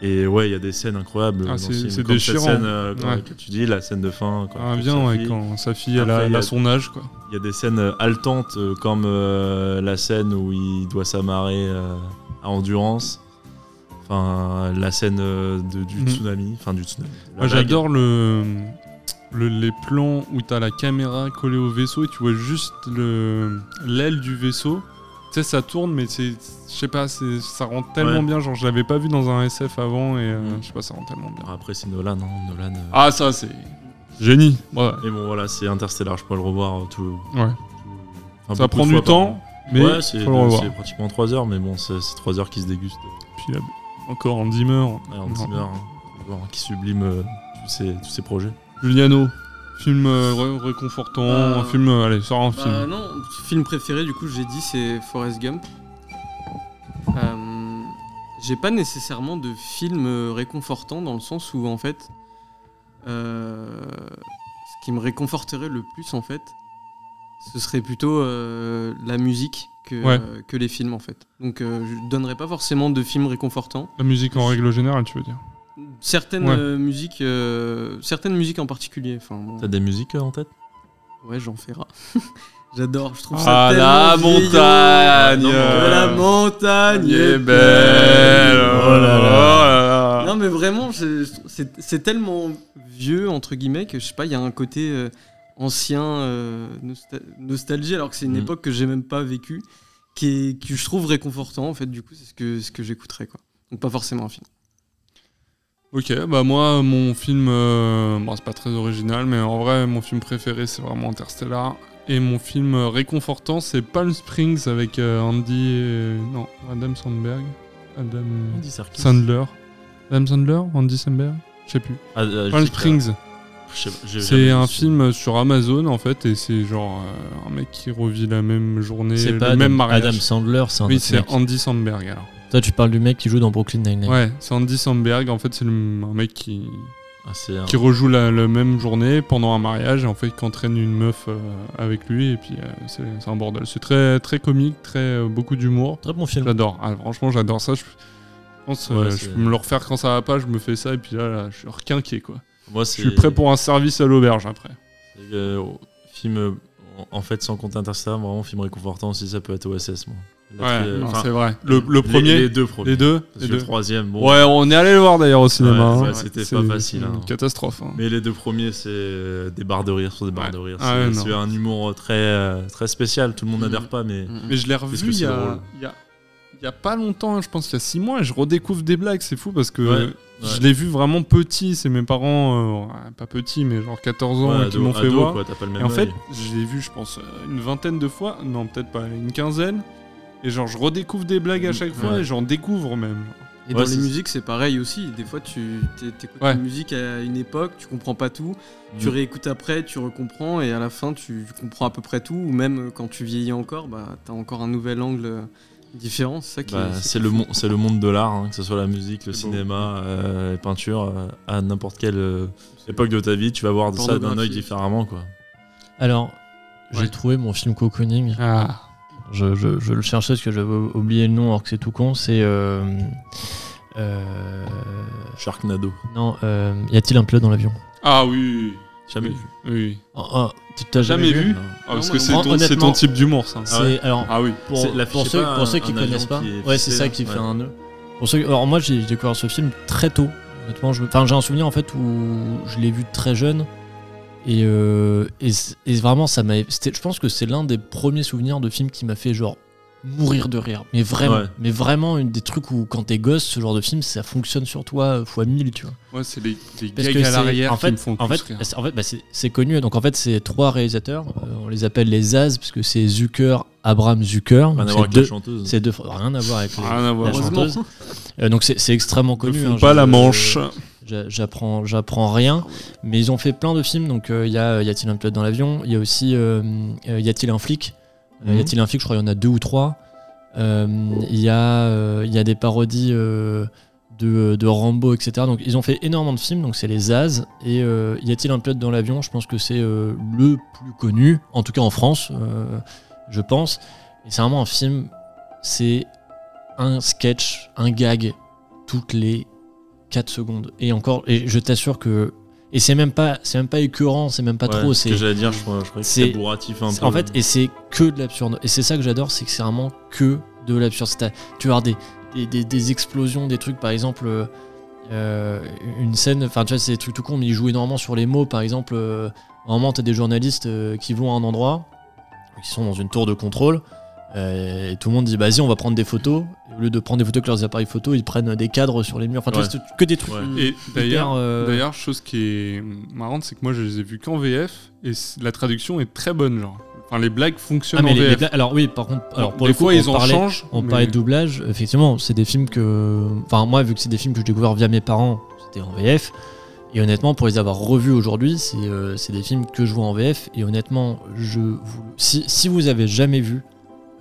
Speaker 4: Et ouais, il y a des scènes incroyables.
Speaker 2: Ah,
Speaker 4: dans
Speaker 2: c'est-
Speaker 4: ce film.
Speaker 2: c'est
Speaker 4: Comme cette
Speaker 2: déchirant.
Speaker 4: scène, euh, quand-
Speaker 2: Ouais.
Speaker 4: que tu dis, la scène de fin. Quand
Speaker 2: Ah,
Speaker 4: elle
Speaker 2: bien,
Speaker 4: trouve sa
Speaker 2: ouais,
Speaker 4: fille.
Speaker 2: quand sa fille, elle a-
Speaker 4: Après,
Speaker 2: elle
Speaker 4: il y
Speaker 2: a son âge, quoi.
Speaker 4: Il y a des scènes euh, haletantes, euh, comme euh, la scène où il doit s'amarrer euh, à endurance. Enfin, la scène euh, de- du
Speaker 2: Mhm.
Speaker 4: tsunami. Enfin, du tsunami. La
Speaker 2: Moi,
Speaker 4: vague.
Speaker 2: j'adore le, le- les plans où t'as la caméra collée au vaisseau et tu vois juste le- l'aile du vaisseau. Tu sais, ça tourne, mais c'est, je sais pas, c'est- ça rend tellement
Speaker 4: Ouais.
Speaker 2: bien. Genre, je l'avais pas vu dans un SF avant et euh, je sais pas, ça rend tellement bien.
Speaker 4: Après, c'est Nolan. hein, Nolan euh,
Speaker 2: Ah, ça, c'est génie. Ouais.
Speaker 4: Mais bon, voilà, c'est Interstellar, je peux le revoir euh, tout.
Speaker 2: Ouais.
Speaker 4: enfin,
Speaker 2: Ça
Speaker 4: beaucoup
Speaker 2: prend
Speaker 4: de
Speaker 2: du
Speaker 4: fois par
Speaker 2: temps,
Speaker 4: an.
Speaker 2: mais
Speaker 4: Ouais, c'est
Speaker 2: faut le revoir.
Speaker 4: c'est pratiquement 3 heures, mais bon, c'est 3 heures qui se dégustent.
Speaker 2: Puis là, encore en dimmer.
Speaker 4: Ouais, Hans Zimmer, hein, faut voir, qui sublime euh, tous, ces, tous ces projets.
Speaker 2: Juliano, film euh, re- réconfortant,
Speaker 6: Bah,
Speaker 2: un film. euh, allez, sors un
Speaker 6: bah
Speaker 2: film.
Speaker 6: non, film préféré, du coup, j'ai dit, c'est Forrest Gump. Euh, j'ai pas nécessairement de film euh, réconfortant dans le sens où, en fait, euh, ce qui me réconforterait le plus, en fait, ce serait plutôt euh, la musique que,
Speaker 2: Ouais.
Speaker 6: euh, que les films, en fait. Donc, euh, je donnerais pas forcément de films réconfortants.
Speaker 2: La musique en règle générale, tu veux dire
Speaker 6: Certaines
Speaker 2: Ouais.
Speaker 6: euh, musiques, euh, certaines musiques en particulier. Enfin, bon,
Speaker 4: T'as des musiques euh, en tête
Speaker 6: ouais, j'en ferai. J'adore, je trouve ça
Speaker 15: Ah,
Speaker 6: tellement
Speaker 15: la
Speaker 6: vieillot.
Speaker 15: montagne.
Speaker 6: Non, mais La montagne
Speaker 15: Elle est
Speaker 6: est
Speaker 15: belle.
Speaker 6: belle
Speaker 15: Eh ben, Oh là là.
Speaker 6: Oh là là. Non mais vraiment, je- je trouve- c'est c'est tellement vieux, entre guillemets, que je sais pas, il y a un côté euh, ancien, euh, nosta- nostalgie, alors que c'est une
Speaker 4: Mm.
Speaker 6: époque que j'ai même pas vécue, qui est- que je trouve réconfortant, en fait, du coup, c'est ce que, ce que j'écouterais, quoi. Donc pas forcément un film.
Speaker 2: Ok, bah moi, mon film, euh, bon, c'est pas très original, mais en vrai, mon film préféré, c'est vraiment Interstellar. Et mon film euh, réconfortant, c'est Palm Springs avec euh, Andy. et- Non, Adam Sandberg. Adam.
Speaker 4: Andy Serkis.
Speaker 2: Sandler. Adam Sandler Andy Sandberg Je sais plus.
Speaker 4: Ah, euh, je
Speaker 2: Palm
Speaker 4: sais que-
Speaker 2: Springs.
Speaker 4: Je sais pas, j'ai jamais
Speaker 2: C'est
Speaker 4: vu
Speaker 2: un
Speaker 4: ce
Speaker 2: film sur Amazon en fait, et c'est genre euh, un mec qui revit la même journée,
Speaker 1: C'est
Speaker 2: le
Speaker 1: pas
Speaker 2: même
Speaker 1: Adam-
Speaker 2: mariage.
Speaker 1: Adam Sandler, c'est un
Speaker 2: Oui,
Speaker 1: autre
Speaker 2: c'est
Speaker 1: mec.
Speaker 2: Andy Sandberg alors.
Speaker 1: Toi, tu parles du mec qui joue dans Brooklyn Nine-Nine.
Speaker 2: Ouais, c'est Andy Samberg. En fait, c'est le- un mec qui,
Speaker 4: Ah, c'est un-
Speaker 2: qui rejoue la, la même journée pendant un mariage et en fait qui entraîne une meuf euh, avec lui. Et puis, euh, c'est c'est un bordel. C'est très, très comique, très, euh, beaucoup d'humour.
Speaker 1: Très bon film.
Speaker 2: J'adore. Ah, franchement, j'adore ça. Je je pense euh,
Speaker 4: Ouais,
Speaker 2: je
Speaker 4: c'est-
Speaker 2: peux me le refaire quand ça va pas. Je me fais ça et puis là, là, je suis requinqué quoi.
Speaker 4: Moi,
Speaker 2: je
Speaker 4: c'est-
Speaker 2: suis prêt pour un service à l'auberge après.
Speaker 4: Euh, film, euh, en- en fait, sans compter Interstellar, vraiment film réconfortant aussi, ça peut être OSS. Moi. La
Speaker 2: Ouais,
Speaker 4: tri- euh,
Speaker 2: non,
Speaker 4: enfin,
Speaker 2: c'est vrai. Le, le
Speaker 4: les-
Speaker 2: premier.
Speaker 4: Les, deux premiers.
Speaker 2: Les deux.
Speaker 4: Parce
Speaker 2: les
Speaker 4: que le
Speaker 2: deux.
Speaker 4: troisième, bon.
Speaker 2: Ouais, on est allé le voir d'ailleurs au cinéma.
Speaker 4: Ouais,
Speaker 2: hein.
Speaker 4: bah, C'était
Speaker 2: C'est-
Speaker 4: pas facile.
Speaker 2: c'est une
Speaker 4: hein.
Speaker 2: Catastrophe. hein.
Speaker 4: Mais les deux premiers, c'est euh, des barres de rire sur des barres
Speaker 2: Ouais.
Speaker 4: de rire.
Speaker 2: Ah ouais,
Speaker 4: C'est-
Speaker 2: non. Mm.
Speaker 4: c'est un humour euh, très, euh, très spécial. Tout le monde n'adhère pas, mais.
Speaker 15: Mm.
Speaker 2: Mais je l'ai revu
Speaker 4: Mm. Parce que
Speaker 2: il y,
Speaker 4: c'est
Speaker 2: a,
Speaker 4: drôle.
Speaker 2: il y a- il y a pas longtemps, hein, je pense qu'il y a 6 mois, et je redécouvre des blagues, c'est fou parce que
Speaker 4: Ouais, ouais.
Speaker 2: je l'ai vu vraiment petit, c'est mes parents, euh, ouais, pas petit, mais genre 14 ans,
Speaker 4: Ouais,
Speaker 2: euh, qui
Speaker 4: ado-
Speaker 2: m'ont fait
Speaker 4: ado,
Speaker 2: voir.
Speaker 4: quoi, t'as pas le même
Speaker 2: et en
Speaker 4: œil.
Speaker 2: fait, je l'ai vu, je pense, euh, une vingtaine de fois, non, peut-être pas, une quinzaine, et genre je redécouvre des blagues à chaque fois,
Speaker 4: Mm, Ouais.
Speaker 2: et j'en découvre même.
Speaker 6: Et
Speaker 4: Ouais,
Speaker 6: dans les
Speaker 4: c'est-
Speaker 6: musiques, c'est pareil aussi. Des fois, tu t'é- t'écoutes
Speaker 2: Ouais.
Speaker 6: une musique à une époque, tu comprends pas tout. Tu
Speaker 4: Mm.
Speaker 6: réécoutes après, tu recomprends, et à la fin, tu tu comprends à peu près tout. Ou même euh, quand tu vieillis encore, bah, t'as encore un nouvel angle euh, différent. C'est ça qui.
Speaker 4: Bah,
Speaker 6: est-
Speaker 4: c'est le, mon- c'est le monde de l'art, hein, que ce soit la musique, le cinéma, euh, les peintures, euh, à n'importe quelle euh, époque de ta vie, tu vas voir ça d'un œil
Speaker 6: Pornographie.
Speaker 4: différemment. Quoi.
Speaker 1: Alors, j'ai trouvé mon film Cocooning.
Speaker 2: Ah.
Speaker 1: Je, je- je le cherchais parce que j'avais oublié le nom alors que c'est tout con. C'est. euh, euh,
Speaker 4: Sharknado.
Speaker 1: non, euh, y a-t-il un pilote dans l'avion
Speaker 2: Ah oui
Speaker 4: Jamais
Speaker 2: Oui,
Speaker 4: vu.
Speaker 2: Oui.
Speaker 1: Oh, oh, Tu t'as
Speaker 2: Jamais vu
Speaker 4: Euh, Non.
Speaker 2: Ah, Parce
Speaker 6: Non,
Speaker 2: que
Speaker 6: moi,
Speaker 2: c'est
Speaker 1: non.
Speaker 2: ton, c'est ton
Speaker 1: Honnêtement,
Speaker 2: type d'humour, ça.
Speaker 1: C'est- alors,
Speaker 2: Ah oui.
Speaker 1: pour,
Speaker 4: C'est- l'affiche,
Speaker 1: pour
Speaker 4: c'est
Speaker 1: ceux,
Speaker 4: pas
Speaker 1: pour
Speaker 4: un-
Speaker 1: ceux qui
Speaker 4: un
Speaker 1: connaissent
Speaker 4: avion
Speaker 1: pas,
Speaker 4: qui est
Speaker 1: ouais,
Speaker 4: fixé,
Speaker 1: c'est ça
Speaker 4: là.
Speaker 1: qui fait
Speaker 4: Ouais.
Speaker 1: un nœud. Pour ceux, alors moi, j'ai découvert ce film très tôt. Honnêtement, je, enfin, j'ai un souvenir en fait où je l'ai vu très jeune et, euh, et, c- et vraiment ça m'a. c'était- Je pense que c'est l'un des premiers souvenirs de film qui m'a fait genre mourir de rire. Mais vraiment,
Speaker 4: Ouais.
Speaker 1: mais vraiment, une des trucs où quand t'es gosse, ce genre de film, ça fonctionne sur toi euh, fois 1000, tu vois.
Speaker 2: Ouais, c'est les, les
Speaker 1: Parce
Speaker 2: gags
Speaker 1: que
Speaker 2: à
Speaker 1: c'est-
Speaker 2: l'arrière
Speaker 1: en
Speaker 2: qui
Speaker 1: fait,
Speaker 2: me font le
Speaker 1: en
Speaker 2: plus
Speaker 1: fait,
Speaker 2: rire.
Speaker 1: c'est- en fait, bah, c'est- c'est connu. Donc en fait, c'est trois réalisateurs. Euh, on les appelle les As parce que c'est Zucker, Abraham Zucker.
Speaker 4: Rien
Speaker 1: Donc,
Speaker 4: à voir
Speaker 1: c'est
Speaker 4: avec la
Speaker 1: deux-
Speaker 4: chanteuse.
Speaker 1: C'est deux. fr- Rien à voir avec les-
Speaker 2: Rien à voir.
Speaker 1: la
Speaker 2: Heureusement.
Speaker 1: chanteuse. Euh, donc c'est c'est extrêmement connu.
Speaker 2: font
Speaker 1: hein,
Speaker 2: pas
Speaker 1: je-
Speaker 2: la manche.
Speaker 1: j'a- J'apprends, j'apprends rien. Mais ils ont fait plein de films. Donc euh, il y a euh, Y a-t-il un pilote dans l'avion Il y a aussi euh, euh, Y a-t-il un flic Euh,
Speaker 4: Mhm.
Speaker 1: Y a-t-il un flic Je crois qu'il y en a deux ou trois. Euh, Il y a, euh, il y a des parodies euh, de, de Rambo, etc. Donc ils ont fait énormément de films. Donc c'est les Zaz. Et euh, Y a-t-il un pilote dans l'avion Je pense que c'est euh, le plus connu, en tout cas en France, euh, je pense. Et c'est vraiment un film. C'est un sketch, un gag toutes les 4 secondes. Et encore, et je t'assure que. Et c'est même pas, c'est même pas écœurant, c'est même pas
Speaker 4: Ouais,
Speaker 1: trop.
Speaker 4: ce
Speaker 1: C'est
Speaker 4: que j'allais dire, je crois- je croyais que
Speaker 1: c'est-
Speaker 4: c'était bourratif un
Speaker 1: c'est-
Speaker 4: peu.
Speaker 1: En fait, et c'est que de l'absurde. Et c'est ça que j'adore, c'est que c'est vraiment que de l'absurde. C'est à- Tu vas avoir des, des, des- des explosions, des trucs, par exemple. euh, euh, une scène, enfin tu vois, c'est des trucs tout con, mais ils jouent énormément sur les mots. Par exemple, euh, à un moment, t'as des journalistes euh, qui vont à un endroit, qui sont dans une tour de contrôle, euh, et tout le monde dit, vas-y, on va prendre des photos. Et au lieu de prendre des photos avec leurs appareils photo, ils prennent des cadres sur les murs. Enfin, tu vois,
Speaker 4: Ouais.
Speaker 1: c'est que des trucs.
Speaker 4: Ouais.
Speaker 2: Et
Speaker 1: hyper,
Speaker 2: d'ailleurs,
Speaker 1: euh,
Speaker 2: d'ailleurs, chose qui est marrante, c'est que moi je les ai vus qu'en VF et c- la traduction est très bonne, genre. Enfin, les blagues
Speaker 1: Ah,
Speaker 2: fonctionnent
Speaker 1: mais
Speaker 2: en
Speaker 1: les- les
Speaker 2: VF.
Speaker 1: blagues- alors oui, par contre, alors pour
Speaker 2: Des
Speaker 1: le coup,
Speaker 2: fois,
Speaker 1: on
Speaker 2: ils en
Speaker 1: parlait,
Speaker 2: changent,
Speaker 1: on
Speaker 2: mais-
Speaker 1: parlait de doublage. Effectivement, c'est des films que, enfin moi, vu que c'est des films que j'ai découvert via mes parents, c'était en VF. Et honnêtement, pour les avoir revus aujourd'hui, c'est euh, c'est des films que je vois en VF. Et honnêtement, je vous- si, si vous avez jamais vu,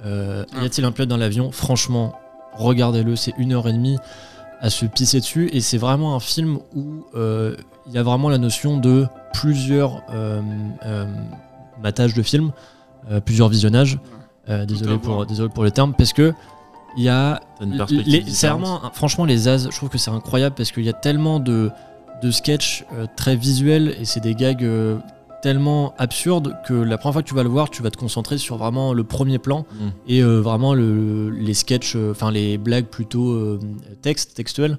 Speaker 1: euh,
Speaker 2: Ah.
Speaker 1: y a-t-il un pilote dans l'avion Franchement, regardez-le. C'est une heure et demie à se pisser dessus. Et c'est vraiment un film où euh, il y a vraiment la notion de plusieurs euh, euh, matages de films, euh, plusieurs visionnages. Euh,
Speaker 2: à
Speaker 1: désolé,
Speaker 2: voir.
Speaker 1: pour, désolé pour le terme, parce que il y a.
Speaker 4: T'as une perspective
Speaker 1: les- c'est
Speaker 4: différente.
Speaker 1: vraiment, franchement, les As, je trouve que c'est incroyable parce qu'il y a tellement de, de sketchs euh, très visuels et c'est des gags euh, tellement absurdes que la première fois que tu vas le voir, tu vas te concentrer sur vraiment le premier plan
Speaker 4: Mm.
Speaker 1: et euh, vraiment le- les sketchs, euh, enfin les blagues plutôt euh, texte, textuelles.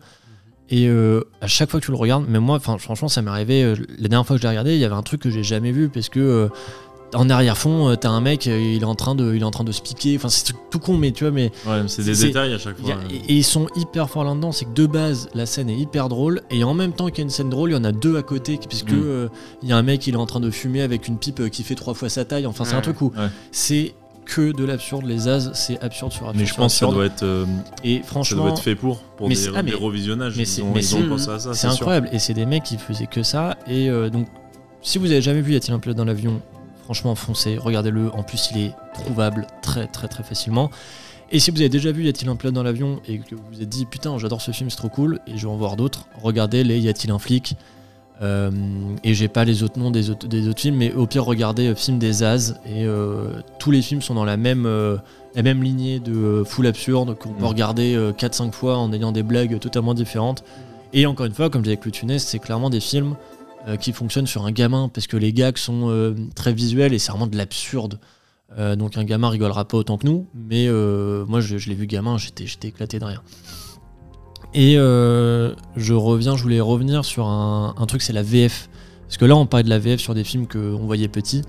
Speaker 1: Et euh, à chaque fois que tu le regardes, mais moi, enfin, franchement, ça m'est arrivé. euh, la dernière fois que je l'ai regardé, il y avait un truc que j'ai jamais vu parce que euh, en arrière-fond, euh, t'as un mec, euh, il est en train de, il est en train de se piquer. Enfin, c'est tout- tout con, mais tu vois, mais
Speaker 4: Ouais, mais c'est des
Speaker 1: c'est-
Speaker 4: détails à chaque
Speaker 1: il y
Speaker 4: fois.
Speaker 1: a-
Speaker 4: ouais.
Speaker 1: et, et ils sont hyper forts là-dedans. C'est que de base, la scène est hyper drôle. Et en même temps qu'il y a une scène drôle, il y en a deux à côté. qui- Puisque
Speaker 4: Mm.
Speaker 1: euh, il y a un mec, il est en train de fumer avec une pipe euh, qui fait trois fois sa taille. Enfin, c'est un
Speaker 2: Ouais.
Speaker 1: truc où
Speaker 4: Ouais.
Speaker 1: c'est que de l'absurde. Les as, c'est absurde sur absurde.
Speaker 4: Mais je pense que
Speaker 1: sur
Speaker 4: ça doit
Speaker 1: absurde.
Speaker 4: être, euh,
Speaker 1: Et
Speaker 4: ça
Speaker 1: franchement,
Speaker 4: doit être fait pour, pour
Speaker 1: mais
Speaker 4: des,
Speaker 1: c'est- ah,
Speaker 4: des
Speaker 1: mais-
Speaker 4: revisionnages.
Speaker 1: mais
Speaker 4: ils
Speaker 1: c'est-
Speaker 4: ont-
Speaker 1: mais
Speaker 4: ils ont
Speaker 1: c'est-
Speaker 4: pensé à ça,
Speaker 1: c'est
Speaker 4: sûr.
Speaker 1: incroyable. Et c'est des mecs qui faisaient que ça. Et euh, donc, si vous avez jamais vu Y a-t-il un pilote dans l'avion Franchement, foncez, regardez-le. En plus, il est trouvable très, très, très facilement. Et si vous avez déjà vu Y a-t-il un pilote dans l'avion et que vous vous êtes dit putain, j'adore ce film, c'est trop cool, et je vais en voir d'autres, regardez les Y a-t-il un flic Euh, et j'ai pas les autres noms des autres, des autres films, mais au pire, regardez euh, film des As. Et euh, tous les films sont dans la même, euh, la même lignée de euh, full absurde qu'on peut
Speaker 4: Mm.
Speaker 1: regarder euh, 4-5 fois en ayant des blagues totalement différentes. Et encore une fois, comme j'ai avec le Tunis, c'est clairement des films euh, qui fonctionnent sur un gamin parce que les gags sont euh, très visuels et c'est vraiment de l'absurde. Euh, donc un gamin rigolera pas autant que nous, mais euh, moi je, je l'ai vu gamin, j'étais j'étais éclaté de rien. Et euh, je reviens, je voulais revenir sur un, un truc, c'est la VF. Parce que là, on parlait de la VF sur des films qu'on voyait petit.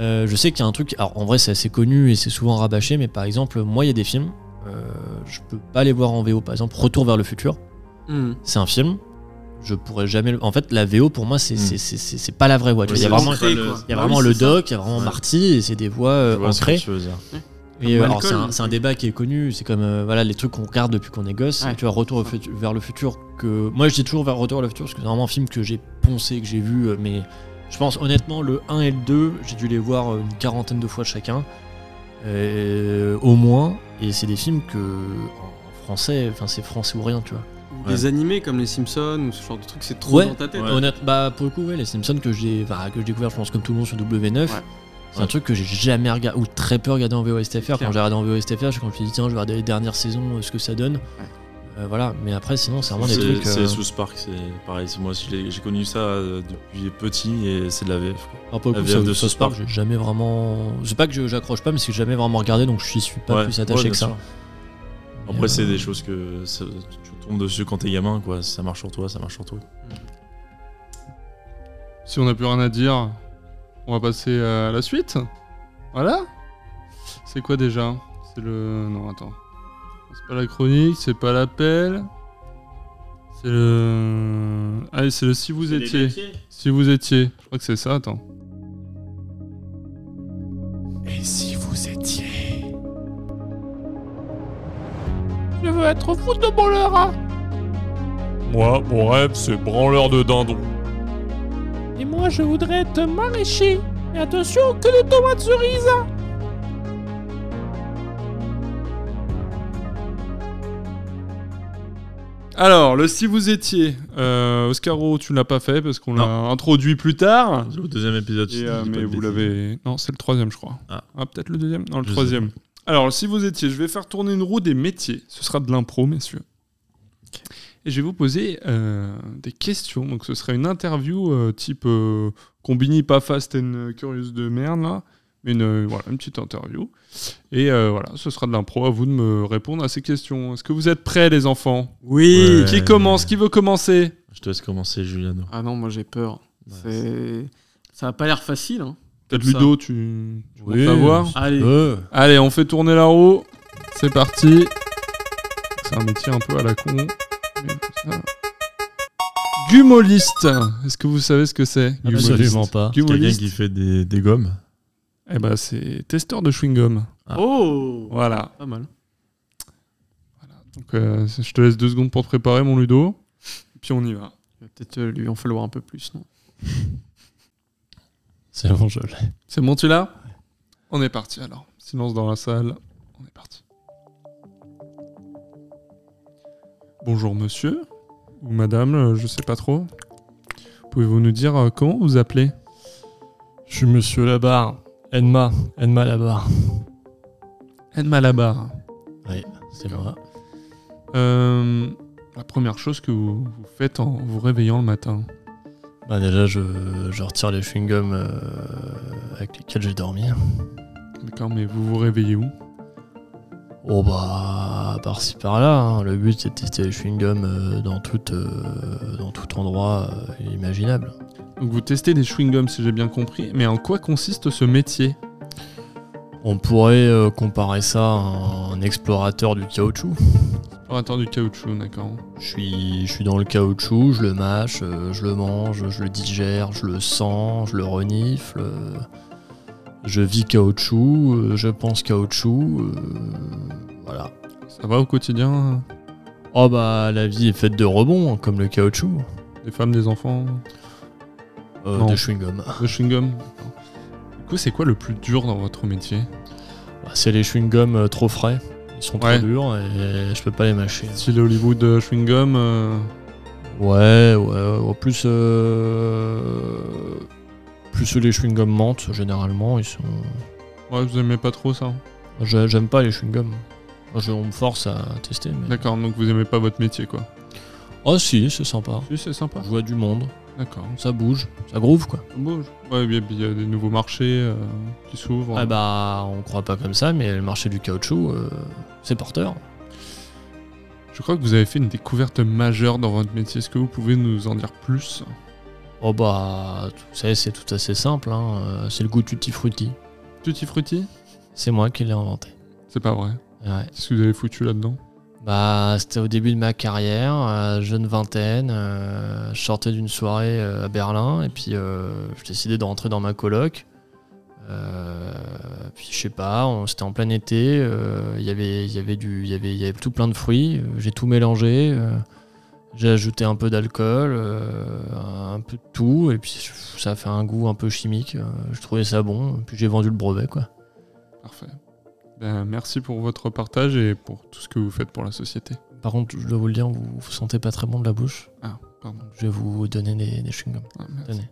Speaker 1: Euh, je sais qu'il y a un truc, alors en vrai, c'est assez connu et c'est souvent rabâché, mais par exemple, moi, il y a des films, euh, je peux pas les voir en VO. Par exemple, Retour vers le futur,
Speaker 6: Hmm.
Speaker 1: c'est un film. Je pourrais jamais. le- En fait, la VO pour moi, c'est
Speaker 4: Mm.
Speaker 1: c'est- c'est- c'est- c'est pas la vraie voix. tu
Speaker 4: Ouais,
Speaker 1: vois. Il y a
Speaker 4: c'est
Speaker 1: vraiment,
Speaker 4: ancré,
Speaker 6: quoi.
Speaker 1: il y a
Speaker 6: Bah
Speaker 1: vraiment
Speaker 6: oui,
Speaker 1: le
Speaker 6: Hmm. c'est ça.
Speaker 1: doc, il y a vraiment
Speaker 4: Ouais.
Speaker 1: Marty, et c'est des voix
Speaker 4: Je
Speaker 1: euh,
Speaker 4: vois ce que
Speaker 1: ancrées.
Speaker 4: tu veux dire.
Speaker 1: Et, euh,
Speaker 6: Malcolm.
Speaker 1: alors, c'est un, c'est un débat qui est connu, c'est comme euh, voilà, les trucs qu'on regarde depuis qu'on est gosse.
Speaker 6: Ouais.
Speaker 1: Tu vois, Retour au futu- vers le futur, que moi je dis toujours vers Retour vers le futur parce que c'est vraiment un film que j'ai poncé, que j'ai vu, euh, mais je pense honnêtement, le 1 et le 2, j'ai dû les voir euh, une quarantaine de fois chacun, euh, au moins, et c'est des films que en français, enfin c'est français ou rien, tu vois.
Speaker 6: Ou Des animés comme les Simpsons ou ce genre de truc, c'est trop
Speaker 1: Ouais.
Speaker 6: dans ta tête.
Speaker 4: Ouais.
Speaker 1: Honnête- bah pour le coup, ouais, les Simpsons que j'ai bah, que j'ai découvert, je pense comme tout le monde sur W9. C'est un
Speaker 4: Ouais.
Speaker 1: truc que j'ai jamais regardé ou très peu regardé en VOSTFR. Quand
Speaker 6: Clair.
Speaker 1: j'ai regardé en VOSTFR, je- quand je me suis dit tiens, je vais regarder les dernières saisons, euh, ce que ça donne. Euh, voilà, mais après sinon c'est vraiment des
Speaker 4: C'est
Speaker 1: trucs.
Speaker 4: c'est
Speaker 1: euh,
Speaker 4: South Park, c'est pareil. c'est- Moi, je l'ai- j'ai connu ça euh, depuis petit et c'est de la VF. quoi.
Speaker 1: alors, pour le
Speaker 4: la
Speaker 1: coup,
Speaker 4: VF
Speaker 1: ça-
Speaker 4: de
Speaker 1: ça
Speaker 4: South
Speaker 1: se parle,
Speaker 4: Park.
Speaker 1: j'ai jamais vraiment. C'est pas que je- j'accroche pas, mais c'est que j'ai jamais vraiment regardé, donc je suis pas
Speaker 4: Ouais,
Speaker 1: plus
Speaker 4: ouais,
Speaker 1: attaché
Speaker 4: bien
Speaker 1: que ça.
Speaker 4: sûr.
Speaker 1: Mais,
Speaker 4: Après, c'est
Speaker 1: euh,
Speaker 4: des choses que ça- tu tombes dessus quand t'es gamin, quoi. Ça marche sur toi, ça marche sur toi.
Speaker 2: Si on n'a plus rien à dire, on va passer à la suite. Voilà. C'est quoi déjà C'est le. Non, attends. C'est pas la chronique, c'est pas l'appel. C'est le. Ah, c'est le si vous
Speaker 5: C'est les
Speaker 2: étiez.
Speaker 5: métiers.
Speaker 2: Si vous étiez. Je crois que c'est ça, attends.
Speaker 5: Et si vous étiez.
Speaker 16: Je veux être footballeur. hein.
Speaker 17: Moi, mon rêve, c'est branleur de dindon.
Speaker 16: Et moi, je voudrais être maraîcher. Et attention, que des tomates cerises. hein.
Speaker 2: Alors, le si vous étiez. Euh, Oscaro, tu ne l'as pas fait parce qu'on l'a introduit plus tard.
Speaker 4: C'est au deuxième épisode, si
Speaker 2: Et,
Speaker 4: je
Speaker 2: euh,
Speaker 4: dis pas
Speaker 2: mais
Speaker 4: de
Speaker 2: vous
Speaker 4: bêtises.
Speaker 2: l'avez. Non, c'est le troisième, je crois.
Speaker 4: Ah.
Speaker 2: peut-être le deuxième Non, le
Speaker 4: Je sais
Speaker 2: troisième. Alors, si vous étiez, je vais faire tourner une roue des métiers. Ce sera de l'impro, messieurs. Et je vais vous poser euh, des questions. Donc, ce sera une interview euh, type euh, Combini, pas fast and curious de merde, là. Mais une, euh, voilà, une petite interview. Et euh, voilà, ce sera de l'impro. À vous de me répondre à ces questions. Est-ce que vous êtes prêts, les enfants
Speaker 6: Oui.
Speaker 2: Qui
Speaker 6: Ouais.
Speaker 2: commence Qui veut commencer
Speaker 4: Je te laisse commencer, Juliano.
Speaker 6: Ah non, moi j'ai peur.
Speaker 4: Bah,
Speaker 6: C'est- ça a pas l'air facile. Hein,
Speaker 2: Peut-être
Speaker 6: comme ça.
Speaker 2: Ludo, tu, tu
Speaker 6: Oui,
Speaker 2: vas savoir.
Speaker 6: un petit Allez.
Speaker 2: Euh. Allez, on fait tourner la roue. C'est parti. C'est un métier un peu à la con. mais comme ça. Gumoliste. Est-ce que vous savez ce que c'est
Speaker 4: Absolument
Speaker 2: gumoliste
Speaker 4: pas. C'est quelqu'un
Speaker 2: Gumoliste.
Speaker 4: qui fait des, des gommes.
Speaker 2: Eh ben, c'est testeur de chewing-gum.
Speaker 6: Oh
Speaker 2: Voilà.
Speaker 6: Pas mal.
Speaker 2: Donc, euh, je te laisse deux secondes pour te préparer, mon Ludo. Puis on y va.
Speaker 6: Il va peut-être euh, lui en falloir un peu plus, non
Speaker 1: C'est bon, je l'ai.
Speaker 2: C'est bon, tu l'as On est parti alors. Silence dans la salle. On est parti. Bonjour monsieur ou madame, euh, je sais pas trop. Pouvez-vous nous dire euh, comment vous appelez
Speaker 17: Je suis monsieur Labarre. Edma. Edma Labarre.
Speaker 2: Edma Labarre.
Speaker 1: Oui, c'est moi.
Speaker 2: Euh, la première chose que vous, vous faites en vous réveillant le matin.
Speaker 1: Bah déjà, je, je retire les chewing-gums euh, avec lesquels j'ai dormi. hein.
Speaker 2: D'accord, mais vous vous réveillez où
Speaker 1: Oh bah, par-ci par-là. hein. Le but, c'est de tester les chewing-gums euh, dans, tout, euh, dans tout endroit euh, imaginable.
Speaker 2: Donc vous testez des chewing-gums si j'ai bien compris, mais en quoi consiste ce métier
Speaker 1: On pourrait euh, comparer ça à un explorateur du caoutchouc.
Speaker 2: Explorateur du caoutchouc, d'accord.
Speaker 1: Je suis, je suis dans le caoutchouc, je le mâche, euh, je le mange, je le digère, je le sens, je le renifle. euh, je vis caoutchouc, euh, je pense caoutchouc. euh, voilà.
Speaker 2: Ça va au quotidien
Speaker 1: Oh bah la vie est faite de rebonds, hein, comme le caoutchouc.
Speaker 2: Des femmes, des enfants
Speaker 1: Euh,
Speaker 2: Non.
Speaker 1: des chewing-gums.
Speaker 2: De chewing-gum. d'accord. Du coup, c'est quoi le plus dur dans votre métier
Speaker 1: Bah, c'est les chewing-gums euh, trop frais. Ils sont
Speaker 2: Ouais.
Speaker 1: trop durs et je peux pas les mâcher.
Speaker 2: Si le Hollywood euh, chewing-gum, euh,
Speaker 1: Ouais, ouais, ouais. En plus, euh, plus les chewing-gums mentent, généralement, ils sont.
Speaker 2: ouais, vous aimez pas trop ça
Speaker 1: J'ai- J'aime pas les chewing-gums. Je- on me force à tester. Mais...
Speaker 2: D'accord, donc vous aimez pas votre métier, quoi.
Speaker 1: Oh, si, c'est sympa.
Speaker 2: Si, c'est sympa.
Speaker 1: Je vois du monde.
Speaker 2: D'accord.
Speaker 1: Ça bouge, ça groove, quoi.
Speaker 2: Ça bouge. Ouais, il y a- il y, a des nouveaux marchés euh, qui s'ouvrent.
Speaker 1: Ah bah, on croit pas comme ça, mais le marché du caoutchouc, euh, c'est porteur.
Speaker 2: Je crois que vous avez fait une découverte majeure dans votre métier. Est-ce que vous pouvez nous en dire plus
Speaker 1: Oh bah, tu sais, c'est tout assez simple. hein. Euh, C'est le goût tutti frutti.
Speaker 2: Tutti Frutti
Speaker 1: C'est moi qui l'ai inventé.
Speaker 2: C'est pas vrai.
Speaker 1: Ouais.
Speaker 2: Qu'est-ce que vous avez foutu là-dedans
Speaker 1: Bah, c'était au début de ma carrière, euh, jeune vingtaine. euh, je sortais d'une soirée euh, à Berlin et puis euh, je décidais de rentrer dans ma coloc. Euh, puis je sais pas, on- c'était en plein été. euh, Il y avait, il y avait du, il y avait, il y avait tout plein de fruits. euh, J'ai tout mélangé. euh, j'ai ajouté un peu d'alcool, euh, un peu de tout, et puis ça a fait un goût un peu chimique. euh, je trouvais ça bon, puis j'ai vendu le brevet quoi.
Speaker 2: Parfait. Ben, merci pour votre partage et pour tout ce que vous faites pour la société.
Speaker 1: Par contre, je dois vous le dire, vous vous sentez pas très bon de la bouche.
Speaker 2: Ah, pardon.
Speaker 1: Je vais vous donner des, des chewing-gums.
Speaker 2: Ah, merci.
Speaker 1: Tenez.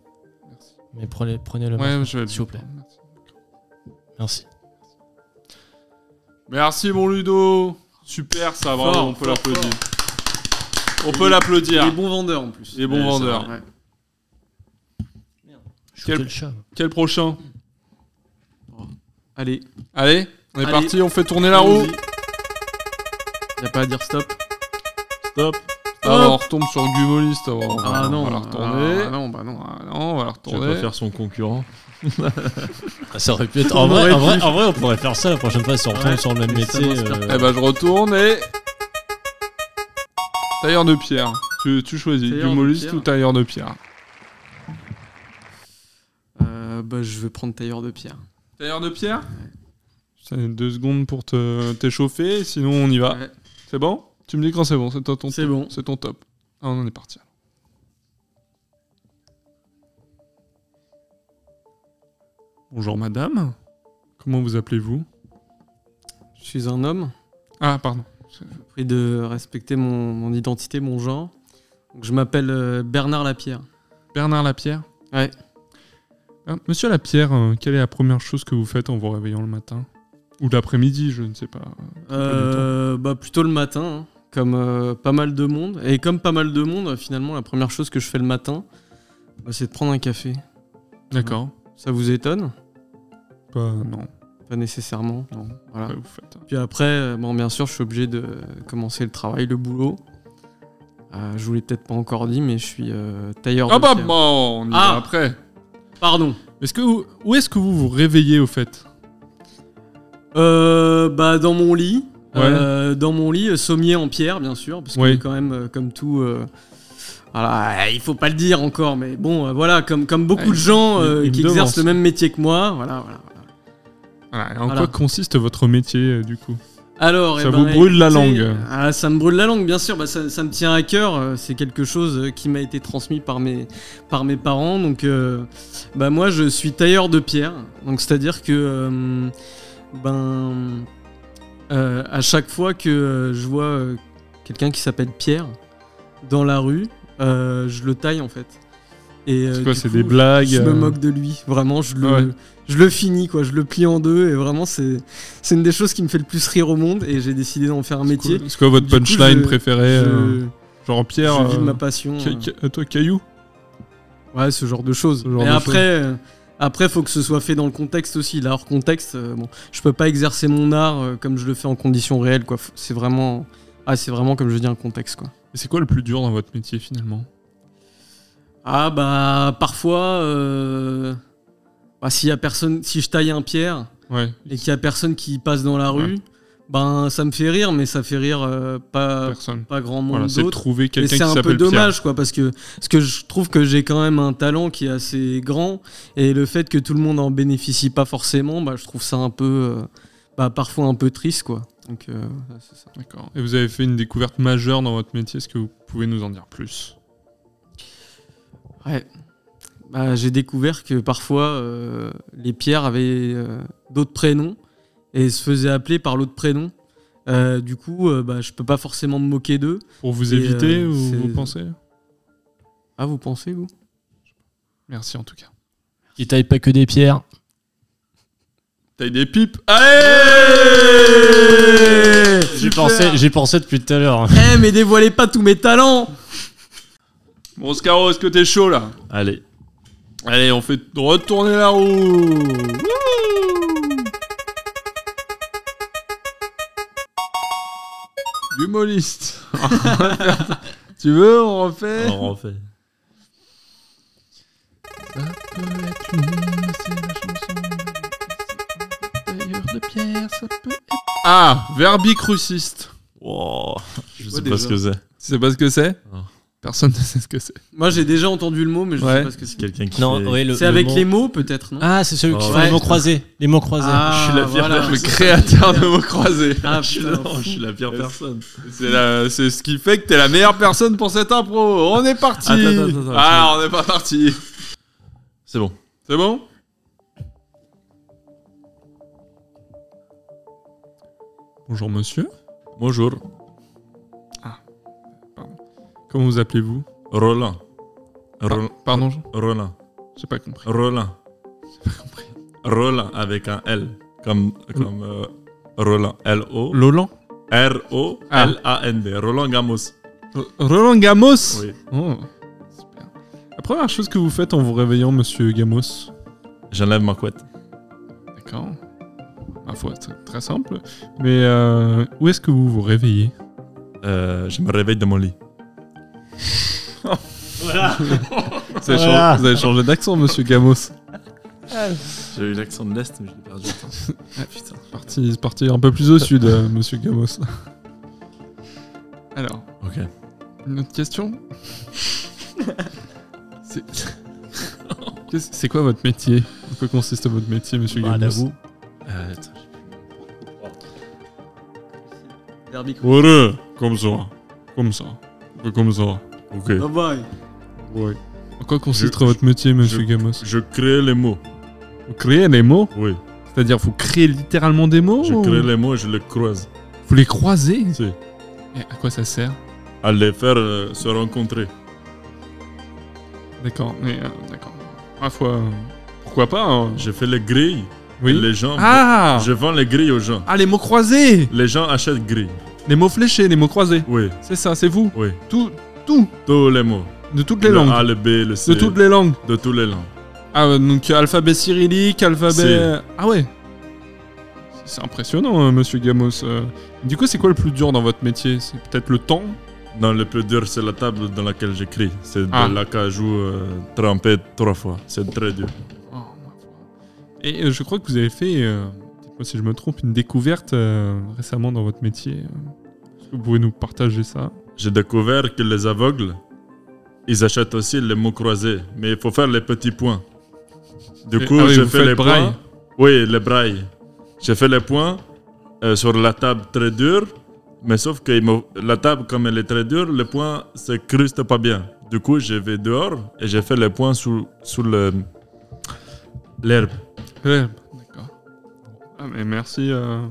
Speaker 1: Mais prenez, prenez le
Speaker 2: Ouais,
Speaker 1: morceau,
Speaker 2: je vais le
Speaker 1: s'il vous plaît. Merci.
Speaker 2: Merci mon Ludo Super ça, bravo,
Speaker 6: Fort,
Speaker 2: on peut
Speaker 6: fort,
Speaker 2: l'applaudir. On
Speaker 6: Et
Speaker 2: peut
Speaker 6: il-
Speaker 2: l'applaudir.
Speaker 6: Il est bon vendeur en plus.
Speaker 2: Il est bon
Speaker 6: Ouais,
Speaker 2: vendeur.
Speaker 6: c'est vrai.
Speaker 2: Quel, quel prochain
Speaker 6: Allez.
Speaker 2: Allez, on est
Speaker 6: Allez.
Speaker 2: parti, on fait tourner la roue.
Speaker 6: Allons-y. Y a pas à dire stop.
Speaker 4: Stop.
Speaker 2: Ah, on retombe sur Gumoli cette fois. On
Speaker 6: Ah
Speaker 2: va-
Speaker 6: non,
Speaker 2: On va la retourner.
Speaker 6: ah non, bah non.
Speaker 2: Ah non, on va la
Speaker 4: Tu vas
Speaker 2: retourner.
Speaker 4: pas faire son concurrent.
Speaker 1: Ah, ça aurait pu être. En
Speaker 4: On
Speaker 1: vrai,
Speaker 4: aurait
Speaker 1: en vrai,
Speaker 4: pu.
Speaker 1: en vrai, on pourrait faire ça la prochaine fois si on retombe
Speaker 2: Ouais,
Speaker 1: sur le même
Speaker 2: c'est ça,
Speaker 1: métier.
Speaker 2: mon
Speaker 1: euh,
Speaker 2: Eh ben, je retourne et. Tailleur de pierre. Tu, tu choisis
Speaker 6: Tailleur de
Speaker 2: Gumolist
Speaker 6: pierre.
Speaker 2: ou tailleur de pierre
Speaker 6: Euh, bah, je vais prendre tailleur de pierre.
Speaker 2: Tailleur de pierre Ça donne deux secondes pour te t'échauffer, sinon on y va.
Speaker 6: Ah.
Speaker 2: C'est bon Tu me dis quand c'est bon, c'est toi ton C'est bon. C'est ton top. Ah, on en est parti. Bonjour madame. Comment vous appelez-vous
Speaker 6: Je suis un homme.
Speaker 2: Ah, pardon.
Speaker 6: Je vous prie de respecter mon, mon identité, mon genre. Donc, je m'appelle euh, Bernard Lapierre.
Speaker 2: Bernard Lapierre
Speaker 6: Ouais.
Speaker 2: Ah, Monsieur Lapierre, euh, quelle est la première chose que vous faites en vous réveillant le matin Ou l'après-midi, je ne sais pas.
Speaker 6: Euh, bah, plutôt le matin, hein, comme euh, pas mal de monde. Et comme pas mal de monde, euh, finalement, la première chose que je fais le matin, bah, c'est de prendre un café.
Speaker 2: D'accord.
Speaker 6: Ça vous étonne
Speaker 2: Euh, Pas non.
Speaker 6: Pas nécessairement. Non. Voilà.
Speaker 2: Ouais, vous faites.
Speaker 6: Puis après, euh, bon, bien sûr, je suis obligé de commencer le travail, le boulot. Euh, je vous l'ai peut-être pas encore dit, mais je suis euh, tailleur.
Speaker 2: Ah
Speaker 6: de
Speaker 2: bah,
Speaker 6: pierre.
Speaker 2: bon, on y va
Speaker 6: Ah
Speaker 2: après.
Speaker 6: Pardon.
Speaker 2: Est-ce que vous, où est-ce que vous vous réveillez au fait
Speaker 6: Euh, bah, dans mon lit.
Speaker 2: Ouais.
Speaker 6: Euh, dans mon lit, euh, sommier en pierre, bien sûr, parce que
Speaker 2: Ouais.
Speaker 6: quand même, euh, comme tout. euh, voilà, euh, il faut pas le dire encore, mais bon, euh, voilà, comme, comme beaucoup
Speaker 2: Ouais,
Speaker 6: de gens
Speaker 2: il-
Speaker 6: euh,
Speaker 2: il me
Speaker 6: qui
Speaker 2: devance.
Speaker 6: exercent le même métier que moi, voilà, voilà.
Speaker 2: Voilà, et En
Speaker 6: Voilà.
Speaker 2: quoi consiste votre métier euh, du coup
Speaker 6: Alors, eh
Speaker 2: ça
Speaker 6: ben,
Speaker 2: vous brûle la
Speaker 6: écoutez,
Speaker 2: langue.
Speaker 6: ah, Ça me brûle la langue, bien sûr. Bah, ça, ça me tient à cœur. euh, C'est quelque chose euh, qui m'a été transmis par mes, par mes parents. Donc, euh, bah, moi, je suis tailleur de pierre. Donc, c'est-à-dire que, euh, ben, euh, à chaque fois que euh, je vois euh, quelqu'un qui s'appelle Pierre dans la rue, euh, je le taille en fait. Et, euh,
Speaker 2: C'est quoi,
Speaker 6: du
Speaker 2: c'est
Speaker 6: coup,
Speaker 2: des
Speaker 6: je-
Speaker 2: blagues,
Speaker 6: Je
Speaker 2: euh
Speaker 6: me moque de lui, vraiment. Je le,
Speaker 2: Ouais.
Speaker 6: je le finis, quoi. Je le plie en deux. Et vraiment, c'est c'est une des choses qui me fait le plus rire au monde. Et j'ai décidé d'en faire un métier.
Speaker 2: C'est quoi votre
Speaker 6: Du coup,
Speaker 2: punchline
Speaker 6: je-
Speaker 2: préférée
Speaker 6: je-
Speaker 2: euh, Genre Pierre.
Speaker 6: je vis de
Speaker 2: euh,
Speaker 6: ma passion,
Speaker 2: Ca-
Speaker 6: euh.
Speaker 2: Ca- euh, Toi, Caillou
Speaker 6: Ouais, ce genre de choses.
Speaker 2: Ce genre
Speaker 6: et
Speaker 2: de
Speaker 6: après, euh, après, faut que ce soit fait dans le contexte aussi. Là, hors contexte, euh, bon, je peux pas exercer mon art euh, comme je le fais en conditions réelles, quoi. Faut- C'est vraiment, ah, c'est vraiment comme je dis un contexte, quoi.
Speaker 2: Et c'est quoi le plus dur dans votre métier finalement
Speaker 6: Ah bah parfois, euh, bah, s'il y a personne, si je taille un pierre
Speaker 2: Ouais.
Speaker 6: et qu'il y a personne qui passe dans la rue, ben ça me fait rire, mais ça fait rire euh, pas pas grand monde
Speaker 2: Voilà, c'est de
Speaker 6: d'autres.
Speaker 2: trouver
Speaker 6: Et
Speaker 2: quelqu'un
Speaker 6: c'est
Speaker 2: qui
Speaker 6: un peu
Speaker 2: s'appelle Pierre.
Speaker 6: dommage quoi parce que parce que je trouve que j'ai quand même un talent qui est assez grand et le fait que tout le monde en bénéficie pas forcément, bah je trouve ça un peu, euh, bah, parfois un peu triste quoi. Donc euh, voilà, c'est ça.
Speaker 2: D'accord. Et vous avez fait une découverte majeure dans votre métier, est-ce que vous pouvez nous en dire plus
Speaker 6: Ouais. Bah, j'ai découvert que parfois euh, les pierres avaient euh, d'autres prénoms et se faisaient appeler par l'autre prénom. Euh, du coup, euh, bah, je peux pas forcément me moquer d'eux.
Speaker 2: Pour vous
Speaker 6: Et,
Speaker 2: éviter
Speaker 6: euh,
Speaker 2: ou
Speaker 6: c'est-
Speaker 2: vous pensez
Speaker 6: Ah, vous pensez, vous
Speaker 2: Merci en tout cas.
Speaker 1: Il taille pas que des pierres.
Speaker 2: Taille des pipes. Allez
Speaker 1: J'y
Speaker 2: Super
Speaker 1: pensais, j'y pensais depuis tout à l'heure.
Speaker 6: Eh, mais dévoilez pas tous mes talents
Speaker 2: Bon, Scaro, est-ce que t'es chaud là
Speaker 4: Allez.
Speaker 2: Allez, on fait retourner la roue Humoriste Tu veux, on refait
Speaker 4: On refait.
Speaker 16: de pierre, ça peut
Speaker 2: Ah, verbicruciste.
Speaker 4: Wow, je
Speaker 2: Ouais,
Speaker 4: sais pas
Speaker 2: déjà.
Speaker 4: ce que c'est.
Speaker 2: Tu sais pas ce que c'est
Speaker 4: Non.
Speaker 2: Personne ne sait ce que c'est.
Speaker 6: Moi, j'ai déjà entendu le mot, mais je
Speaker 2: Ouais.
Speaker 6: sais pas ce que c'est.
Speaker 4: Quelqu'un qui
Speaker 1: Non,
Speaker 4: fait-
Speaker 1: ouais, le-
Speaker 6: C'est
Speaker 1: le
Speaker 6: avec
Speaker 1: mot-
Speaker 6: les mots, peut-être, non
Speaker 1: Ah, c'est celui qui
Speaker 4: Oh,
Speaker 1: fait
Speaker 4: ouais.
Speaker 1: les mots croisés. Les mots croisés.
Speaker 6: Ah,
Speaker 4: Je suis la fière
Speaker 6: voilà.
Speaker 4: personne.
Speaker 2: Le créateur de mots croisés.
Speaker 6: Ah,
Speaker 4: Je suis-
Speaker 6: putain,
Speaker 2: Oh,
Speaker 4: non, je suis la pire personne.
Speaker 2: C'est la- c'est ce qui fait que t'es la meilleure personne pour cette impro. On est parti.
Speaker 4: Attends, attends, attends, attends.
Speaker 2: Ah, on n'est pas parti.
Speaker 4: C'est bon.
Speaker 2: C'est bon Bonjour monsieur.
Speaker 4: Bonjour.
Speaker 2: Comment vous appelez-vous
Speaker 4: Roland. Roland.
Speaker 2: Pardon
Speaker 4: Roland.
Speaker 2: J'ai pas compris.
Speaker 4: Roland. Roland avec un L. Comme, comme euh, Roland. L-O.
Speaker 2: Lolan Ah.
Speaker 4: R-O-L-A-N-D. Roland Gamos.
Speaker 2: Roland Gamos
Speaker 4: Oui.
Speaker 2: Oh, super. La première chose que vous faites en vous réveillant, monsieur Gamos
Speaker 4: J'enlève ma couette.
Speaker 2: D'accord. Ma foi, c'est très simple. Mais euh, où est-ce que vous vous réveillez
Speaker 4: Euh, je me réveille de mon lit.
Speaker 2: Voilà. vous, avez changé, vous avez changé d'accent, monsieur Gamos.
Speaker 4: J'ai eu l'accent de l'Est, mais je l'ai perdu. Ah, putain.
Speaker 2: Parti, parti un peu plus au sud, euh, monsieur Gamos. Alors.
Speaker 4: Ok.
Speaker 2: Une autre question C'est Qu'est-ce- c'est quoi votre métier En quoi consiste votre métier, monsieur
Speaker 4: Bah,
Speaker 2: Gamos
Speaker 4: l'avoue. Euh, attends,
Speaker 2: Ouais, comme ça. Comme ça. Ouais, Comme ça.
Speaker 18: Ok.
Speaker 6: Bye bye.
Speaker 2: Ouais. En quoi consiste
Speaker 18: Je-
Speaker 2: votre métier, monsieur
Speaker 18: je-
Speaker 2: Gamos
Speaker 18: Je crée les mots.
Speaker 2: Vous créez les mots
Speaker 18: Oui.
Speaker 2: C'est-à-dire, vous créez littéralement des mots
Speaker 18: Je
Speaker 2: ou-
Speaker 18: crée les mots et je les croise.
Speaker 2: Vous les croisez
Speaker 18: Si.
Speaker 2: Et à quoi ça sert
Speaker 18: À les faire euh, se rencontrer.
Speaker 2: D'accord, mais euh, d'accord. Ma foi, euh, pourquoi pas hein.
Speaker 18: Je fais les grilles.
Speaker 2: Oui.
Speaker 18: Les gens.
Speaker 2: Ah
Speaker 18: Je vends les grilles aux gens.
Speaker 2: Ah, les mots croisés
Speaker 18: Les gens achètent grilles.
Speaker 2: Les mots fléchés, les mots croisés.
Speaker 18: Oui.
Speaker 2: C'est ça, c'est vous
Speaker 18: Oui.
Speaker 2: Tout, tout
Speaker 18: Tous les mots.
Speaker 2: De toutes les
Speaker 18: le
Speaker 2: langues
Speaker 18: A, le B, le C.
Speaker 2: De toutes les langues
Speaker 18: De tous les langues.
Speaker 2: Ah, euh, donc euh, alphabet cyrillique, alphabet...
Speaker 18: C'est-
Speaker 2: Ah ouais C'est impressionnant, hein, monsieur Gamos. euh. Du coup, c'est quoi le plus dur dans votre métier C'est peut-être le temps
Speaker 18: Non, le plus dur, c'est la table dans laquelle j'écris. C'est
Speaker 2: Ah.
Speaker 18: de l'acajou euh, trempé trois fois. C'est très dur.
Speaker 2: Oh, Et euh, je crois que vous avez fait, euh, dites-moi si je me trompe, une découverte euh, récemment dans votre métier. euh. Est-ce que vous pouvez nous partager ça
Speaker 18: J'ai découvert que les aveugles, ils achètent aussi les mots croisés. Mais il faut faire les petits points. Du
Speaker 2: Et-
Speaker 18: coup,
Speaker 2: ah oui,
Speaker 18: j'ai
Speaker 2: vous
Speaker 18: fait
Speaker 2: faites
Speaker 18: les
Speaker 2: braille.
Speaker 18: points. Oui, les brailles. J'ai fait les points euh, sur la table très dure. Mais sauf que il me- la table, comme elle est très dure, les points se crustent pas bien. Du coup, je vais dehors et j'ai fait les points sous, sous le- l'herbe.
Speaker 2: Ouais, d'accord. Ah, mais merci. euh,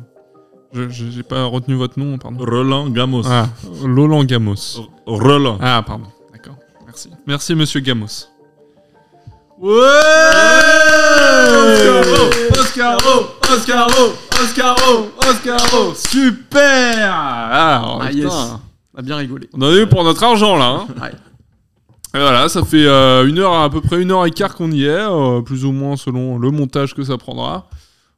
Speaker 2: je- je n'ai pas retenu votre nom, pardon.
Speaker 18: Roland Gamos.
Speaker 2: Ah, Roland Gamos.
Speaker 18: Roland.
Speaker 2: Ah, pardon. D'accord. Merci. Merci, monsieur Gamos.
Speaker 5: Oscaro, Oscaro, Oscaro, Oscaro, Oscaro.
Speaker 2: Super Ah, oh,
Speaker 6: Ah
Speaker 2: putain.
Speaker 6: yes. On a bien rigolé.
Speaker 2: On en a eu pour notre argent, là. hein.
Speaker 6: Ouais.
Speaker 2: Et voilà, ça fait euh, une heure, à peu près une heure et quart qu'on y est, euh, plus ou moins selon le montage que ça prendra.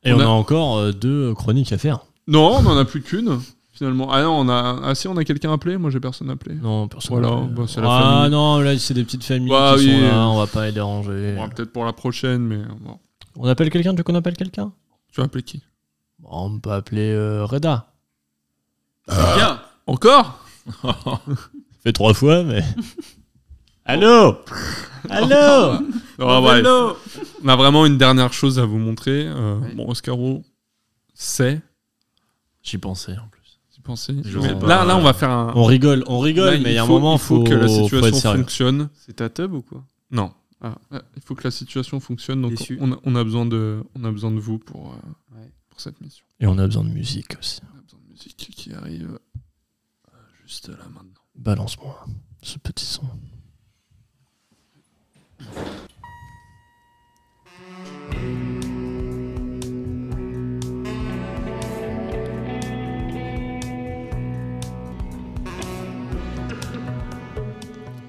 Speaker 1: Et on,
Speaker 2: On
Speaker 1: a...
Speaker 2: a-
Speaker 1: encore euh, deux chroniques à faire.
Speaker 2: Non, on n'en a plus qu'une, finalement. Ah non, on a... Ah si, on a quelqu'un appelé Moi, j'ai personne appelé.
Speaker 1: Non, personne.
Speaker 2: Voilà,
Speaker 1: n'a fait.
Speaker 2: bah, c'est la
Speaker 1: ah
Speaker 2: famille.
Speaker 1: non, là c'est des petites familles
Speaker 2: Bah
Speaker 1: qui
Speaker 2: oui.
Speaker 1: sont là, on va pas les déranger.
Speaker 2: Bon, Peut-être pour la prochaine, mais bon.
Speaker 1: On appelle quelqu'un, tu veux qu'on appelle quelqu'un
Speaker 2: Tu vas appeler qui
Speaker 1: Bon, On peut appeler euh, Reda.
Speaker 6: Bien.
Speaker 2: Encore
Speaker 1: Fait trois fois, mais. Allô Allô
Speaker 2: Ah, ouais.
Speaker 6: Hello.
Speaker 2: On a vraiment une dernière chose à vous montrer. Euh, Bon, Oscaro, c'est.
Speaker 4: J'y pensais en plus.
Speaker 2: J'y pensais.
Speaker 4: Je
Speaker 2: Mais
Speaker 4: sais pas.
Speaker 2: là, là, on va faire un.
Speaker 1: On rigole, on rigole,
Speaker 2: Ah. Là,
Speaker 1: mais il y a un
Speaker 2: faut-
Speaker 1: moment,
Speaker 2: il faut que la
Speaker 1: faut être
Speaker 2: situation
Speaker 1: sérieux.
Speaker 2: fonctionne.
Speaker 6: C'est ta tub ou quoi
Speaker 2: Non.
Speaker 6: Ah.
Speaker 2: Ah, Il faut que la situation fonctionne. Donc,
Speaker 6: Déçu.
Speaker 2: on a, on a besoin de, on a besoin de vous pour, euh,
Speaker 6: Ouais.
Speaker 2: pour cette mission.
Speaker 1: Et on a besoin de musique aussi.
Speaker 2: On a besoin de musique qui arrive euh, juste là maintenant.
Speaker 1: Balance-moi ce petit son.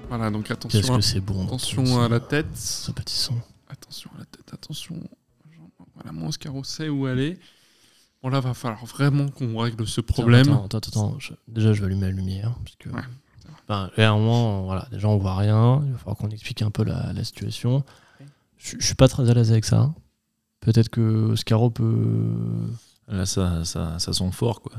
Speaker 2: Voilà, donc attention.
Speaker 1: Qu'est-ce
Speaker 2: à-
Speaker 1: que c'est bon
Speaker 2: Attention
Speaker 1: d'entendre
Speaker 2: à la tête.
Speaker 1: ça, Ce petit son.
Speaker 2: Attention à la tête. Attention. Voilà, mon Oscaro sait où aller. Bon, là, va falloir vraiment qu'on règle ce problème.
Speaker 1: Attends, attends, attends. je- Déjà, je vais allumer la lumière. Parce que...
Speaker 2: Ouais,
Speaker 1: Enfin, là, à un moment, on- voilà, déjà, on voit rien. Il va falloir qu'on explique un peu la, la situation. Je je suis pas très à l'aise avec ça. hein. Peut-être que Oscaro peut.
Speaker 4: Ah, Là, ça, ça, ça sent fort, quoi.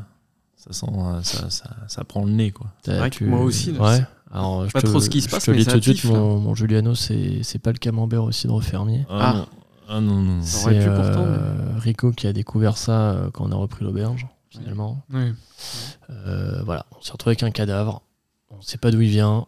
Speaker 4: Ça, sent, euh, ça, ça, ça prend le nez, quoi.
Speaker 1: T'as-
Speaker 6: vrai que moi aussi, là,
Speaker 1: Ouais.
Speaker 6: c'est-
Speaker 1: Alors, je
Speaker 6: pas
Speaker 1: te-
Speaker 6: trop ce qui se
Speaker 1: je
Speaker 6: passe,
Speaker 1: te
Speaker 6: mais
Speaker 1: lis
Speaker 6: ça hein.
Speaker 1: tout de suite,
Speaker 6: tiffe, là.
Speaker 1: mon, mon Juliano, c'est c'est pas le camembert aussi de Refermier.
Speaker 4: Ah,
Speaker 6: Ah.
Speaker 4: non. Ah, non, non, non.
Speaker 1: C'est
Speaker 6: aurait pu pourtant,
Speaker 1: euh, Rico qui a découvert ça euh, quand on a repris l'auberge, finalement.
Speaker 2: Ouais.
Speaker 1: Euh, voilà, on s'est retrouvé avec un cadavre. On sait pas d'où il vient.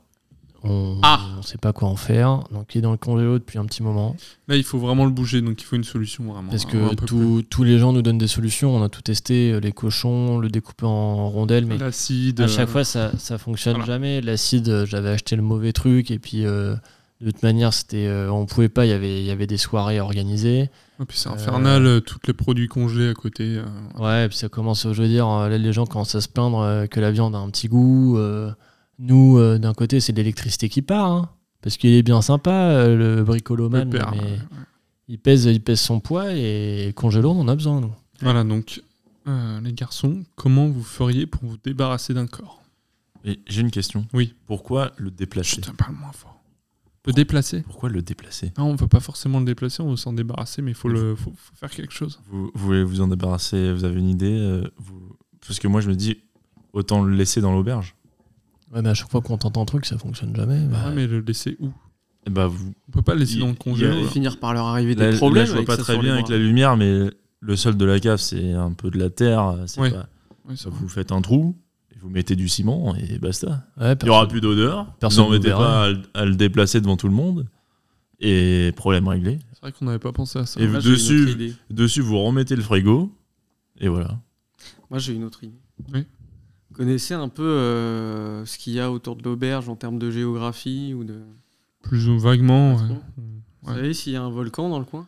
Speaker 1: On
Speaker 2: Ah
Speaker 1: on sait pas quoi en faire. Donc il est dans le congélo depuis un petit moment.
Speaker 2: Là, il faut vraiment le bouger, donc il faut une solution vraiment.
Speaker 1: Parce
Speaker 2: un-
Speaker 1: que
Speaker 2: un peu
Speaker 1: tous- tous les gens nous donnent des solutions. On a tout testé, euh, les cochons, le découper en rondelles,
Speaker 2: plus.
Speaker 1: mais
Speaker 2: l'acide.
Speaker 1: à chaque
Speaker 2: euh,
Speaker 1: fois ça, ça fonctionne
Speaker 2: voilà.
Speaker 1: jamais. L'acide, euh, j'avais acheté le mauvais truc et puis euh, de toute manière c'était, euh, on pouvait pas. Il y avait, il y avait des soirées organisées.
Speaker 2: Ah, puis c'est infernal, euh, tous les produits congelés à côté. euh.
Speaker 1: Ouais, et puis ça commence, je veux dire, euh, là, les gens commencent à se plaindre euh, que la viande a un petit goût. euh, nous, euh, d'un côté, c'est de l'électricité qui part, hein, parce qu'il est bien sympa, euh, le bricoloman,
Speaker 2: Le père,
Speaker 1: mais
Speaker 2: ouais, ouais.
Speaker 1: il, pèse, il pèse son poids et congélo, on en a besoin, nous.
Speaker 2: Voilà, donc, euh, les garçons, comment vous feriez pour vous débarrasser d'un corps
Speaker 4: Et j'ai une question.
Speaker 2: Oui.
Speaker 4: Pourquoi le déplacer
Speaker 2: parle moins fort. Le déplacer
Speaker 4: Pourquoi le déplacer
Speaker 2: Non, on veut pas forcément le déplacer, on veut s'en débarrasser, mais il faut, le- faut- faut faire quelque chose.
Speaker 4: vous, vous voulez vous en débarrasser Vous avez une idée euh, vous- Parce que moi, je me dis, autant le laisser dans l'auberge.
Speaker 1: Ouais, mais à chaque fois qu'on tente un truc, ça fonctionne jamais. bah,
Speaker 2: Ouais, mais le laisser où
Speaker 4: Eh Bah, vous...
Speaker 2: On peut pas le hein. laisser dans le
Speaker 4: il y a-
Speaker 2: congélateur.
Speaker 6: finir par leur arriver
Speaker 4: Là,
Speaker 6: des
Speaker 4: là,
Speaker 6: problèmes.
Speaker 4: je vois
Speaker 6: avec
Speaker 4: pas
Speaker 6: ça
Speaker 4: très
Speaker 6: sur les
Speaker 4: bien
Speaker 6: bras.
Speaker 4: avec la lumière, mais le sol de la cave, c'est un peu de la terre. euh, c'est
Speaker 2: Ouais.
Speaker 4: pas- vous faites un trou, vous mettez du ciment et basta.
Speaker 1: Ouais,
Speaker 4: il y aura plus d'odeur. Vous
Speaker 1: personne
Speaker 4: n'en mettez
Speaker 1: vous verra.
Speaker 4: pas à, le- à le déplacer devant tout le monde. Et problème réglé.
Speaker 2: C'est vrai qu'on n'avait pas pensé à ça.
Speaker 4: Et
Speaker 2: Là, j'ai une autre idée.
Speaker 4: dessus, dessus, vous remettez le frigo. Et voilà.
Speaker 6: Moi, j'ai une autre idée.
Speaker 2: Oui.
Speaker 6: Vous connaissez un peu euh, ce qu'il y a autour de l'auberge en termes de géographie ou de.
Speaker 2: Plus ou vaguement. ouais.
Speaker 6: Vous savez s'il y a un volcan dans le coin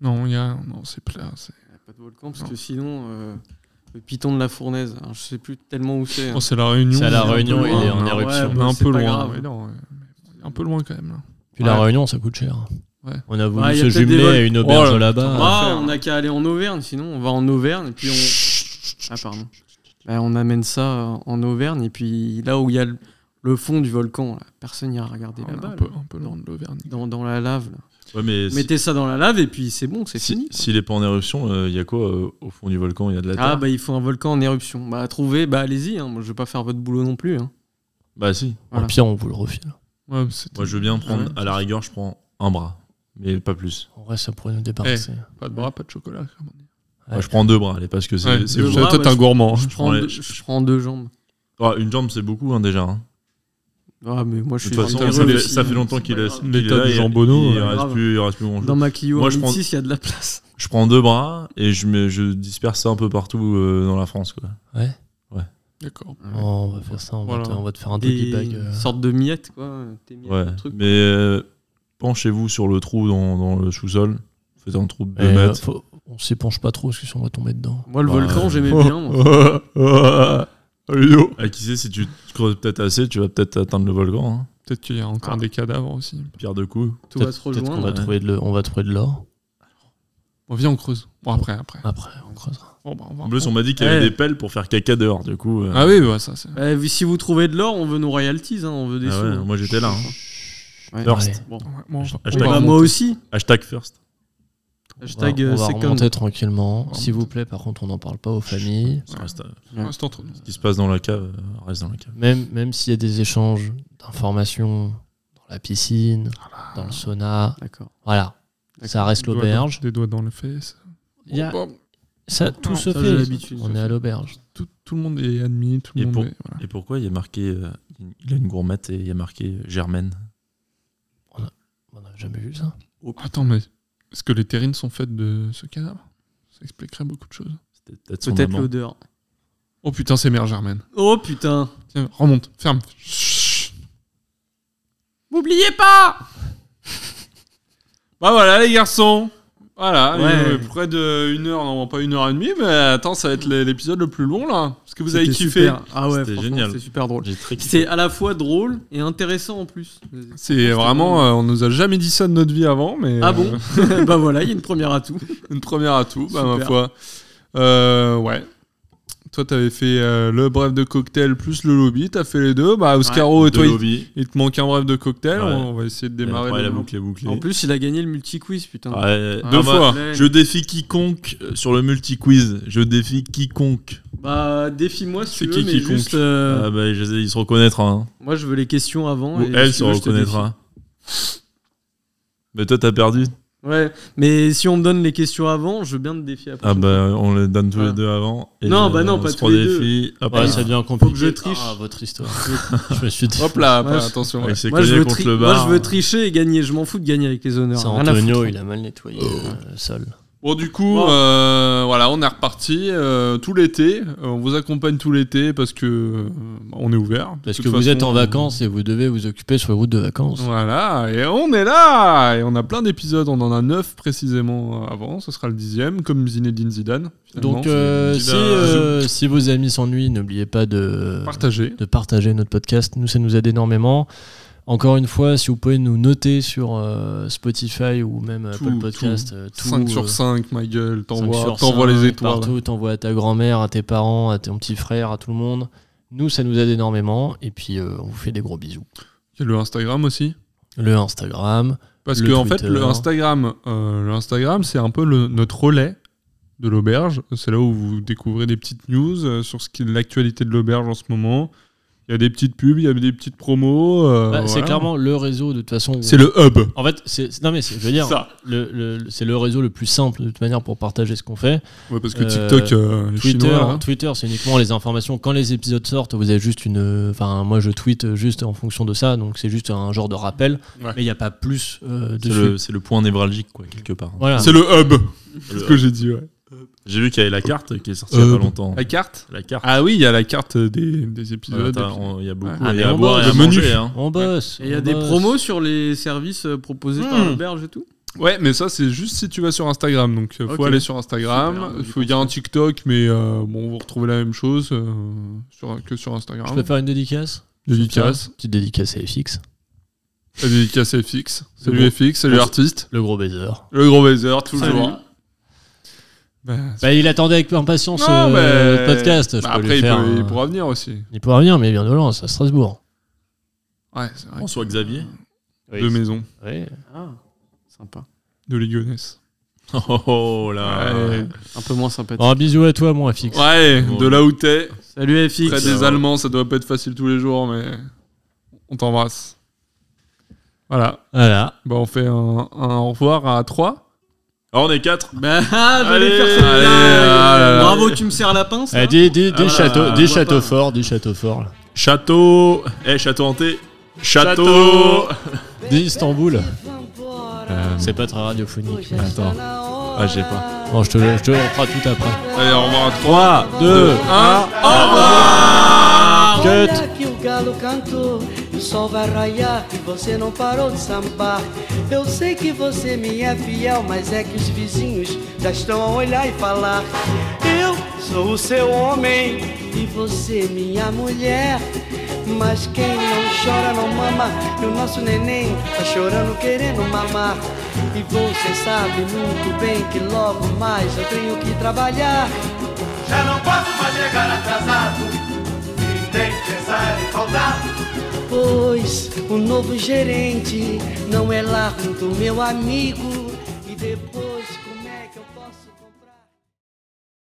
Speaker 2: Non, il y a. Non, c'est plat. c'est-
Speaker 6: Il n'y a pas de volcan parce que sinon, euh, le piton de la fournaise, alors, je sais plus tellement où c'est. hein.
Speaker 2: Oh, c'est la Réunion.
Speaker 1: C'est à La
Speaker 2: un peu
Speaker 1: Réunion, il
Speaker 2: loin.
Speaker 1: est en
Speaker 2: Ouais,
Speaker 1: éruption.
Speaker 4: Ah
Speaker 2: bah,
Speaker 1: Mais
Speaker 2: un
Speaker 1: c'est
Speaker 2: peu
Speaker 1: pas
Speaker 2: loin.
Speaker 1: grave.
Speaker 2: ouais, non, ouais. Mais Un peu loin quand même. Là.
Speaker 1: Puis la Réunion, ça coûte cher.
Speaker 2: Ouais.
Speaker 1: On a voulu
Speaker 6: Bah, il y a
Speaker 1: se
Speaker 6: peut-être des
Speaker 1: jumeler
Speaker 6: vols-
Speaker 1: à une auberge
Speaker 6: Oh là,
Speaker 1: là-bas.
Speaker 6: Ah, on n'a qu'à aller en Auvergne, sinon on va en Auvergne et puis on. Ah, pardon. Bah, on amène ça euh, en Auvergne et puis là où il y a le, le fond du volcan, là, personne n'ira regarder
Speaker 1: Ah,
Speaker 2: On est
Speaker 1: bah
Speaker 6: là-bas.
Speaker 2: un peu,
Speaker 6: là.
Speaker 2: un peu loin de l'Auvergne.
Speaker 6: Dans, dans la lave. là.
Speaker 4: Ouais, mais si-
Speaker 6: Mettez ça dans la lave et puis c'est bon, c'est fini.
Speaker 4: S'il n'est pas en éruption, euh, il y a quoi euh, au fond du volcan Il y a de la terre
Speaker 6: Ah bah il faut un volcan en éruption. Bah trouvez, bah allez-y, hein. moi je vais pas faire votre boulot non plus. hein.
Speaker 4: Bah si.
Speaker 6: Voilà.
Speaker 1: Au pire, on vous le refile.
Speaker 2: Ouais, mais c'était-
Speaker 4: Moi, je veux bien prendre,
Speaker 6: Ah.
Speaker 2: Ouais.
Speaker 4: à la rigueur, je prends un bras, mais pas plus.
Speaker 1: En vrai, ça pourrait nous débarrasser.
Speaker 2: Eh, pas de bras, pas de chocolat. comme on dit.
Speaker 4: Moi, je prends deux bras, allez, parce que c'est.
Speaker 2: Ouais,
Speaker 4: c'est
Speaker 2: deux
Speaker 4: vous.
Speaker 2: bras, Toi, t'es bah, un je- gourmand, hein.
Speaker 6: Je, prends
Speaker 4: les-
Speaker 6: deux, je prends deux jambes.
Speaker 4: Ah, une jambe, c'est beaucoup hein, déjà. hein.
Speaker 6: Ah mais moi
Speaker 4: de
Speaker 6: je suis
Speaker 4: toute façon,
Speaker 6: généreux
Speaker 4: ça fait,
Speaker 6: aussi,
Speaker 4: ça fait
Speaker 6: hein.
Speaker 4: longtemps
Speaker 6: C'est
Speaker 4: qu'il
Speaker 6: pas
Speaker 4: est,
Speaker 6: grave.
Speaker 4: qu'il est là. il- il,
Speaker 6: euh,
Speaker 4: reste
Speaker 6: grave.
Speaker 4: plus, il reste plus grand chose.
Speaker 6: Dans ma Clio
Speaker 4: Moi, je prends,
Speaker 6: 2006, il y a de la place.
Speaker 4: je prends deux bras et je, mets- je disperse ça un peu partout euh, dans la France. Quoi.
Speaker 1: Ouais.
Speaker 4: Ouais.
Speaker 2: D'accord.
Speaker 1: Oh, on va faire ça, on,
Speaker 2: Voilà.
Speaker 1: va, te, on va te faire un doggy
Speaker 6: Des
Speaker 1: bag. euh.
Speaker 6: sortes de miettes quoi. Des miettes
Speaker 4: Ouais.
Speaker 6: de trucs.
Speaker 4: Mais euh, penchez-vous sur le trou dans, dans le sous-sol. Faites un trou de
Speaker 1: Eh,
Speaker 4: 2 mètres.
Speaker 1: faut- on s'épanche pas trop, parce que si on va tomber dedans.
Speaker 6: Moi le
Speaker 4: Bah,
Speaker 6: volcan
Speaker 4: euh,
Speaker 6: j'aimais
Speaker 4: oh,
Speaker 6: bien. moi.
Speaker 4: Ah, qui sait, si tu creuses peut-être assez, tu vas peut-être atteindre le volcan. hein.
Speaker 2: Peut-être qu'il y a
Speaker 1: Ah.
Speaker 2: encore des cadavres aussi.
Speaker 4: Pierre de coups.
Speaker 6: Tout va
Speaker 1: Peut-être-
Speaker 6: se
Speaker 1: peut-être qu'on
Speaker 6: rejoindre.
Speaker 1: va
Speaker 4: ouais.
Speaker 1: trouver de le- on va trouver de l'or.
Speaker 2: On vient, on creuse. Bon, après, après.
Speaker 1: Après, on creusera.
Speaker 2: Bon, bah, on va-
Speaker 4: En plus, on m'a dit qu'il y avait
Speaker 6: Ouais.
Speaker 4: des pelles pour faire caca dehors, du coup. euh,
Speaker 2: Ah oui, bah, ça, c'est.
Speaker 6: Eh, vous- si vous trouvez de l'or, on veut nos royalties, hein, on veut des
Speaker 4: Ah
Speaker 6: sous.
Speaker 4: ouais,
Speaker 6: hein.
Speaker 4: moi j'étais là. hein.
Speaker 6: Ouais.
Speaker 4: First.
Speaker 1: Allez,
Speaker 6: Bon.
Speaker 2: Ouais, bon, on va-
Speaker 4: Hashtag-
Speaker 2: on
Speaker 6: Bah,
Speaker 2: va-
Speaker 6: moi aussi.
Speaker 4: Hashtag first.
Speaker 1: on va,
Speaker 6: Hashtag
Speaker 1: on
Speaker 6: euh,
Speaker 1: va
Speaker 6: c'est comme.
Speaker 1: remonter tranquillement.
Speaker 2: On
Speaker 1: S'il vous plaît, par contre, on n'en parle pas aux familles.
Speaker 4: Ça reste, euh,
Speaker 2: on reste entre nous.
Speaker 4: ce qui se passe dans la cave euh, reste dans la cave.
Speaker 1: Même, même s'il y a des échanges d'informations dans la piscine, dans le sauna,
Speaker 6: D'accord.
Speaker 1: voilà. Ça reste
Speaker 2: Des doigts
Speaker 1: l'auberge.
Speaker 2: dans- Des doigts dans les fesses.
Speaker 1: Il y a-
Speaker 2: Bon, bah,
Speaker 1: Ça, tout
Speaker 2: Non,
Speaker 1: se
Speaker 6: ça, j'ai
Speaker 1: fait.
Speaker 6: l'habitude,
Speaker 1: On
Speaker 6: ça
Speaker 1: est à
Speaker 6: fait.
Speaker 1: l'auberge.
Speaker 2: tout, tout le monde est admis, tout le
Speaker 4: Et
Speaker 2: monde
Speaker 4: pour-
Speaker 2: est- voilà.
Speaker 4: Et pourquoi il y a marqué. euh, il a une gourmette et il y a marqué euh, Germaine
Speaker 1: On n'a jamais vu ça.
Speaker 2: Attends, mais est-ce que les terrines sont faites de ce cadavre Ça expliquerait beaucoup de choses.
Speaker 4: C'était peut-être son
Speaker 6: Peut-être
Speaker 4: amant.
Speaker 6: l'odeur.
Speaker 2: Oh putain, c'est mère Germaine.
Speaker 6: Oh putain.
Speaker 2: Tiens, remonte, ferme. Chut.
Speaker 6: M'oubliez pas.
Speaker 2: Bah voilà, les garçons. Voilà,
Speaker 6: Ouais.
Speaker 2: euh, près de une heure, non, pas une heure et demie, mais attends, ça va être l'é- l'épisode le plus long là. Est-ce que vous avez
Speaker 6: C'était
Speaker 2: kiffé
Speaker 6: super. Ah ouais,
Speaker 4: C'était
Speaker 6: franchement,
Speaker 4: génial.
Speaker 6: C'est super drôle.
Speaker 4: J'ai très kiffé.
Speaker 6: C'est à la fois drôle et intéressant en plus.
Speaker 2: C'est vraiment, euh, on nous a jamais dit ça de notre vie avant, mais
Speaker 6: Ah
Speaker 2: euh,
Speaker 6: bon Bah voilà, il y a une première atout.
Speaker 2: une première à tout, bah, ma
Speaker 6: Super.
Speaker 2: foi. Euh, ouais. Toi, t'avais fait euh, le bref de cocktail plus le lobby, t'as fait les deux. Bah, Oscaro et
Speaker 4: De
Speaker 2: toi, il-
Speaker 4: lobby.
Speaker 2: il te manque un bref de cocktail.
Speaker 4: Ouais.
Speaker 2: On va essayer de
Speaker 4: Et
Speaker 2: démarrer.
Speaker 4: après,
Speaker 2: le-
Speaker 4: la boucle est bouclée.
Speaker 6: En plus, il a gagné le multi-quiz, putain.
Speaker 4: Ah, euh,
Speaker 2: Deux
Speaker 4: ah, bah,
Speaker 2: fois.
Speaker 4: Je défie quiconque euh, sur le multi-quiz. Je défie quiconque.
Speaker 6: Bah défie-moi si
Speaker 2: C'est
Speaker 6: tu veux,
Speaker 2: qui
Speaker 6: mais
Speaker 2: qui compte
Speaker 6: juste... euh,
Speaker 4: Ah bah, je sais, il se reconnaîtra. hein.
Speaker 6: Moi, je veux les questions avant.
Speaker 4: Ou
Speaker 6: et
Speaker 4: elle
Speaker 6: si
Speaker 4: se
Speaker 6: tu veux, je te
Speaker 4: reconnaîtra. Mais toi, t'as perdu.
Speaker 6: défie. Ouais, mais si on me donne les questions avant, je veux bien te défier après.
Speaker 4: Ah bah, on les donne tous
Speaker 6: Voilà.
Speaker 4: les deux avant. et,
Speaker 6: Ah.
Speaker 4: euh,
Speaker 6: Non, bah non,
Speaker 4: on
Speaker 6: pas
Speaker 4: se
Speaker 6: tous les deux.
Speaker 4: redéfie. Hop
Speaker 1: Ouais,
Speaker 4: là.
Speaker 1: ça devient compliqué.
Speaker 6: je triche.
Speaker 1: Ah, votre histoire. je me suis
Speaker 6: Oh,
Speaker 1: dit.
Speaker 2: Hop là,
Speaker 6: Ouais,
Speaker 2: bah,
Speaker 6: je-
Speaker 2: attention.
Speaker 4: Ouais, il s'est
Speaker 6: Moi je,
Speaker 4: cogné
Speaker 6: veux
Speaker 4: contre
Speaker 6: tri-
Speaker 4: le
Speaker 6: moi,
Speaker 4: bar.
Speaker 6: je veux tricher et gagner. Je m'en fous de gagner avec les honneurs.
Speaker 1: C'est
Speaker 6: Rien à
Speaker 1: Antonio,
Speaker 6: foutre.
Speaker 1: il a mal nettoyé euh, le sol.
Speaker 2: Bon, du coup,
Speaker 6: Wow.
Speaker 2: euh, voilà, on est reparti euh, tout l'été. Euh, on vous accompagne tout l'été parce que euh, on est ouvert. De
Speaker 1: Parce
Speaker 2: toute
Speaker 1: que vous
Speaker 2: façon, euh,
Speaker 1: êtes en vacances et vous devez vous occuper sur les routes de vacances.
Speaker 2: Voilà, et on est là Et on a plein d'épisodes, on en a 9 précisément euh, avant, ce sera le dixième, comme Zinedine Zidane. finalement.
Speaker 1: Donc, euh,
Speaker 4: Dis-la.
Speaker 1: si, euh, si vos amis s'ennuient, n'oubliez pas
Speaker 2: euh,
Speaker 1: de,
Speaker 2: Partagez.
Speaker 1: de partager notre podcast. Nous, ça nous aide énormément. Encore une fois, si vous pouvez nous noter sur euh, Spotify ou même
Speaker 2: Tout,
Speaker 1: Apple Podcast, euh, tout,
Speaker 2: 5
Speaker 1: euh,
Speaker 2: sur 5, ma gueule,
Speaker 1: cinq
Speaker 2: t'envoies
Speaker 1: sur
Speaker 2: t'envoies
Speaker 1: cinq,
Speaker 2: les étoiles.
Speaker 1: Partout, t'envoies à ta grand-mère, à tes parents, à ton petit frère, à tout le monde. Nous, ça nous aide énormément. Et puis, euh, on vous fait des gros bisous.
Speaker 2: Il y a le Instagram aussi.
Speaker 1: Le Instagram.
Speaker 2: Parce
Speaker 1: le
Speaker 2: que en fait, le
Speaker 1: Twitter.
Speaker 2: Instagram, euh, le Instagram, c'est un peu le- notre relais de l'auberge. C'est là où vous découvrez des petites news euh, sur ce qui est l'actualité de l'auberge en ce moment. Il y a des petites pubs, il y a des petites promos. euh,
Speaker 1: Bah, C'est
Speaker 2: voilà.
Speaker 1: clairement le réseau de toute façon. où-
Speaker 2: C'est le hub.
Speaker 1: En fait, c'est non mais c'est- je veux dire,
Speaker 2: Ça.
Speaker 1: le- le- le- c'est le réseau le plus simple de toute manière pour partager ce qu'on fait.
Speaker 2: Ouais, parce que TikTok, euh, les
Speaker 1: Twitter,
Speaker 2: Chinois, hein.
Speaker 1: Twitter, c'est uniquement les informations. Quand les épisodes sortent, vous avez juste une. Enfin, moi, je tweete juste en fonction de ça, donc c'est juste un genre de rappel.
Speaker 2: Ouais.
Speaker 1: Mais il n'y a pas plus euh,
Speaker 4: C'est
Speaker 1: dessus.
Speaker 4: le, c'est le point névralgique, quoi, quelque part. hein.
Speaker 1: Voilà.
Speaker 2: C'est le hub.
Speaker 4: Le
Speaker 2: C'est ce que
Speaker 4: hub.
Speaker 2: j'ai dit, ouais.
Speaker 4: J'ai vu qu'il y avait la carte qui est sortie il y a
Speaker 6: Euh,
Speaker 2: Hub.
Speaker 4: pas longtemps.
Speaker 2: La carte
Speaker 4: La carte.
Speaker 2: Ah oui, il y a la carte des, des épisodes.
Speaker 4: Attends, on- il y a
Speaker 6: Ah,
Speaker 4: beaucoup.
Speaker 2: Ouais.
Speaker 4: Il y a à boire et à
Speaker 2: Le menu.
Speaker 4: manger, hein.
Speaker 1: On bosse.
Speaker 6: Et il y a
Speaker 1: on
Speaker 6: des
Speaker 1: bosse.
Speaker 6: promos sur les services euh, proposés par
Speaker 2: Hmm.
Speaker 6: l'auberge et tout
Speaker 2: Ouais, mais ça, c'est juste si tu vas sur Instagram. Donc, euh, faut
Speaker 6: Ok.
Speaker 2: aller sur
Speaker 6: Super,
Speaker 2: Instagram.
Speaker 6: bah, du
Speaker 2: Faut- Il y a un TikTok, mais euh, bon, vous retrouvez la même chose euh, sur, que sur Instagram.
Speaker 1: Je peux faire une dédicace
Speaker 2: Dédicace.
Speaker 1: Petite dédicace à FX.
Speaker 2: La dédicace à FX. Salut
Speaker 1: gros-
Speaker 2: FX, salut
Speaker 1: le-
Speaker 2: l'artiste.
Speaker 1: Le gros baiser.
Speaker 2: Le gros baiser, toujours. Bah,
Speaker 1: Bah, il attendait avec impatience
Speaker 2: Non,
Speaker 1: euh,
Speaker 2: mais-
Speaker 1: le podcast. Je
Speaker 2: Bah,
Speaker 1: peux lui
Speaker 2: après, il,
Speaker 1: faire hein.
Speaker 2: peut- il
Speaker 1: un-
Speaker 2: pourra venir aussi.
Speaker 1: il pourra venir, mais il vient de Lens, à Strasbourg.
Speaker 2: Ouais, c'est vrai.
Speaker 4: François Xavier.
Speaker 2: De maison,
Speaker 1: Ouais.
Speaker 6: Sympa.
Speaker 2: de Lyonnaise.
Speaker 4: Oh, oh là.
Speaker 2: Ouais,
Speaker 6: Un peu moins sympathique.
Speaker 1: Bon, un bisou à toi, moi, FX.
Speaker 2: Ouais, Eh,
Speaker 4: Bon.
Speaker 2: de là où t'es.
Speaker 6: Salut FX.
Speaker 2: Près des Allemands, ça doit pas être facile tous les jours, mais on t'embrasse. Voilà.
Speaker 1: Voilà.
Speaker 2: Bah, on fait un, un au revoir à 3.
Speaker 4: Ah, on est 4.
Speaker 6: Bah, ah, j'allais
Speaker 2: Allez,
Speaker 6: faire ça.
Speaker 2: allez, ah là là.
Speaker 4: euh,
Speaker 6: Bravo, tu me serres la pince.
Speaker 1: Eh,
Speaker 6: là
Speaker 1: des des, des
Speaker 6: Ah,
Speaker 1: châteaux,
Speaker 6: je
Speaker 1: des
Speaker 6: vois pas.
Speaker 1: châteaux forts, des châteaux forts. là.
Speaker 4: Château. Eh, château hanté.
Speaker 1: Château.
Speaker 4: Château.
Speaker 1: Des Istanbul.
Speaker 19: Euh,
Speaker 1: C'est pas très
Speaker 19: Oh,
Speaker 1: radiophonique.
Speaker 4: Euh, Attends. Ah, j'ai pas.
Speaker 1: Bon, je te le je te le fera tout après.
Speaker 2: Allez, au revoir à
Speaker 1: 3, 2, 1, au revoir Cut
Speaker 19: Olha é que o galo cantou, o sol vai raiar e você não parou de sambar. Eu sei que você me é fiel, mas é que os vizinhos já estão a olhar e falar. Eu sou o seu homem e você minha mulher. Mas quem não chora não mama, e o nosso neném tá chorando querendo mamar. E você sabe muito bem que logo mais eu tenho que trabalhar.
Speaker 20: Já não posso mais chegar atrasado e nem pensar em faltar.
Speaker 19: Pois o novo gerente não é lá do meu amigo. é